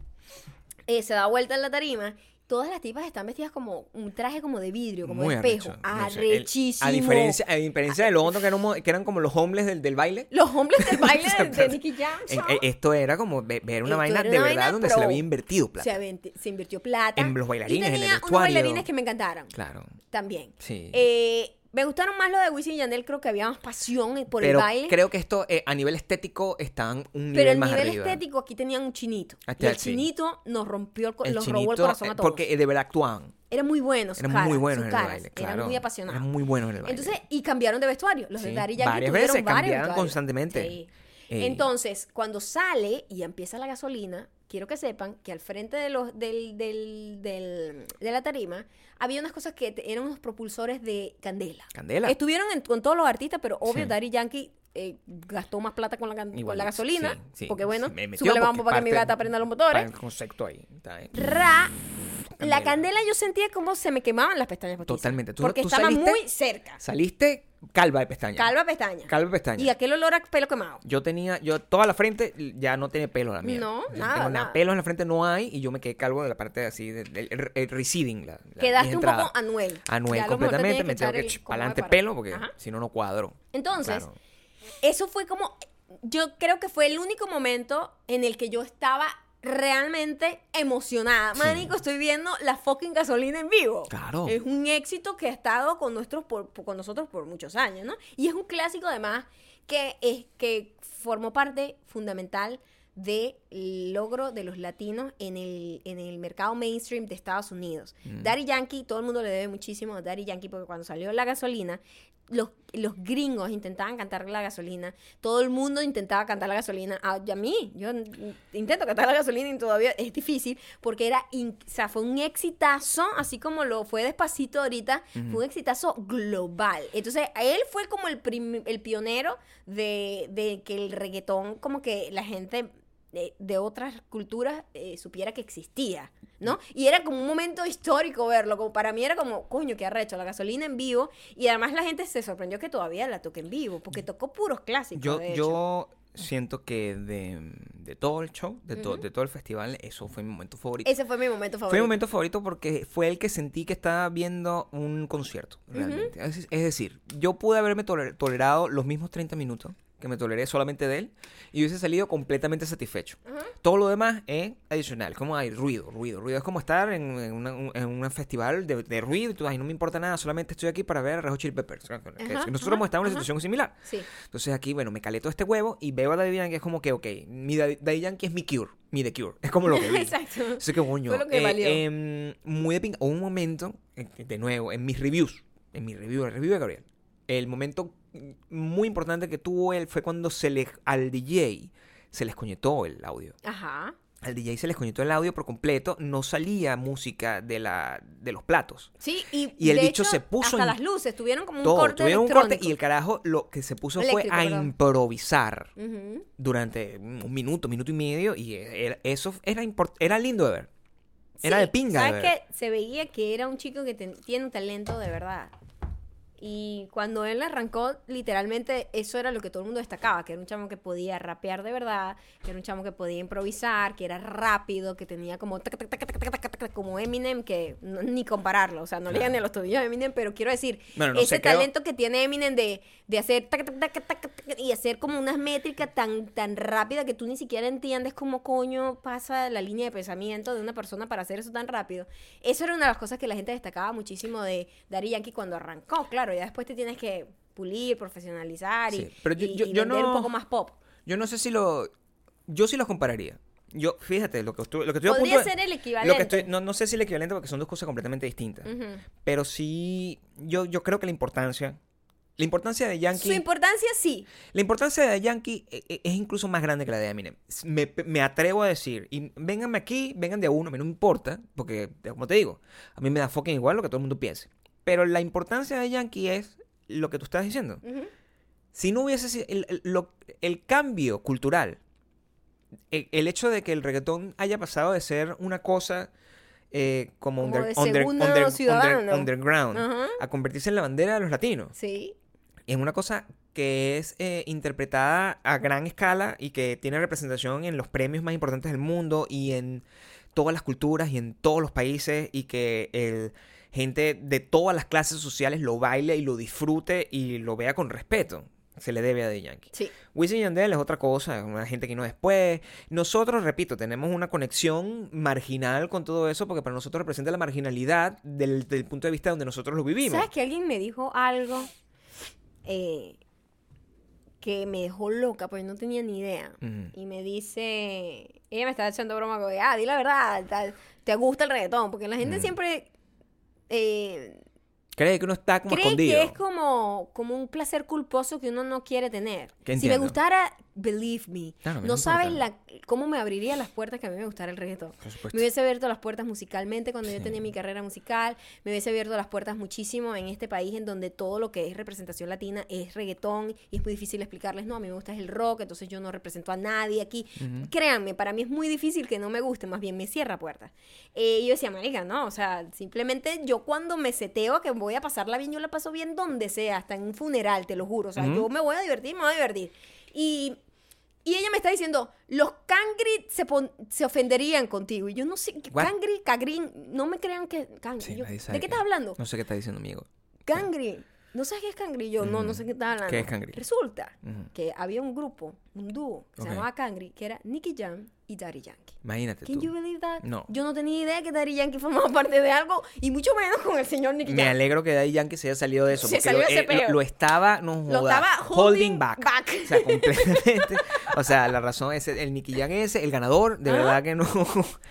Speaker 1: eh, se da vuelta en la tarima. Todas las tipas están vestidas como un traje como de vidrio, como
Speaker 2: Muy
Speaker 1: de espejo. Ah,
Speaker 2: arrecho. No sé, el-
Speaker 1: Arrechísimo.
Speaker 2: a diferencia, a diferencia de los otros que eran, mo- que eran como los homeless del, del baile.
Speaker 1: Los hombres del baile de, de Nicky Jam.
Speaker 2: En-
Speaker 1: chamo.
Speaker 2: en- esto era como ve- ver una
Speaker 1: Esto
Speaker 2: vaina
Speaker 1: era
Speaker 2: de
Speaker 1: una
Speaker 2: verdad
Speaker 1: vaina
Speaker 2: donde se le
Speaker 1: pro.
Speaker 2: había invertido plata.
Speaker 1: Se, avent- se invirtió plata.
Speaker 2: En los bailarines,
Speaker 1: Y
Speaker 2: en el
Speaker 1: tenía unos
Speaker 2: vestuario.
Speaker 1: bailarines que me encantaron.
Speaker 2: Claro.
Speaker 1: También.
Speaker 2: Sí.
Speaker 1: Eh, me gustaron más los de Wisin y Yandel. Creo que había más pasión eh, por
Speaker 2: Pero
Speaker 1: el baile.
Speaker 2: creo que esto eh, a nivel estético están un nivel
Speaker 1: pero el
Speaker 2: más
Speaker 1: nivel
Speaker 2: arriba.
Speaker 1: estético aquí tenían un chinito.
Speaker 2: Hasta
Speaker 1: Y el
Speaker 2: sí.
Speaker 1: chinito nos rompió el, co-
Speaker 2: El
Speaker 1: nos robó
Speaker 2: chinito,
Speaker 1: el corazón
Speaker 2: eh,
Speaker 1: a todos.
Speaker 2: Porque eh, de verdad actuaban.
Speaker 1: eran muy buenos. sus
Speaker 2: Eran
Speaker 1: caras,
Speaker 2: muy
Speaker 1: sus
Speaker 2: buenos en el
Speaker 1: caras.
Speaker 2: baile, claro.
Speaker 1: Eran muy apasionados.
Speaker 2: Eran muy buenos en el baile.
Speaker 1: Entonces, y cambiaron de vestuario. Los de
Speaker 2: Sí,
Speaker 1: Daddy Yankee
Speaker 2: varias
Speaker 1: tuvieron
Speaker 2: veces,
Speaker 1: varios
Speaker 2: cambiaban
Speaker 1: vestuarios.
Speaker 2: constantemente.
Speaker 1: Sí.
Speaker 2: Eh.
Speaker 1: Entonces, cuando sale y empieza la gasolina, quiero que sepan que al frente de los del, del, del- de la tarima había unas cosas que te- eran unos propulsores de candela.
Speaker 2: Candela.
Speaker 1: Estuvieron en- con todos los artistas, pero obvio
Speaker 2: Sí.
Speaker 1: Daddy Yankee eh, gastó más plata con la, can- con
Speaker 2: Igual,
Speaker 1: la gasolina,
Speaker 2: sí, sí,
Speaker 1: porque bueno,
Speaker 2: sí, me metió
Speaker 1: súbele
Speaker 2: porque
Speaker 1: vamos para que mi
Speaker 2: parte-
Speaker 1: gata prenda los
Speaker 2: para
Speaker 1: motores.
Speaker 2: El concepto ahí. está ahí.
Speaker 1: Ra, la
Speaker 2: Candela.
Speaker 1: candela yo sentía como se me quemaban las pestañas. potiza,
Speaker 2: Totalmente. Tú-
Speaker 1: porque
Speaker 2: tú
Speaker 1: estaba
Speaker 2: saliste-
Speaker 1: muy cerca.
Speaker 2: Saliste calva de pestaña.
Speaker 1: Calva pestaña.
Speaker 2: Calva de pestaña.
Speaker 1: Y aquel olor a pelo quemado.
Speaker 2: Yo tenía, yo toda la frente ya no tiene pelo la mía.
Speaker 1: No,
Speaker 2: Yo
Speaker 1: nada,
Speaker 2: Tengo
Speaker 1: nada.
Speaker 2: Pelos en la frente no hay y yo me quedé calvo de la parte así, del del- el, el receding. La, la- mis
Speaker 1: Quedaste un
Speaker 2: entradas.
Speaker 1: poco Anuel.
Speaker 2: Anuel
Speaker 1: Ya a lo mejor te
Speaker 2: completamente.
Speaker 1: tienes
Speaker 2: me tengo
Speaker 1: echar
Speaker 2: que
Speaker 1: el-
Speaker 2: echar
Speaker 1: como
Speaker 2: para adelante
Speaker 1: de
Speaker 2: pelo porque
Speaker 1: Ajá.
Speaker 2: si no, no cuadro.
Speaker 1: Entonces,
Speaker 2: Claro.
Speaker 1: eso fue como. Yo creo que fue el único momento en el que yo estaba realmente emocionada. Manico, estoy viendo la fucking gasolina en vivo.
Speaker 2: Claro.
Speaker 1: Es un éxito que ha estado con, nuestros por- por- con nosotros por muchos años, ¿no? Y es un clásico, además, que, es, que formó parte fundamental del logro de los latinos en el, en el mercado mainstream de Estados Unidos. Daddy Yankee, todo el mundo le debe muchísimo a Daddy Yankee porque cuando salió la gasolina, los, los gringos intentaban cantar la gasolina, todo el mundo intentaba cantar la gasolina, a, a mí, yo n- intento cantar la gasolina y todavía es difícil, porque era, in- o sea, fue un exitazo, así como lo fue despacito ahorita, fue un exitazo global. Entonces, él fue como el, prim- el pionero de, de que el reggaetón, como que la gente de, de otras culturas eh, supiera que existía, ¿no? Y era como un momento histórico verlo, como para mí era como, coño, qué arrecho, la gasolina en vivo, y además la gente se sorprendió que todavía la toque en vivo, porque tocó puros clásicos,
Speaker 2: Mm. Yo,
Speaker 1: de hecho.
Speaker 2: yo siento que de, de todo el show, de, to- de todo el festival, eso fue mi momento favorito.
Speaker 1: Ese fue mi momento favorito.
Speaker 2: Fue mi momento favorito porque fue el que sentí que estaba viendo un concierto, realmente. es, es decir, yo pude haberme toler- tolerado los mismos 30 minutos que me toleré solamente de él y hubiese salido completamente satisfecho. Todo lo demás es adicional, como hay ruido, ruido, ruido. Es como estar en, en una- un- en un festival de, de ruido y tú, ay, no me importa nada, solamente estoy aquí para ver a Red Hot Chili Peppers. Que
Speaker 1: Ajá,
Speaker 2: Nosotros
Speaker 1: ajá,
Speaker 2: hemos estado en
Speaker 1: ajá.
Speaker 2: una situación similar.
Speaker 1: Sí.
Speaker 2: Entonces aquí, bueno, me calé todo este huevo y veo a Daddy Yankee, es como que, ok, mi Daddy, Daddy Yankee es mi cure, mi The Cure. Es como lo que vi.
Speaker 1: Exacto.
Speaker 2: Así que, coño,
Speaker 1: Fue lo que
Speaker 2: eh,
Speaker 1: valió.
Speaker 2: em, muy de pinga. Hubo un momento, eh, de nuevo, en mis reviews, en mi review, el review de Gabriel, el momento muy importante que tuvo él fue cuando se le, al DJ se les conectó el audio.
Speaker 1: Ajá.
Speaker 2: Al DJ se les conectó el audio por completo, no salía música de, la, de los platos.
Speaker 1: Sí, y,
Speaker 2: Y el
Speaker 1: de hecho,
Speaker 2: bicho se puso
Speaker 1: hasta
Speaker 2: en
Speaker 1: las luces, tuvieron como un
Speaker 2: Todo,
Speaker 1: corte
Speaker 2: tuvieron un corte y el
Speaker 1: electrónico.
Speaker 2: carajo lo que se puso
Speaker 1: Eléctrico,
Speaker 2: fue a
Speaker 1: perdón. Mm.
Speaker 2: improvisar
Speaker 1: Ujú.
Speaker 2: durante un minuto, minuto y medio, y era- eso era, import- era lindo de ver. Era
Speaker 1: Sí,
Speaker 2: de pinga. de
Speaker 1: ¿Sabes
Speaker 2: ver.
Speaker 1: qué? Se veía que era un chico que ten- tiene un talento de verdad. Y cuando él arrancó, literalmente eso era lo que todo el mundo destacaba, que era un chamo que podía rapear de verdad, que era un chamo que podía improvisar, que era rápido, que tenía como tac, tac, tac, tac, tac, tac, tac, tac, como Eminem, que no- ni compararlo, o sea, no le llegan ni a los tobillos de Eminem, pero quiero decir,
Speaker 2: Bueno, no
Speaker 1: ese
Speaker 2: se quedó-
Speaker 1: talento que tiene Eminem de, de hacer tac, tac, tac, tac, tac, tac, y hacer como unas métricas tan, tan rápida que tú ni siquiera entiendes cómo coño pasa la línea de pensamiento de una persona para hacer eso tan rápido. Eso era una de las cosas que la gente destacaba muchísimo de Daddy Yankee cuando arrancó. Claro, ya después te tienes que pulir, profesionalizar y,
Speaker 2: Sí, pero yo-
Speaker 1: y-
Speaker 2: yo-
Speaker 1: y
Speaker 2: yo
Speaker 1: vender
Speaker 2: no-
Speaker 1: un poco más pop.
Speaker 2: Yo no sé si lo. Yo sí los compararía. Yo, fíjate, lo que estuve, lo que estoy a
Speaker 1: Podría
Speaker 2: punto de-
Speaker 1: ser el
Speaker 2: Lo que
Speaker 1: equivalente. Mm.
Speaker 2: estoy, no, no sé si el equivalente porque son dos cosas completamente distintas.
Speaker 1: Ujú.
Speaker 2: Pero sí, yo, yo creo que la importancia. La importancia de
Speaker 1: Su
Speaker 2: Yankee.
Speaker 1: importancia sí.
Speaker 2: la importancia de Yankee e- e- es incluso más grande que la de Eminem. S- Me, me atrevo a decir. Y vénganme aquí, vengan de a uno, a mí no me importa. Porque, como te digo, a mí me da fucking igual lo que todo el mundo piense. Pero la importancia de Yankee es lo que tú estás diciendo.
Speaker 1: Ujú.
Speaker 2: Si no hubiese sido el, el- lo- el cambio cultural, el, el hecho de que el reggaetón haya pasado de ser una cosa eh, como,
Speaker 1: Como de
Speaker 2: under-
Speaker 1: segundo
Speaker 2: under- under-
Speaker 1: ciudadano.
Speaker 2: underground,
Speaker 1: Ajá.
Speaker 2: a convertirse en la bandera de los latinos,
Speaker 1: Sí.
Speaker 2: en una cosa que es eh, interpretada a gran escala y que tiene representación en los premios más importantes del mundo y en todas las culturas y en todos los países y que el, gente de todas las clases sociales lo baile y lo disfrute y lo vea con respeto. Se le debe a The Yankee.
Speaker 1: Sí.
Speaker 2: Wisin y Yandel es otra cosa, una gente que no después. Nosotros, repito, tenemos una conexión marginal con todo eso porque para nosotros representa la marginalidad del, del punto de vista donde nosotros lo vivimos.
Speaker 1: ¿Sabes que alguien me dijo algo eh, que me dejó loca? Porque no tenía ni idea.
Speaker 2: Ujú.
Speaker 1: Y me dice, ella me estaba echando broma como, de, ah, di la verdad, tal, te gusta el reggaetón, porque la gente
Speaker 2: Mm.
Speaker 1: siempre eh,
Speaker 2: Cree que uno está como
Speaker 1: cree
Speaker 2: escondido.
Speaker 1: que es como, como un placer culposo que uno no quiere tener.
Speaker 2: Que
Speaker 1: Si me
Speaker 2: entiendo.
Speaker 1: gustara, believe me,
Speaker 2: Claro, a mí
Speaker 1: no
Speaker 2: me
Speaker 1: sabes la,
Speaker 2: importa.
Speaker 1: cómo me abriría las puertas que a mí me gustara el reggaetón.
Speaker 2: Por supuesto.
Speaker 1: Me hubiese abierto las puertas musicalmente cuando yo
Speaker 2: Sí.
Speaker 1: tenía mi carrera musical. Me hubiese abierto las puertas muchísimo en este país en donde todo lo que es representación latina es reggaetón y es muy difícil explicarles, no, a mí me gusta es el rock, entonces yo no represento a nadie aquí. Créanme, para mí es muy difícil que no me guste, más bien me cierra puertas. Eh, y yo decía, marica, no, o sea, simplemente yo cuando me seteo que voy a pasarla bien, yo la paso bien donde sea, hasta en un funeral, te lo juro. O sea,
Speaker 2: Ujú.
Speaker 1: yo me voy a divertir, me voy a divertir. Y y ella me está diciendo, los cangri se, pon- se ofenderían contigo. Y yo no sé,
Speaker 2: What?
Speaker 1: cangri, cagrín, no me crean que... cangri.
Speaker 2: Sí,
Speaker 1: Yo,
Speaker 2: nadie sabe
Speaker 1: ¿De qué estás hablando?
Speaker 2: No sé qué está diciendo, amigo.
Speaker 1: Cangri. ¿No sabes qué es cangri? Yo, no, no sé qué estás hablando.
Speaker 2: ¿Qué es cangri?
Speaker 1: Resulta
Speaker 2: Ujú.
Speaker 1: que había un grupo, un dúo, que
Speaker 2: Ok.
Speaker 1: se llamaba cangri, que era Nicky Jam y Daddy Yankee.
Speaker 2: Imagínate
Speaker 1: Can
Speaker 2: tú.
Speaker 1: you believe that?
Speaker 2: No.
Speaker 1: Yo no tenía idea que Daddy Yankee formaba parte de algo, y mucho menos con el señor Nicky
Speaker 2: Me
Speaker 1: Jam.
Speaker 2: alegro que Daddy Yankee se haya salido de eso.
Speaker 1: Se
Speaker 2: porque
Speaker 1: salió
Speaker 2: lo, eh,
Speaker 1: ese
Speaker 2: lo-
Speaker 1: peo.
Speaker 2: lo estaba, no
Speaker 1: Lo
Speaker 2: joda,
Speaker 1: estaba holding back.
Speaker 2: O sea, completamente. o sea, la razón es el Nicky Jam ese, el ganador, de
Speaker 1: Ajá.
Speaker 2: verdad que no.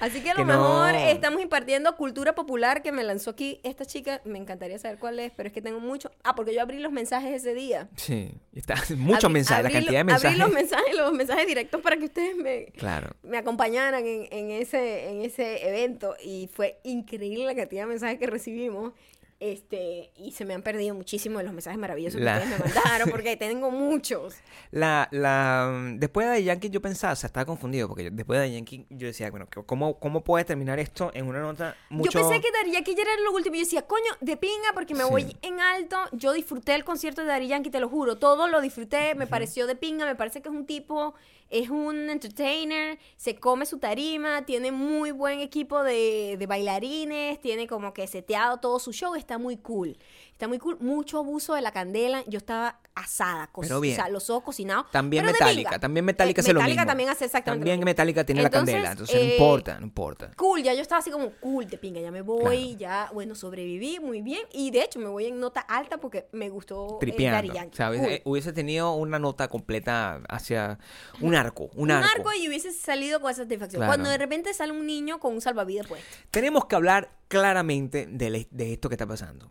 Speaker 1: Así que a lo
Speaker 2: que no-
Speaker 1: mejor estamos impartiendo cultura popular que me lanzó aquí esta chica. Me encantaría saber cuál es, pero es que tengo mucho. Ah, porque yo abrí los mensajes ese día.
Speaker 2: Sí, está, muchos
Speaker 1: Abrí-
Speaker 2: mensajes, la
Speaker 1: abrí lo-
Speaker 2: cantidad de
Speaker 1: Abrí los
Speaker 2: mensajes.
Speaker 1: mensajes, los mensajes directos para que ustedes me,
Speaker 2: Claro.
Speaker 1: me acompañaran en, en ese, en ese evento y fue increíble la cantidad de mensajes que recibimos. Este, y se me han perdido muchísimo de los mensajes maravillosos
Speaker 2: La-
Speaker 1: que ustedes me mandaron porque tengo muchos.
Speaker 2: La, la, mm, después de Daddy Yankee yo pensaba, o sea, estaba confundido, porque yo- después de Daddy Yankee yo decía, bueno, ¿cómo, ¿cómo puede terminar esto en una nota mucho...?
Speaker 1: Yo pensé que Daddy Yankee ya era lo último. Yo decía, coño, de pinga, porque me
Speaker 2: Sí.
Speaker 1: voy en alto. Yo disfruté el concierto de Daddy Yankee, te lo juro. Todo lo disfruté. Me pareció de pinga. Me parece que es un tipo, es un entertainer. Se come su tarima. Tiene muy buen equipo de, de bailarines. Tiene como que seteado todo su show. Está está muy cool. Está muy cool. Mucho abuso de la candela. Yo estaba asada, co-
Speaker 2: Pero bien.
Speaker 1: o sea, los ojos cocinados.
Speaker 2: También
Speaker 1: pero de
Speaker 2: Metallica,
Speaker 1: pinga.
Speaker 2: también Metallica
Speaker 1: Eh,
Speaker 2: hace lo mismo.
Speaker 1: Metallica también hace exactamente lo
Speaker 2: También
Speaker 1: mismo.
Speaker 2: Metallica tiene la
Speaker 1: Entonces,
Speaker 2: candela, entonces no
Speaker 1: eh,
Speaker 2: importa, no importa.
Speaker 1: Cool, ya yo estaba así como cool, de pinga, ya me voy, ya, bueno, sobreviví muy bien. Y de hecho, me voy en nota alta porque me gustó el Daddy
Speaker 2: Tripeando.
Speaker 1: Yankee.
Speaker 2: O sea, hubiese,
Speaker 1: Cool.
Speaker 2: eh, hubiese tenido una nota completa hacia un arco, un
Speaker 1: Un
Speaker 2: arco.
Speaker 1: arco y hubiese salido con esa satisfacción.
Speaker 2: Claro.
Speaker 1: Cuando de repente sale un niño con un salvavidas pues, puesto.
Speaker 2: Tenemos que hablar claramente de, la- de esto que está pasando.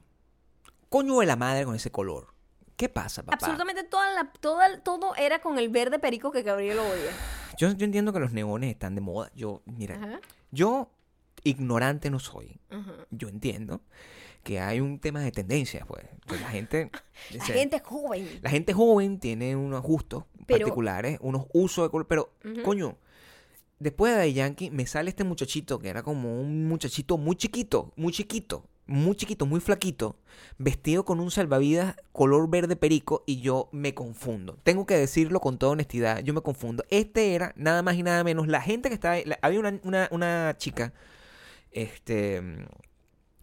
Speaker 2: Coño de la madre con ese color. ¿Qué pasa, papá?
Speaker 1: Absolutamente toda la, toda, todo era con el verde perico que Gabriel odia.
Speaker 2: Yo, yo entiendo que los neones están de moda. Yo, mira,
Speaker 1: Ajá,
Speaker 2: yo ignorante no soy.
Speaker 1: ajá.
Speaker 2: Yo entiendo que hay un tema de tendencias, pues. que la gente...
Speaker 1: La
Speaker 2: o sea,
Speaker 1: gente es joven.
Speaker 2: La gente joven tiene unos gustos
Speaker 1: Pero-
Speaker 2: particulares, unos usos de color. Pero, coño, después de Daddy Yankee me sale este muchachito que era como un muchachito muy chiquito, muy chiquito, muy chiquito, muy flaquito, vestido con un salvavidas color verde perico y yo me confundo. Tengo que decirlo con toda honestidad, yo me confundo. Este era nada más y nada menos la gente que estaba. ahí- la- había una, una- una chica, este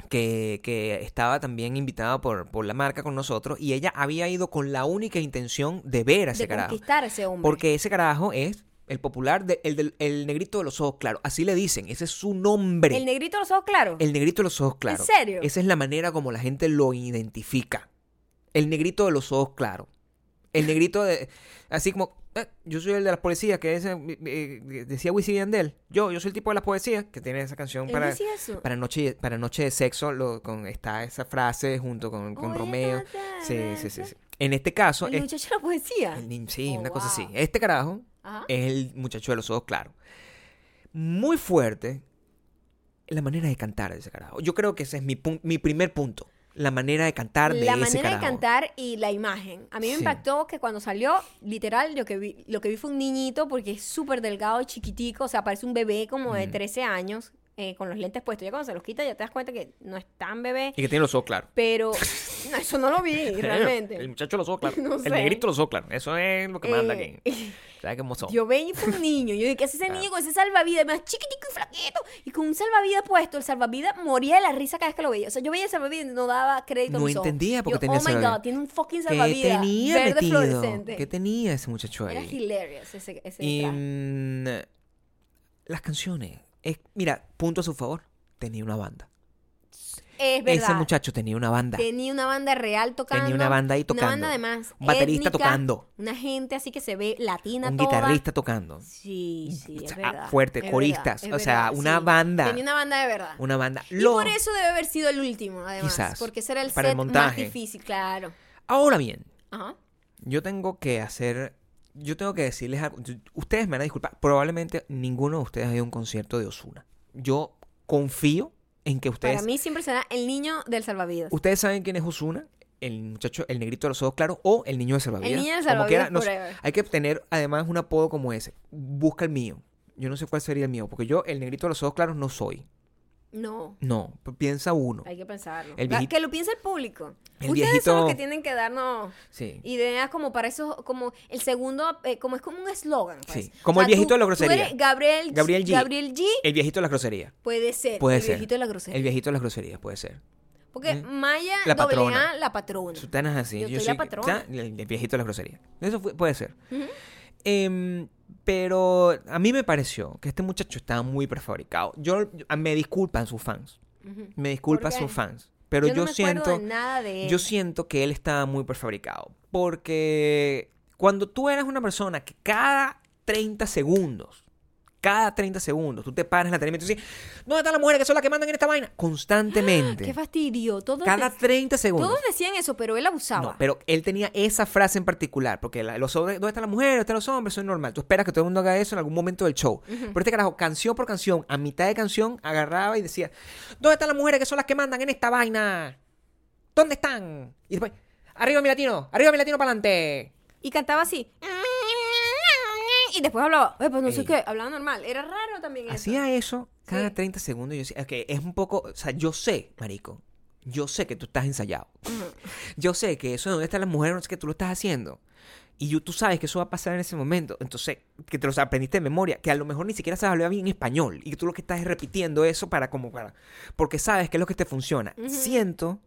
Speaker 2: que, que estaba también invitada por, por la marca con nosotros y ella había ido con la única intención de ver a ese
Speaker 1: de
Speaker 2: carajo.
Speaker 1: conquistar a ese hombre.
Speaker 2: Porque ese carajo es el popular, de- el, del- el negrito de los ojos claros. Así le dicen, ese es su nombre.
Speaker 1: el
Speaker 2: El,
Speaker 1: negrito de los ojos claros.
Speaker 2: negrito de los ojos claros.
Speaker 1: serio?
Speaker 2: Esa es la manera como la gente lo identifica. El negrito de los ojos claros. El negrito de... Así como... eh, yo soy el de las poesías que ese, eh, eh, decía Wisin y Yandel. Yo, yo soy el tipo de las poesías que tiene esa canción
Speaker 1: Él
Speaker 2: para...
Speaker 1: decía eso.
Speaker 2: Para noche, para noche de sexo lo- con, está esa frase junto con, con
Speaker 1: Oye,
Speaker 2: Romeo.
Speaker 1: tata,
Speaker 2: Sí, sí, sí,
Speaker 1: tata.
Speaker 2: sí. En este caso,
Speaker 1: El
Speaker 2: es,
Speaker 1: muchacho de la poesía.
Speaker 2: el nin- sí,
Speaker 1: Oh,
Speaker 2: una cosa así.
Speaker 1: wow.
Speaker 2: Este carajo
Speaker 1: Ajá.
Speaker 2: es el muchacho de los ojos claros. Muy fuerte la manera de cantar de ese carajo. Yo creo que ese es mi, pun- mi primer punto. La manera de cantar de
Speaker 1: la
Speaker 2: ese
Speaker 1: manera de
Speaker 2: carajo.
Speaker 1: cantar y la imagen. A mí me
Speaker 2: Sí.
Speaker 1: impactó que cuando salió, literal, lo que vi, lo que vi fue un niñito porque es súper delgado y chiquitico, o sea, parece un bebé como
Speaker 2: Mm.
Speaker 1: de 13 años eh, con los lentes puestos. Ya cuando se los quita ya te das cuenta que no es tan bebé,
Speaker 2: Y que tiene los ojos claros.
Speaker 1: pero no, eso no lo vi
Speaker 2: El
Speaker 1: realmente.
Speaker 2: muchacho de los ojos claros.
Speaker 1: No sé.
Speaker 2: El negrito de los ojos claros. Eso es lo que manda
Speaker 1: Eh,
Speaker 2: aquí. ¿Sabes cómo son?
Speaker 1: Yo veía y fue un niño, yo dije, ¿qué hace ese niño con ese salvavidas? Más chiquitico y flaquito, y con un salvavidas puesto, el salvavidas moría de la risa cada vez que lo veía. O sea, yo veía el salvavidas y no daba crédito a
Speaker 2: No
Speaker 1: mis ojos.
Speaker 2: entendía por qué
Speaker 1: Yo,
Speaker 2: tenía
Speaker 1: Oh my
Speaker 2: salvavidas".
Speaker 1: god, tiene un fucking
Speaker 2: ¿Qué
Speaker 1: salvavidas.
Speaker 2: tenía
Speaker 1: verde
Speaker 2: metido?
Speaker 1: fluorescente.
Speaker 2: ¿Qué tenía ese muchacho ahí?
Speaker 1: Era hilarious ese, ese
Speaker 2: Y
Speaker 1: traje.
Speaker 2: mm, las canciones. Es, mira, punto a su favor. Tenía una banda.
Speaker 1: Es verdad.
Speaker 2: Ese muchacho tenía una banda.
Speaker 1: Tenía una banda real tocando.
Speaker 2: Tenía una banda ahí tocando.
Speaker 1: Una banda además.
Speaker 2: Un baterista
Speaker 1: étnica,
Speaker 2: tocando.
Speaker 1: Una gente así que se ve latina
Speaker 2: un
Speaker 1: toda.
Speaker 2: guitarrista tocando.
Speaker 1: Sí, sí,
Speaker 2: O
Speaker 1: es
Speaker 2: sea,
Speaker 1: verdad.
Speaker 2: fuerte,
Speaker 1: es verdad,
Speaker 2: coristas,
Speaker 1: es
Speaker 2: o sea,
Speaker 1: verdad,
Speaker 2: una banda.
Speaker 1: Tenía una banda de verdad.
Speaker 2: Una banda.
Speaker 1: Y
Speaker 2: Lo-
Speaker 1: por eso debe haber sido el último, además.
Speaker 2: Quizás,
Speaker 1: Porque ese era el
Speaker 2: para el
Speaker 1: set más
Speaker 2: montaje.
Speaker 1: difícil, claro.
Speaker 2: Ahora bien,
Speaker 1: Ajá.
Speaker 2: yo tengo que hacer. Yo tengo que decirles algo. Yo- Ustedes me van a disculpar. Probablemente ninguno de ustedes ha ido a un concierto de Osuna. Yo confío en que ustedes.
Speaker 1: Para mí siempre será el niño del salvavidas.
Speaker 2: Ustedes saben quién es Osuna, el muchacho, el negrito de los ojos claros o el niño de salvavidas.
Speaker 1: El niño de
Speaker 2: Como
Speaker 1: salvavidas
Speaker 2: quiera, no sé.
Speaker 1: forever.
Speaker 2: hay que tener además un apodo como ese. Busca el mío. Yo no sé cuál sería el mío, porque yo el negrito de los ojos claros no soy.
Speaker 1: No,
Speaker 2: No, p- piensa uno.
Speaker 1: hay que pensarlo.
Speaker 2: El
Speaker 1: Va-
Speaker 2: viejito-
Speaker 1: que lo piense el público.
Speaker 2: El
Speaker 1: Ustedes son
Speaker 2: viejito-
Speaker 1: los que tienen que darnos
Speaker 2: Sí.
Speaker 1: ideas como para eso, como el segundo, eh, como es como un eslogan. pues.
Speaker 2: Sí, como el viejito de la
Speaker 1: tú- tú
Speaker 2: grosería.
Speaker 1: eres Gabriel,
Speaker 2: Gabriel G.
Speaker 1: Gabriel G.
Speaker 2: El viejito de las groserías.
Speaker 1: Puede ser.
Speaker 2: Puede
Speaker 1: el
Speaker 2: ser.
Speaker 1: viejito de la grosería.
Speaker 2: El viejito de las groserías, puede ser.
Speaker 1: Porque Maya
Speaker 2: La
Speaker 1: la patrona.
Speaker 2: patrona.
Speaker 1: la patrona.
Speaker 2: Sutanas así.
Speaker 1: Yo soy la patrona.
Speaker 2: ¿sabes? El, el viejito de las groserías. Eso fue- puede ser. Em, pero a mí me pareció que este muchacho estaba muy prefabricado. Yo, yo- ah, me disculpan sus fans.
Speaker 1: Ujú.
Speaker 2: Me disculpan
Speaker 1: qué?
Speaker 2: sus fans. Pero yo,
Speaker 1: no me
Speaker 2: siento.
Speaker 1: acuerdo de nada de él.
Speaker 2: Yo siento que él estaba muy prefabricado. Porque cuando tú eres una persona que cada 30 segundos, cada 30 segundos, tú te paras en la televisión y dices, ¿dónde están las mujeres que son las que mandan en esta vaina?
Speaker 1: Ah, Qué
Speaker 2: Constantemente.
Speaker 1: fastidio. Todos,
Speaker 2: Cada
Speaker 1: de-
Speaker 2: 30 segundos.
Speaker 1: todos decían eso, pero él abusaba.
Speaker 2: No, pero él tenía esa frase en particular, porque la- los hombres, ¿dónde están las mujeres? ¿Dónde están los hombres? Eso es normal. Tú esperas que todo el mundo haga eso en algún momento del show. Pero este carajo, canción por canción, a mitad de canción, agarraba y decía, ¿dónde están las mujeres que son las que mandan en esta vaina? ¿Dónde están? Y después, arriba mi latino, arriba mi latino para adelante.
Speaker 1: Y cantaba así. Y después hablaba, eh, pues no sé
Speaker 2: Ey.
Speaker 1: qué, hablaba normal. Era raro también eso.
Speaker 2: Hacía eso cada
Speaker 1: Sí.
Speaker 2: 30 segundos. y Yo decía, ok, es un poco, o sea, yo sé, marico, yo sé que tú estás ensayado. yo sé que eso de dónde están las mujeres, no sé qué, tú lo estás haciendo. Y yo- tú sabes que eso va a pasar en ese momento. Entonces, que te los aprendiste de memoria, que a lo mejor ni siquiera sabes hablar bien español. Y que tú lo que estás es repitiendo eso para como para. Porque sabes que es lo que te funciona. Siento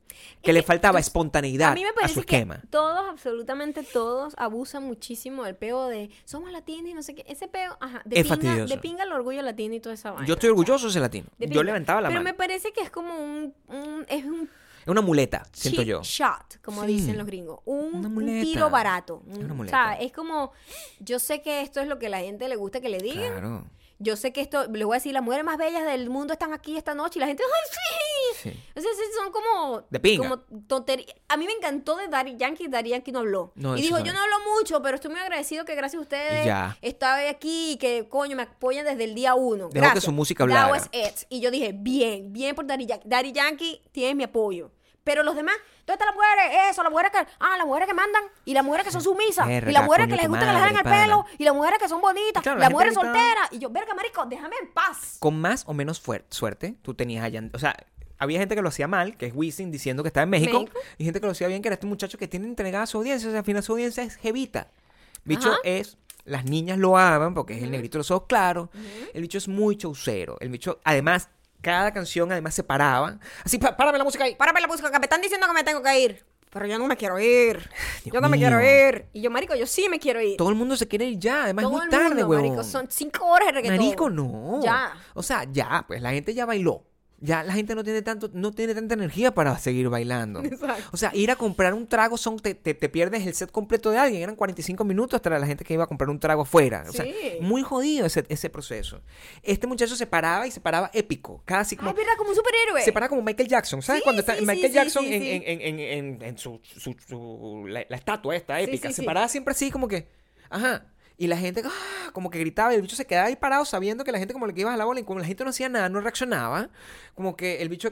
Speaker 2: que le faltaba espontaneidad
Speaker 1: A mí me
Speaker 2: a
Speaker 1: parece
Speaker 2: su
Speaker 1: que
Speaker 2: esquema.
Speaker 1: todos, absolutamente todos, abusan muchísimo del peo de somos latinos y no sé qué. Ese peo, ajá, de,
Speaker 2: Es
Speaker 1: pinga,
Speaker 2: fastidioso.
Speaker 1: de pinga el orgullo latino y toda esa vaina.
Speaker 2: Yo estoy orgulloso de ser latino.
Speaker 1: De
Speaker 2: Yo
Speaker 1: pinga.
Speaker 2: levantaba la
Speaker 1: Pero
Speaker 2: mano.
Speaker 1: me parece que es como un, un- es un
Speaker 2: Es una muleta, siento
Speaker 1: cheap
Speaker 2: yo.
Speaker 1: shot, como
Speaker 2: Sí.
Speaker 1: dicen los gringos. Un,
Speaker 2: Una
Speaker 1: un
Speaker 2: muleta.
Speaker 1: tiro barato.
Speaker 2: Es una
Speaker 1: Un-
Speaker 2: muleta.
Speaker 1: ¿sabes? es como, yo sé que esto es lo que la gente le gusta que le digan.
Speaker 2: Claro.
Speaker 1: Yo sé que esto, les voy a decir, las mujeres más bellas del mundo están aquí esta noche y la gente, ¡ay, sí!
Speaker 2: Sí.
Speaker 1: O sea, sí, son como.
Speaker 2: De pinga.
Speaker 1: Como tontería. A mí me encantó de Daddy Yankee. Daddy Yankee no habló.
Speaker 2: No,
Speaker 1: y
Speaker 2: eso
Speaker 1: dijo:
Speaker 2: no.
Speaker 1: Yo no hablo mucho, pero estoy muy agradecido que gracias a ustedes
Speaker 2: Y ya.
Speaker 1: estoy aquí y que, coño, me apoyan desde el día uno.
Speaker 2: Dejó que
Speaker 1: gracias.
Speaker 2: su música
Speaker 1: That
Speaker 2: hablara.
Speaker 1: was it. Y yo dije: Bien, bien por Daddy Yankee. Daddy Yankee tienes mi apoyo. Pero los demás, ¿dónde están las mujeres? Eso, las mujeres que, ah, las mujeres que mandan, y las mujeres que son sumisas, y
Speaker 2: Verga,
Speaker 1: las mujeres
Speaker 2: coño,
Speaker 1: que les
Speaker 2: tu
Speaker 1: gusta que les hagan el
Speaker 2: madre, pana. Pues
Speaker 1: pelo, y las mujeres que son bonitas,
Speaker 2: Claro,
Speaker 1: y las
Speaker 2: la gente
Speaker 1: mujeres
Speaker 2: ahorita-
Speaker 1: solteras. Y yo, verga, marico, déjame en paz.
Speaker 2: Con más o menos fuer- suerte, tú tenías allá. O sea, había gente que lo hacía mal, que es Wisin, diciendo que estaba en México,
Speaker 1: México.
Speaker 2: Y gente que lo hacía bien, que era este muchacho que tiene entregada a su audiencia. O sea, al final su audiencia es jevita. Bicho
Speaker 1: Ajá.
Speaker 2: es. Las niñas lo aman porque es el negrito de los ojos claros. El bicho es muy chaucero. El bicho, además, cada canción además se paraba. Así, "Pa- párame la música ahí.
Speaker 1: Párame la música, que me están diciendo que me tengo que ir. Pero yo no me quiero ir.
Speaker 2: Dios
Speaker 1: yo no me
Speaker 2: mío.
Speaker 1: quiero ir. Y yo, marico, yo sí me quiero ir.
Speaker 2: Todo el mundo se quiere ir ya. Además, es
Speaker 1: Todo
Speaker 2: muy
Speaker 1: el
Speaker 2: tarde,
Speaker 1: mundo,
Speaker 2: huevón.
Speaker 1: marico. Son cinco horas de reggaetón.
Speaker 2: Marico, no.
Speaker 1: Ya.
Speaker 2: O sea, ya, pues la gente ya bailó. Ya la gente no tiene tanto, no tiene tanta energía para seguir bailando.
Speaker 1: Exacto.
Speaker 2: O sea, ir a comprar un trago son, te, te- te pierdes el set completo de alguien. Eran 45 minutos hasta la gente que iba a comprar un trago afuera. O sea,
Speaker 1: Sí.
Speaker 2: muy jodido ese, ese proceso. Este muchacho se paraba y se paraba épico. Casi
Speaker 1: Ay,
Speaker 2: como.
Speaker 1: es verdad, como un superhéroe.
Speaker 2: Se para como Michael Jackson,
Speaker 1: Pues
Speaker 2: ¿sabes?
Speaker 1: Sí,
Speaker 2: Cuando está
Speaker 1: sí, sí,
Speaker 2: Michael
Speaker 1: sí,
Speaker 2: Jackson
Speaker 1: sí,
Speaker 2: en,
Speaker 1: sí.
Speaker 2: en- en- en- en- en su, su- su- la, la estatua esta
Speaker 1: Sí,
Speaker 2: épica,
Speaker 1: sí,
Speaker 2: se
Speaker 1: sí.
Speaker 2: paraba siempre así como que, ajá, y la gente ¡ah! como que gritaba y el bicho se quedaba ahí parado sabiendo que la gente como le que iba a la bola y como la gente no hacía nada, no reaccionaba, como que el bicho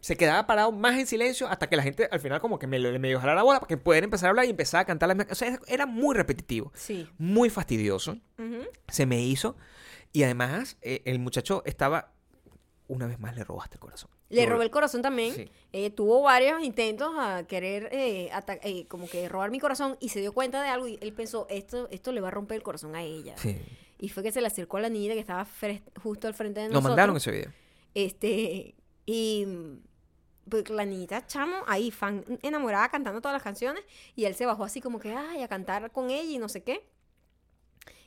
Speaker 2: se quedaba parado más en silencio hasta que la gente al final como que me, le- medio jalara la bola para que pudiera empezar a hablar y empezar a cantar la misma- O sea, era muy repetitivo,
Speaker 1: Sí.
Speaker 2: muy fastidioso
Speaker 1: Ujú.
Speaker 2: se me hizo. Y además, eh, el muchacho estaba. Una vez más le robaste el corazón.
Speaker 1: Le
Speaker 2: Yo-
Speaker 1: robé el corazón también.
Speaker 2: Sí.
Speaker 1: Eh, tuvo varios intentos a querer eh, ata- eh, como que robar mi corazón y se dio cuenta de algo y él pensó, esto, esto le va a romper el corazón a ella.
Speaker 2: Sí.
Speaker 1: Y fue que se le acercó a la niña que estaba fres- justo al frente de
Speaker 2: Nos
Speaker 1: nosotros.
Speaker 2: mandaron ese video.
Speaker 1: Este, y mm, pues, la niñita chamo, ahí, fan enamorada, cantando todas las canciones, y él se bajó así como que, ay, a cantar con ella y no sé qué.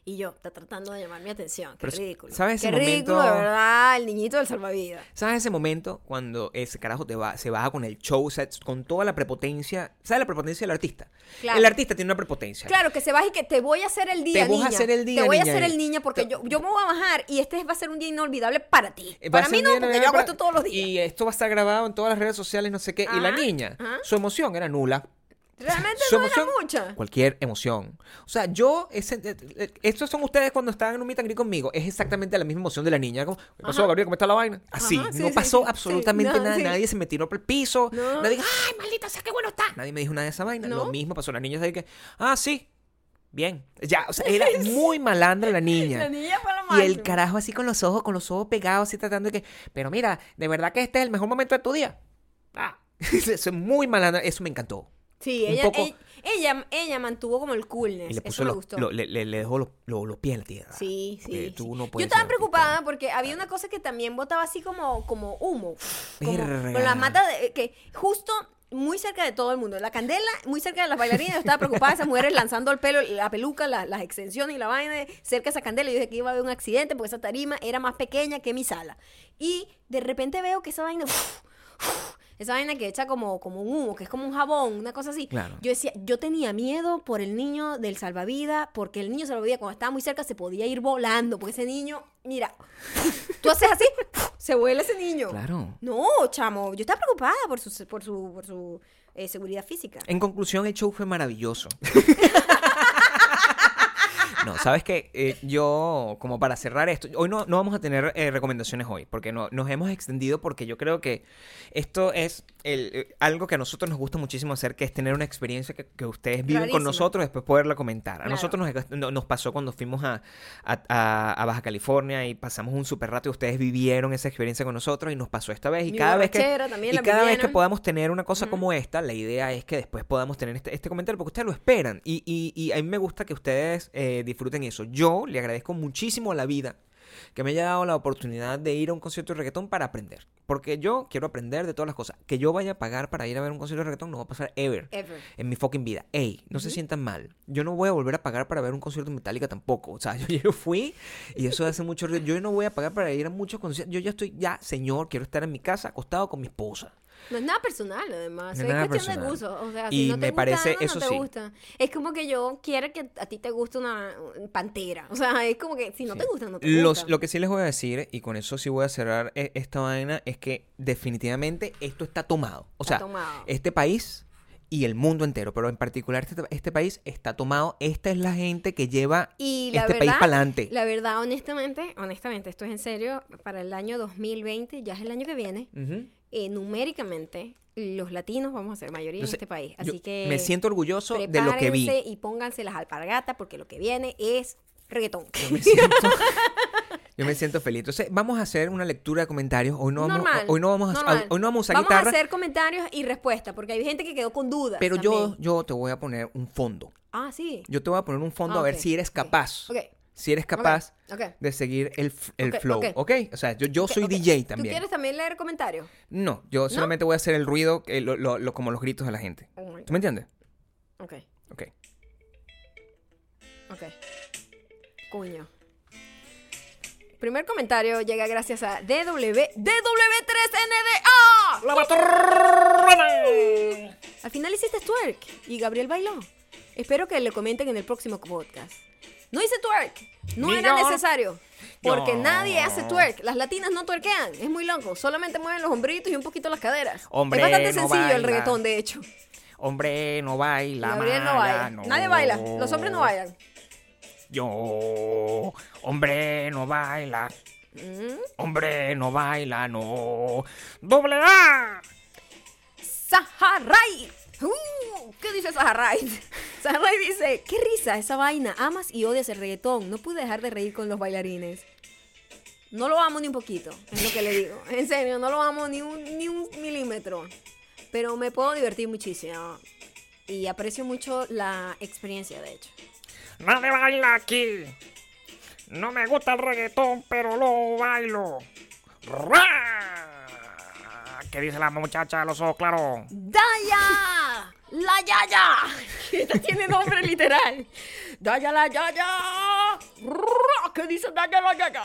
Speaker 1: Y yo, está tratando de llamar mi atención. Qué
Speaker 2: Pero,
Speaker 1: ridículo.
Speaker 2: ¿sabes
Speaker 1: Qué
Speaker 2: ese
Speaker 1: ridículo, de
Speaker 2: momento?
Speaker 1: verdad, el niñito del salvavidas.
Speaker 2: ¿Sabes ese momento cuando ese carajo te va, se baja con el show, o sea, con toda la prepotencia? ¿Sabes la prepotencia del artista?
Speaker 1: Claro.
Speaker 2: El artista tiene una prepotencia.
Speaker 1: Claro, que se baje y que te voy a hacer el día,
Speaker 2: Te voy a
Speaker 1: niña.
Speaker 2: hacer el día,
Speaker 1: Te voy
Speaker 2: niña.
Speaker 1: a hacer el niña porque yo, yo me voy a bajar y este va a ser un día inolvidable para ti.
Speaker 2: Eh, va a
Speaker 1: Para
Speaker 2: ser
Speaker 1: mí
Speaker 2: un
Speaker 1: no,
Speaker 2: día
Speaker 1: porque yo
Speaker 2: inolvidable
Speaker 1: hago
Speaker 2: para-
Speaker 1: esto todos los días.
Speaker 2: Y esto va a estar grabado en todas las redes sociales, no sé qué. y la
Speaker 1: Ajá,
Speaker 2: niña,
Speaker 1: ajá.
Speaker 2: su emoción era nula.
Speaker 1: Realmente
Speaker 2: su
Speaker 1: no era
Speaker 2: emoción-
Speaker 1: mucha.
Speaker 2: Cualquier emoción. O sea, yo. ese- eh, eh, estos son ustedes cuando estaban en un meet and greet conmigo. Es exactamente la misma emoción de la niña. Como, ¿Qué pasó,
Speaker 1: Ajá.
Speaker 2: Gabriel? ¿Cómo está la vaina? Así.
Speaker 1: Ajá, sí,
Speaker 2: no
Speaker 1: sí,
Speaker 2: pasó
Speaker 1: sí, sí.
Speaker 2: absolutamente
Speaker 1: No,
Speaker 2: nada.
Speaker 1: sí.
Speaker 2: Nadie se me tiró por el piso.
Speaker 1: No.
Speaker 2: Nadie dijo, ¡ay, maldita sea, qué bueno está! Nadie me dijo nada de esa vaina. Lo
Speaker 1: No.
Speaker 2: mismo pasó. La niña sabe que, ¡ah, sí! Bien. Ya, o sea, era muy malandra la niña.
Speaker 1: La niña fue lo
Speaker 2: Y el
Speaker 1: máximo.
Speaker 2: carajo así con los ojos, con los ojos pegados, así tratando de que, pero mira, de verdad que este es el mejor momento de tu día. Ah. Eso es muy malandra. Eso me encantó.
Speaker 1: Sí,
Speaker 2: un
Speaker 1: ella,
Speaker 2: poco-
Speaker 1: ella, ella, ella mantuvo como el coolness.
Speaker 2: Y le
Speaker 1: eso
Speaker 2: puso
Speaker 1: me
Speaker 2: los-
Speaker 1: gustó.
Speaker 2: lo- le, le- le dejó los, los- los pies en la tierra.
Speaker 1: Sí,
Speaker 2: Porque
Speaker 1: sí.
Speaker 2: tú
Speaker 1: sí.
Speaker 2: no
Speaker 1: Yo
Speaker 2: puedes
Speaker 1: estaba
Speaker 2: ser artista.
Speaker 1: preocupada porque había una cosa que también botaba así como, como humo. Como,
Speaker 2: Verga.
Speaker 1: con las matas de- que justo muy cerca de todo el mundo. La candela, muy cerca de las bailarinas. Yo estaba preocupada, esas mujeres lanzando el pelo, la peluca, la- las extensiones y la vaina, cerca de esa candela. Yo dije que iba a haber un accidente porque esa tarima era más pequeña que mi sala. Y de repente veo que esa vaina. Esa vaina que echa como, como un humo, que es como un jabón, una cosa así.
Speaker 2: Claro.
Speaker 1: Yo decía, yo tenía miedo por el niño del salvavidas, porque el niño salvavidas cuando estaba muy cerca se podía ir volando, porque ese niño, mira, tú haces así, se vuela ese niño.
Speaker 2: Claro.
Speaker 1: No, chamo, yo estaba preocupada por su, por su, por su eh, seguridad física.
Speaker 2: En conclusión, el show fue maravilloso. No, sabes que yo, como para cerrar esto, hoy no, no vamos a tener eh, recomendaciones hoy, porque no, nos hemos extendido porque yo creo que esto es, el- eh, algo que a nosotros nos gusta muchísimo hacer, que es tener una experiencia que, que ustedes viven con
Speaker 1: Rarísima.
Speaker 2: nosotros y después poderla comentar. A
Speaker 1: Claro.
Speaker 2: nosotros nos, no- nos pasó cuando fuimos a, a- a- a Baja California y pasamos un super rato y ustedes vivieron esa experiencia con nosotros y nos pasó esta vez. Y
Speaker 1: Mi
Speaker 2: cada vez que
Speaker 1: borrachera también
Speaker 2: y
Speaker 1: la
Speaker 2: cada vez que
Speaker 1: vivieron.
Speaker 2: podamos tener una cosa como esta, la idea es que después podamos tener este, este comentario porque ustedes lo esperan. Y, y- y a mí me gusta que ustedes eh, disfruten eso. Yo le agradezco muchísimo a la vida que me haya dado la oportunidad de ir a un concierto de reggaetón para aprender. Porque yo quiero aprender de todas las cosas. Que yo vaya a pagar para ir a ver un concierto de reggaetón no va a pasar ever.
Speaker 1: Ever.
Speaker 2: En mi fucking vida. Ey, no se sientan mal. Yo no voy a volver a pagar para ver un concierto de Metallica tampoco. O sea, yo, yo fui y eso hace mucho ruido. Yo no voy a pagar para ir a muchos conciertos. Yo ya estoy, ya, señor, quiero estar en mi casa acostado con mi esposa.
Speaker 1: No es nada personal, además.
Speaker 2: No es
Speaker 1: es
Speaker 2: nada
Speaker 1: cuestión de
Speaker 2: personal.
Speaker 1: gusto. O sea,
Speaker 2: Y
Speaker 1: si no
Speaker 2: me
Speaker 1: te
Speaker 2: parece-
Speaker 1: gusta,
Speaker 2: eso
Speaker 1: no te
Speaker 2: sí.
Speaker 1: gusta. Es como que yo quiera que a ti te guste una pantera. O sea, es como que si no
Speaker 2: Sí.
Speaker 1: te gusta, no te
Speaker 2: Los-
Speaker 1: gusta.
Speaker 2: lo que sí les voy a decir, y con eso sí voy a cerrar eh, esta vaina, es que definitivamente esto está tomado. O
Speaker 1: Está
Speaker 2: sea,
Speaker 1: tomado.
Speaker 2: este país y el mundo entero, pero en particular este, este país está tomado. Esta es la gente que lleva
Speaker 1: Y la
Speaker 2: este país
Speaker 1: verdad,
Speaker 2: para adelante.
Speaker 1: la verdad, honestamente, honestamente, esto es en serio, para el año 2020, ya es el año que viene, eh, numéricamente, los latinos vamos a ser mayoría en este país. Así que
Speaker 2: me siento orgulloso de lo que vi.
Speaker 1: prepárense y pónganse las alpargatas porque lo que viene es reggaetón.
Speaker 2: Yo me siento, yo me siento feliz. Entonces, vamos a hacer una lectura de comentarios. Hoy no vamos,
Speaker 1: normal.
Speaker 2: hoy no vamos, a,
Speaker 1: normal.
Speaker 2: hoy no vamos a usar
Speaker 1: Vamos
Speaker 2: guitarra,
Speaker 1: a hacer comentarios y respuestas porque hay gente que quedó con dudas.
Speaker 2: pero yo,
Speaker 1: también.
Speaker 2: yo te voy a poner un fondo.
Speaker 1: Ah, sí.
Speaker 2: Yo te voy a poner un fondo
Speaker 1: Ah,
Speaker 2: a ver
Speaker 1: ok,
Speaker 2: si eres
Speaker 1: ok,
Speaker 2: capaz.
Speaker 1: ok,
Speaker 2: Si eres capaz
Speaker 1: ok, ok.
Speaker 2: de seguir el, f- el
Speaker 1: Ok,
Speaker 2: flow,
Speaker 1: ok.
Speaker 2: ¿ok? O sea, yo, yo
Speaker 1: Ok,
Speaker 2: soy
Speaker 1: ok.
Speaker 2: DJ también.
Speaker 1: ¿Tú quieres también leer comentarios?
Speaker 2: No, yo solamente voy a hacer el ruido, eh, lo- lo- lo- como los gritos de la gente.
Speaker 1: Oh my
Speaker 2: ¿Tú me entiendes?
Speaker 1: Ok,
Speaker 2: Ok.
Speaker 1: ok. Coño. Primer comentario llega gracias a DW, DW3NDA. Al final hiciste twerk y Gabriel bailó. Espero que lo comenten en el próximo podcast. No hice twerk, no
Speaker 2: Ni
Speaker 1: era
Speaker 2: yo.
Speaker 1: necesario. Porque
Speaker 2: No.
Speaker 1: nadie hace twerk. Las latinas no twerkean. Es muy loco. Solamente mueven los hombritos y un poquito las caderas.
Speaker 2: Hombre,
Speaker 1: es bastante
Speaker 2: no
Speaker 1: sencillo el
Speaker 2: baila.
Speaker 1: reggaetón, de hecho.
Speaker 2: Hombre, no baila.
Speaker 1: Gabriel no
Speaker 2: mala,
Speaker 1: baila.
Speaker 2: no.
Speaker 1: Nadie baila. Los hombres no bailan.
Speaker 2: Yo. Hombre, no baila.
Speaker 1: Mm.
Speaker 2: Hombre, no baila, no. ¡Doble A!
Speaker 1: Saharay. Uh, ¿Qué dice Saharay? Saharay dice, qué risa esa vaina. Amas y odias el reggaetón. No pude dejar de reír con los bailarines. No lo amo ni un poquito, es lo que le digo. En serio, no lo amo ni un, ni un milímetro. Pero me puedo divertir muchísimo. Y aprecio mucho la experiencia, de hecho.
Speaker 2: Nadie baila aquí. No me gusta el reggaetón, pero lo bailo. ¡Ra! ¿Qué dice la muchacha de los ojos claros?
Speaker 1: ¡Daya! ¡La Yaya! Esta tiene nombre literal. ¡Daya la Yaya! Ruah, ¿Qué dice Daya la Yaya?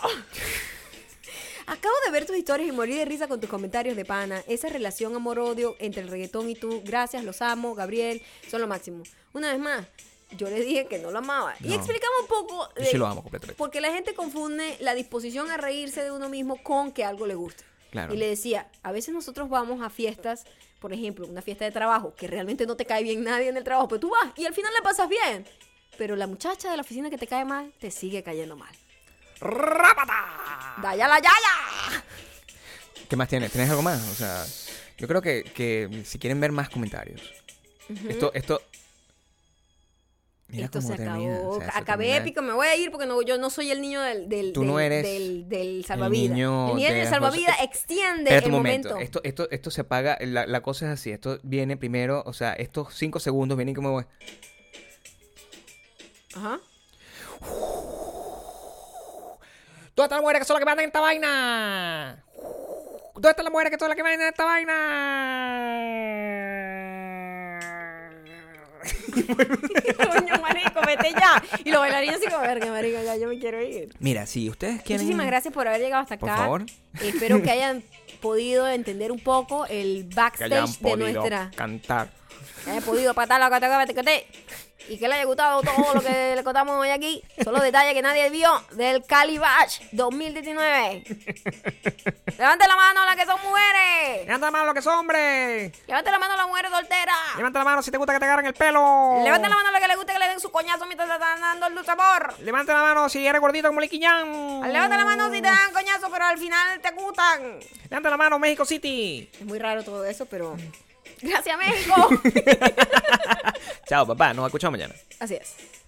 Speaker 1: Acabo de ver tus historias y morí de risa con tus comentarios de pana. Esa relación amor-odio entre el reggaetón y tú. Gracias, los amo, Gabriel. Son lo máximo. Una vez más, yo les dije que no lo amaba. Y
Speaker 2: No.
Speaker 1: explicamos un poco.
Speaker 2: Yo sí lo amo completamente.
Speaker 1: Porque la gente confunde la disposición a reírse de uno mismo con que algo le guste.
Speaker 2: Claro.
Speaker 1: Y le decía, a veces nosotros vamos a fiestas, por ejemplo, una fiesta de trabajo, que realmente no te cae bien nadie en el trabajo, pero tú vas y al final la pasas bien. Pero la muchacha de la oficina que te cae mal, te sigue cayendo mal.
Speaker 2: ¡Rápata!
Speaker 1: ¡Daya la yaya!
Speaker 2: ¿Qué más tienes? ¿Tienes algo más? O sea, yo creo que, que si quieren ver más comentarios. Esto, esto. Mira
Speaker 1: Esto
Speaker 2: cómo
Speaker 1: se
Speaker 2: termina,
Speaker 1: acabó.
Speaker 2: o sea, se
Speaker 1: Acabé
Speaker 2: termina.
Speaker 1: épico, me voy a ir porque no, yo no soy el niño del, del,
Speaker 2: Tú
Speaker 1: del,
Speaker 2: no eres
Speaker 1: del, del salvavidas. El
Speaker 2: niño
Speaker 1: niño,
Speaker 2: de
Speaker 1: del
Speaker 2: las
Speaker 1: salvavidas
Speaker 2: cosas.
Speaker 1: extiende
Speaker 2: Espérate
Speaker 1: el
Speaker 2: un
Speaker 1: momento.
Speaker 2: momento. Esto, esto, esto se apaga. La, la cosa es así. Esto viene primero. O sea, estos cinco segundos vienen como.
Speaker 1: Ajá.
Speaker 2: ¿Dónde están las mujeres que son las que mandan esta vaina? ¿Dónde están las mujeres que son las que mandan esta vaina?
Speaker 1: Coño, marico, vete ya. Y los bailarines así como, verga, marico, ya yo me quiero ir.
Speaker 2: Mira, si ustedes quieren.
Speaker 1: Muchísimas gracias por haber llegado hasta acá.
Speaker 2: Por favor.
Speaker 1: Espero que hayan podido entender un poco el
Speaker 2: Que hayan
Speaker 1: backstage de
Speaker 2: podido
Speaker 1: nuestra.
Speaker 2: cantar.
Speaker 1: Que hayan podido patar la cata, cata, cata, cata. y que le haya gustado todo lo que le contamos hoy aquí. Son los detalles que nadie vio del Cali Bash 2019. Levante la mano las que son mujeres.
Speaker 3: Levanta la mano lo que es hombre.
Speaker 1: Levante la mano las mujeres solteras.
Speaker 3: Levanta la mano si te gusta que te agarren el pelo.
Speaker 1: Levante la mano a las que le guste que le den su coñazo mientras le están dando el sabor.
Speaker 3: Levanta la mano si eres gordito como Liquiñán.
Speaker 1: Levante la mano si te dan coñazo, pero al final te gustan.
Speaker 3: Levanta la mano México City.
Speaker 1: Es muy raro todo eso, pero. Gracias, México.
Speaker 3: Chao, papá. Nos escuchamos mañana.
Speaker 1: Así es.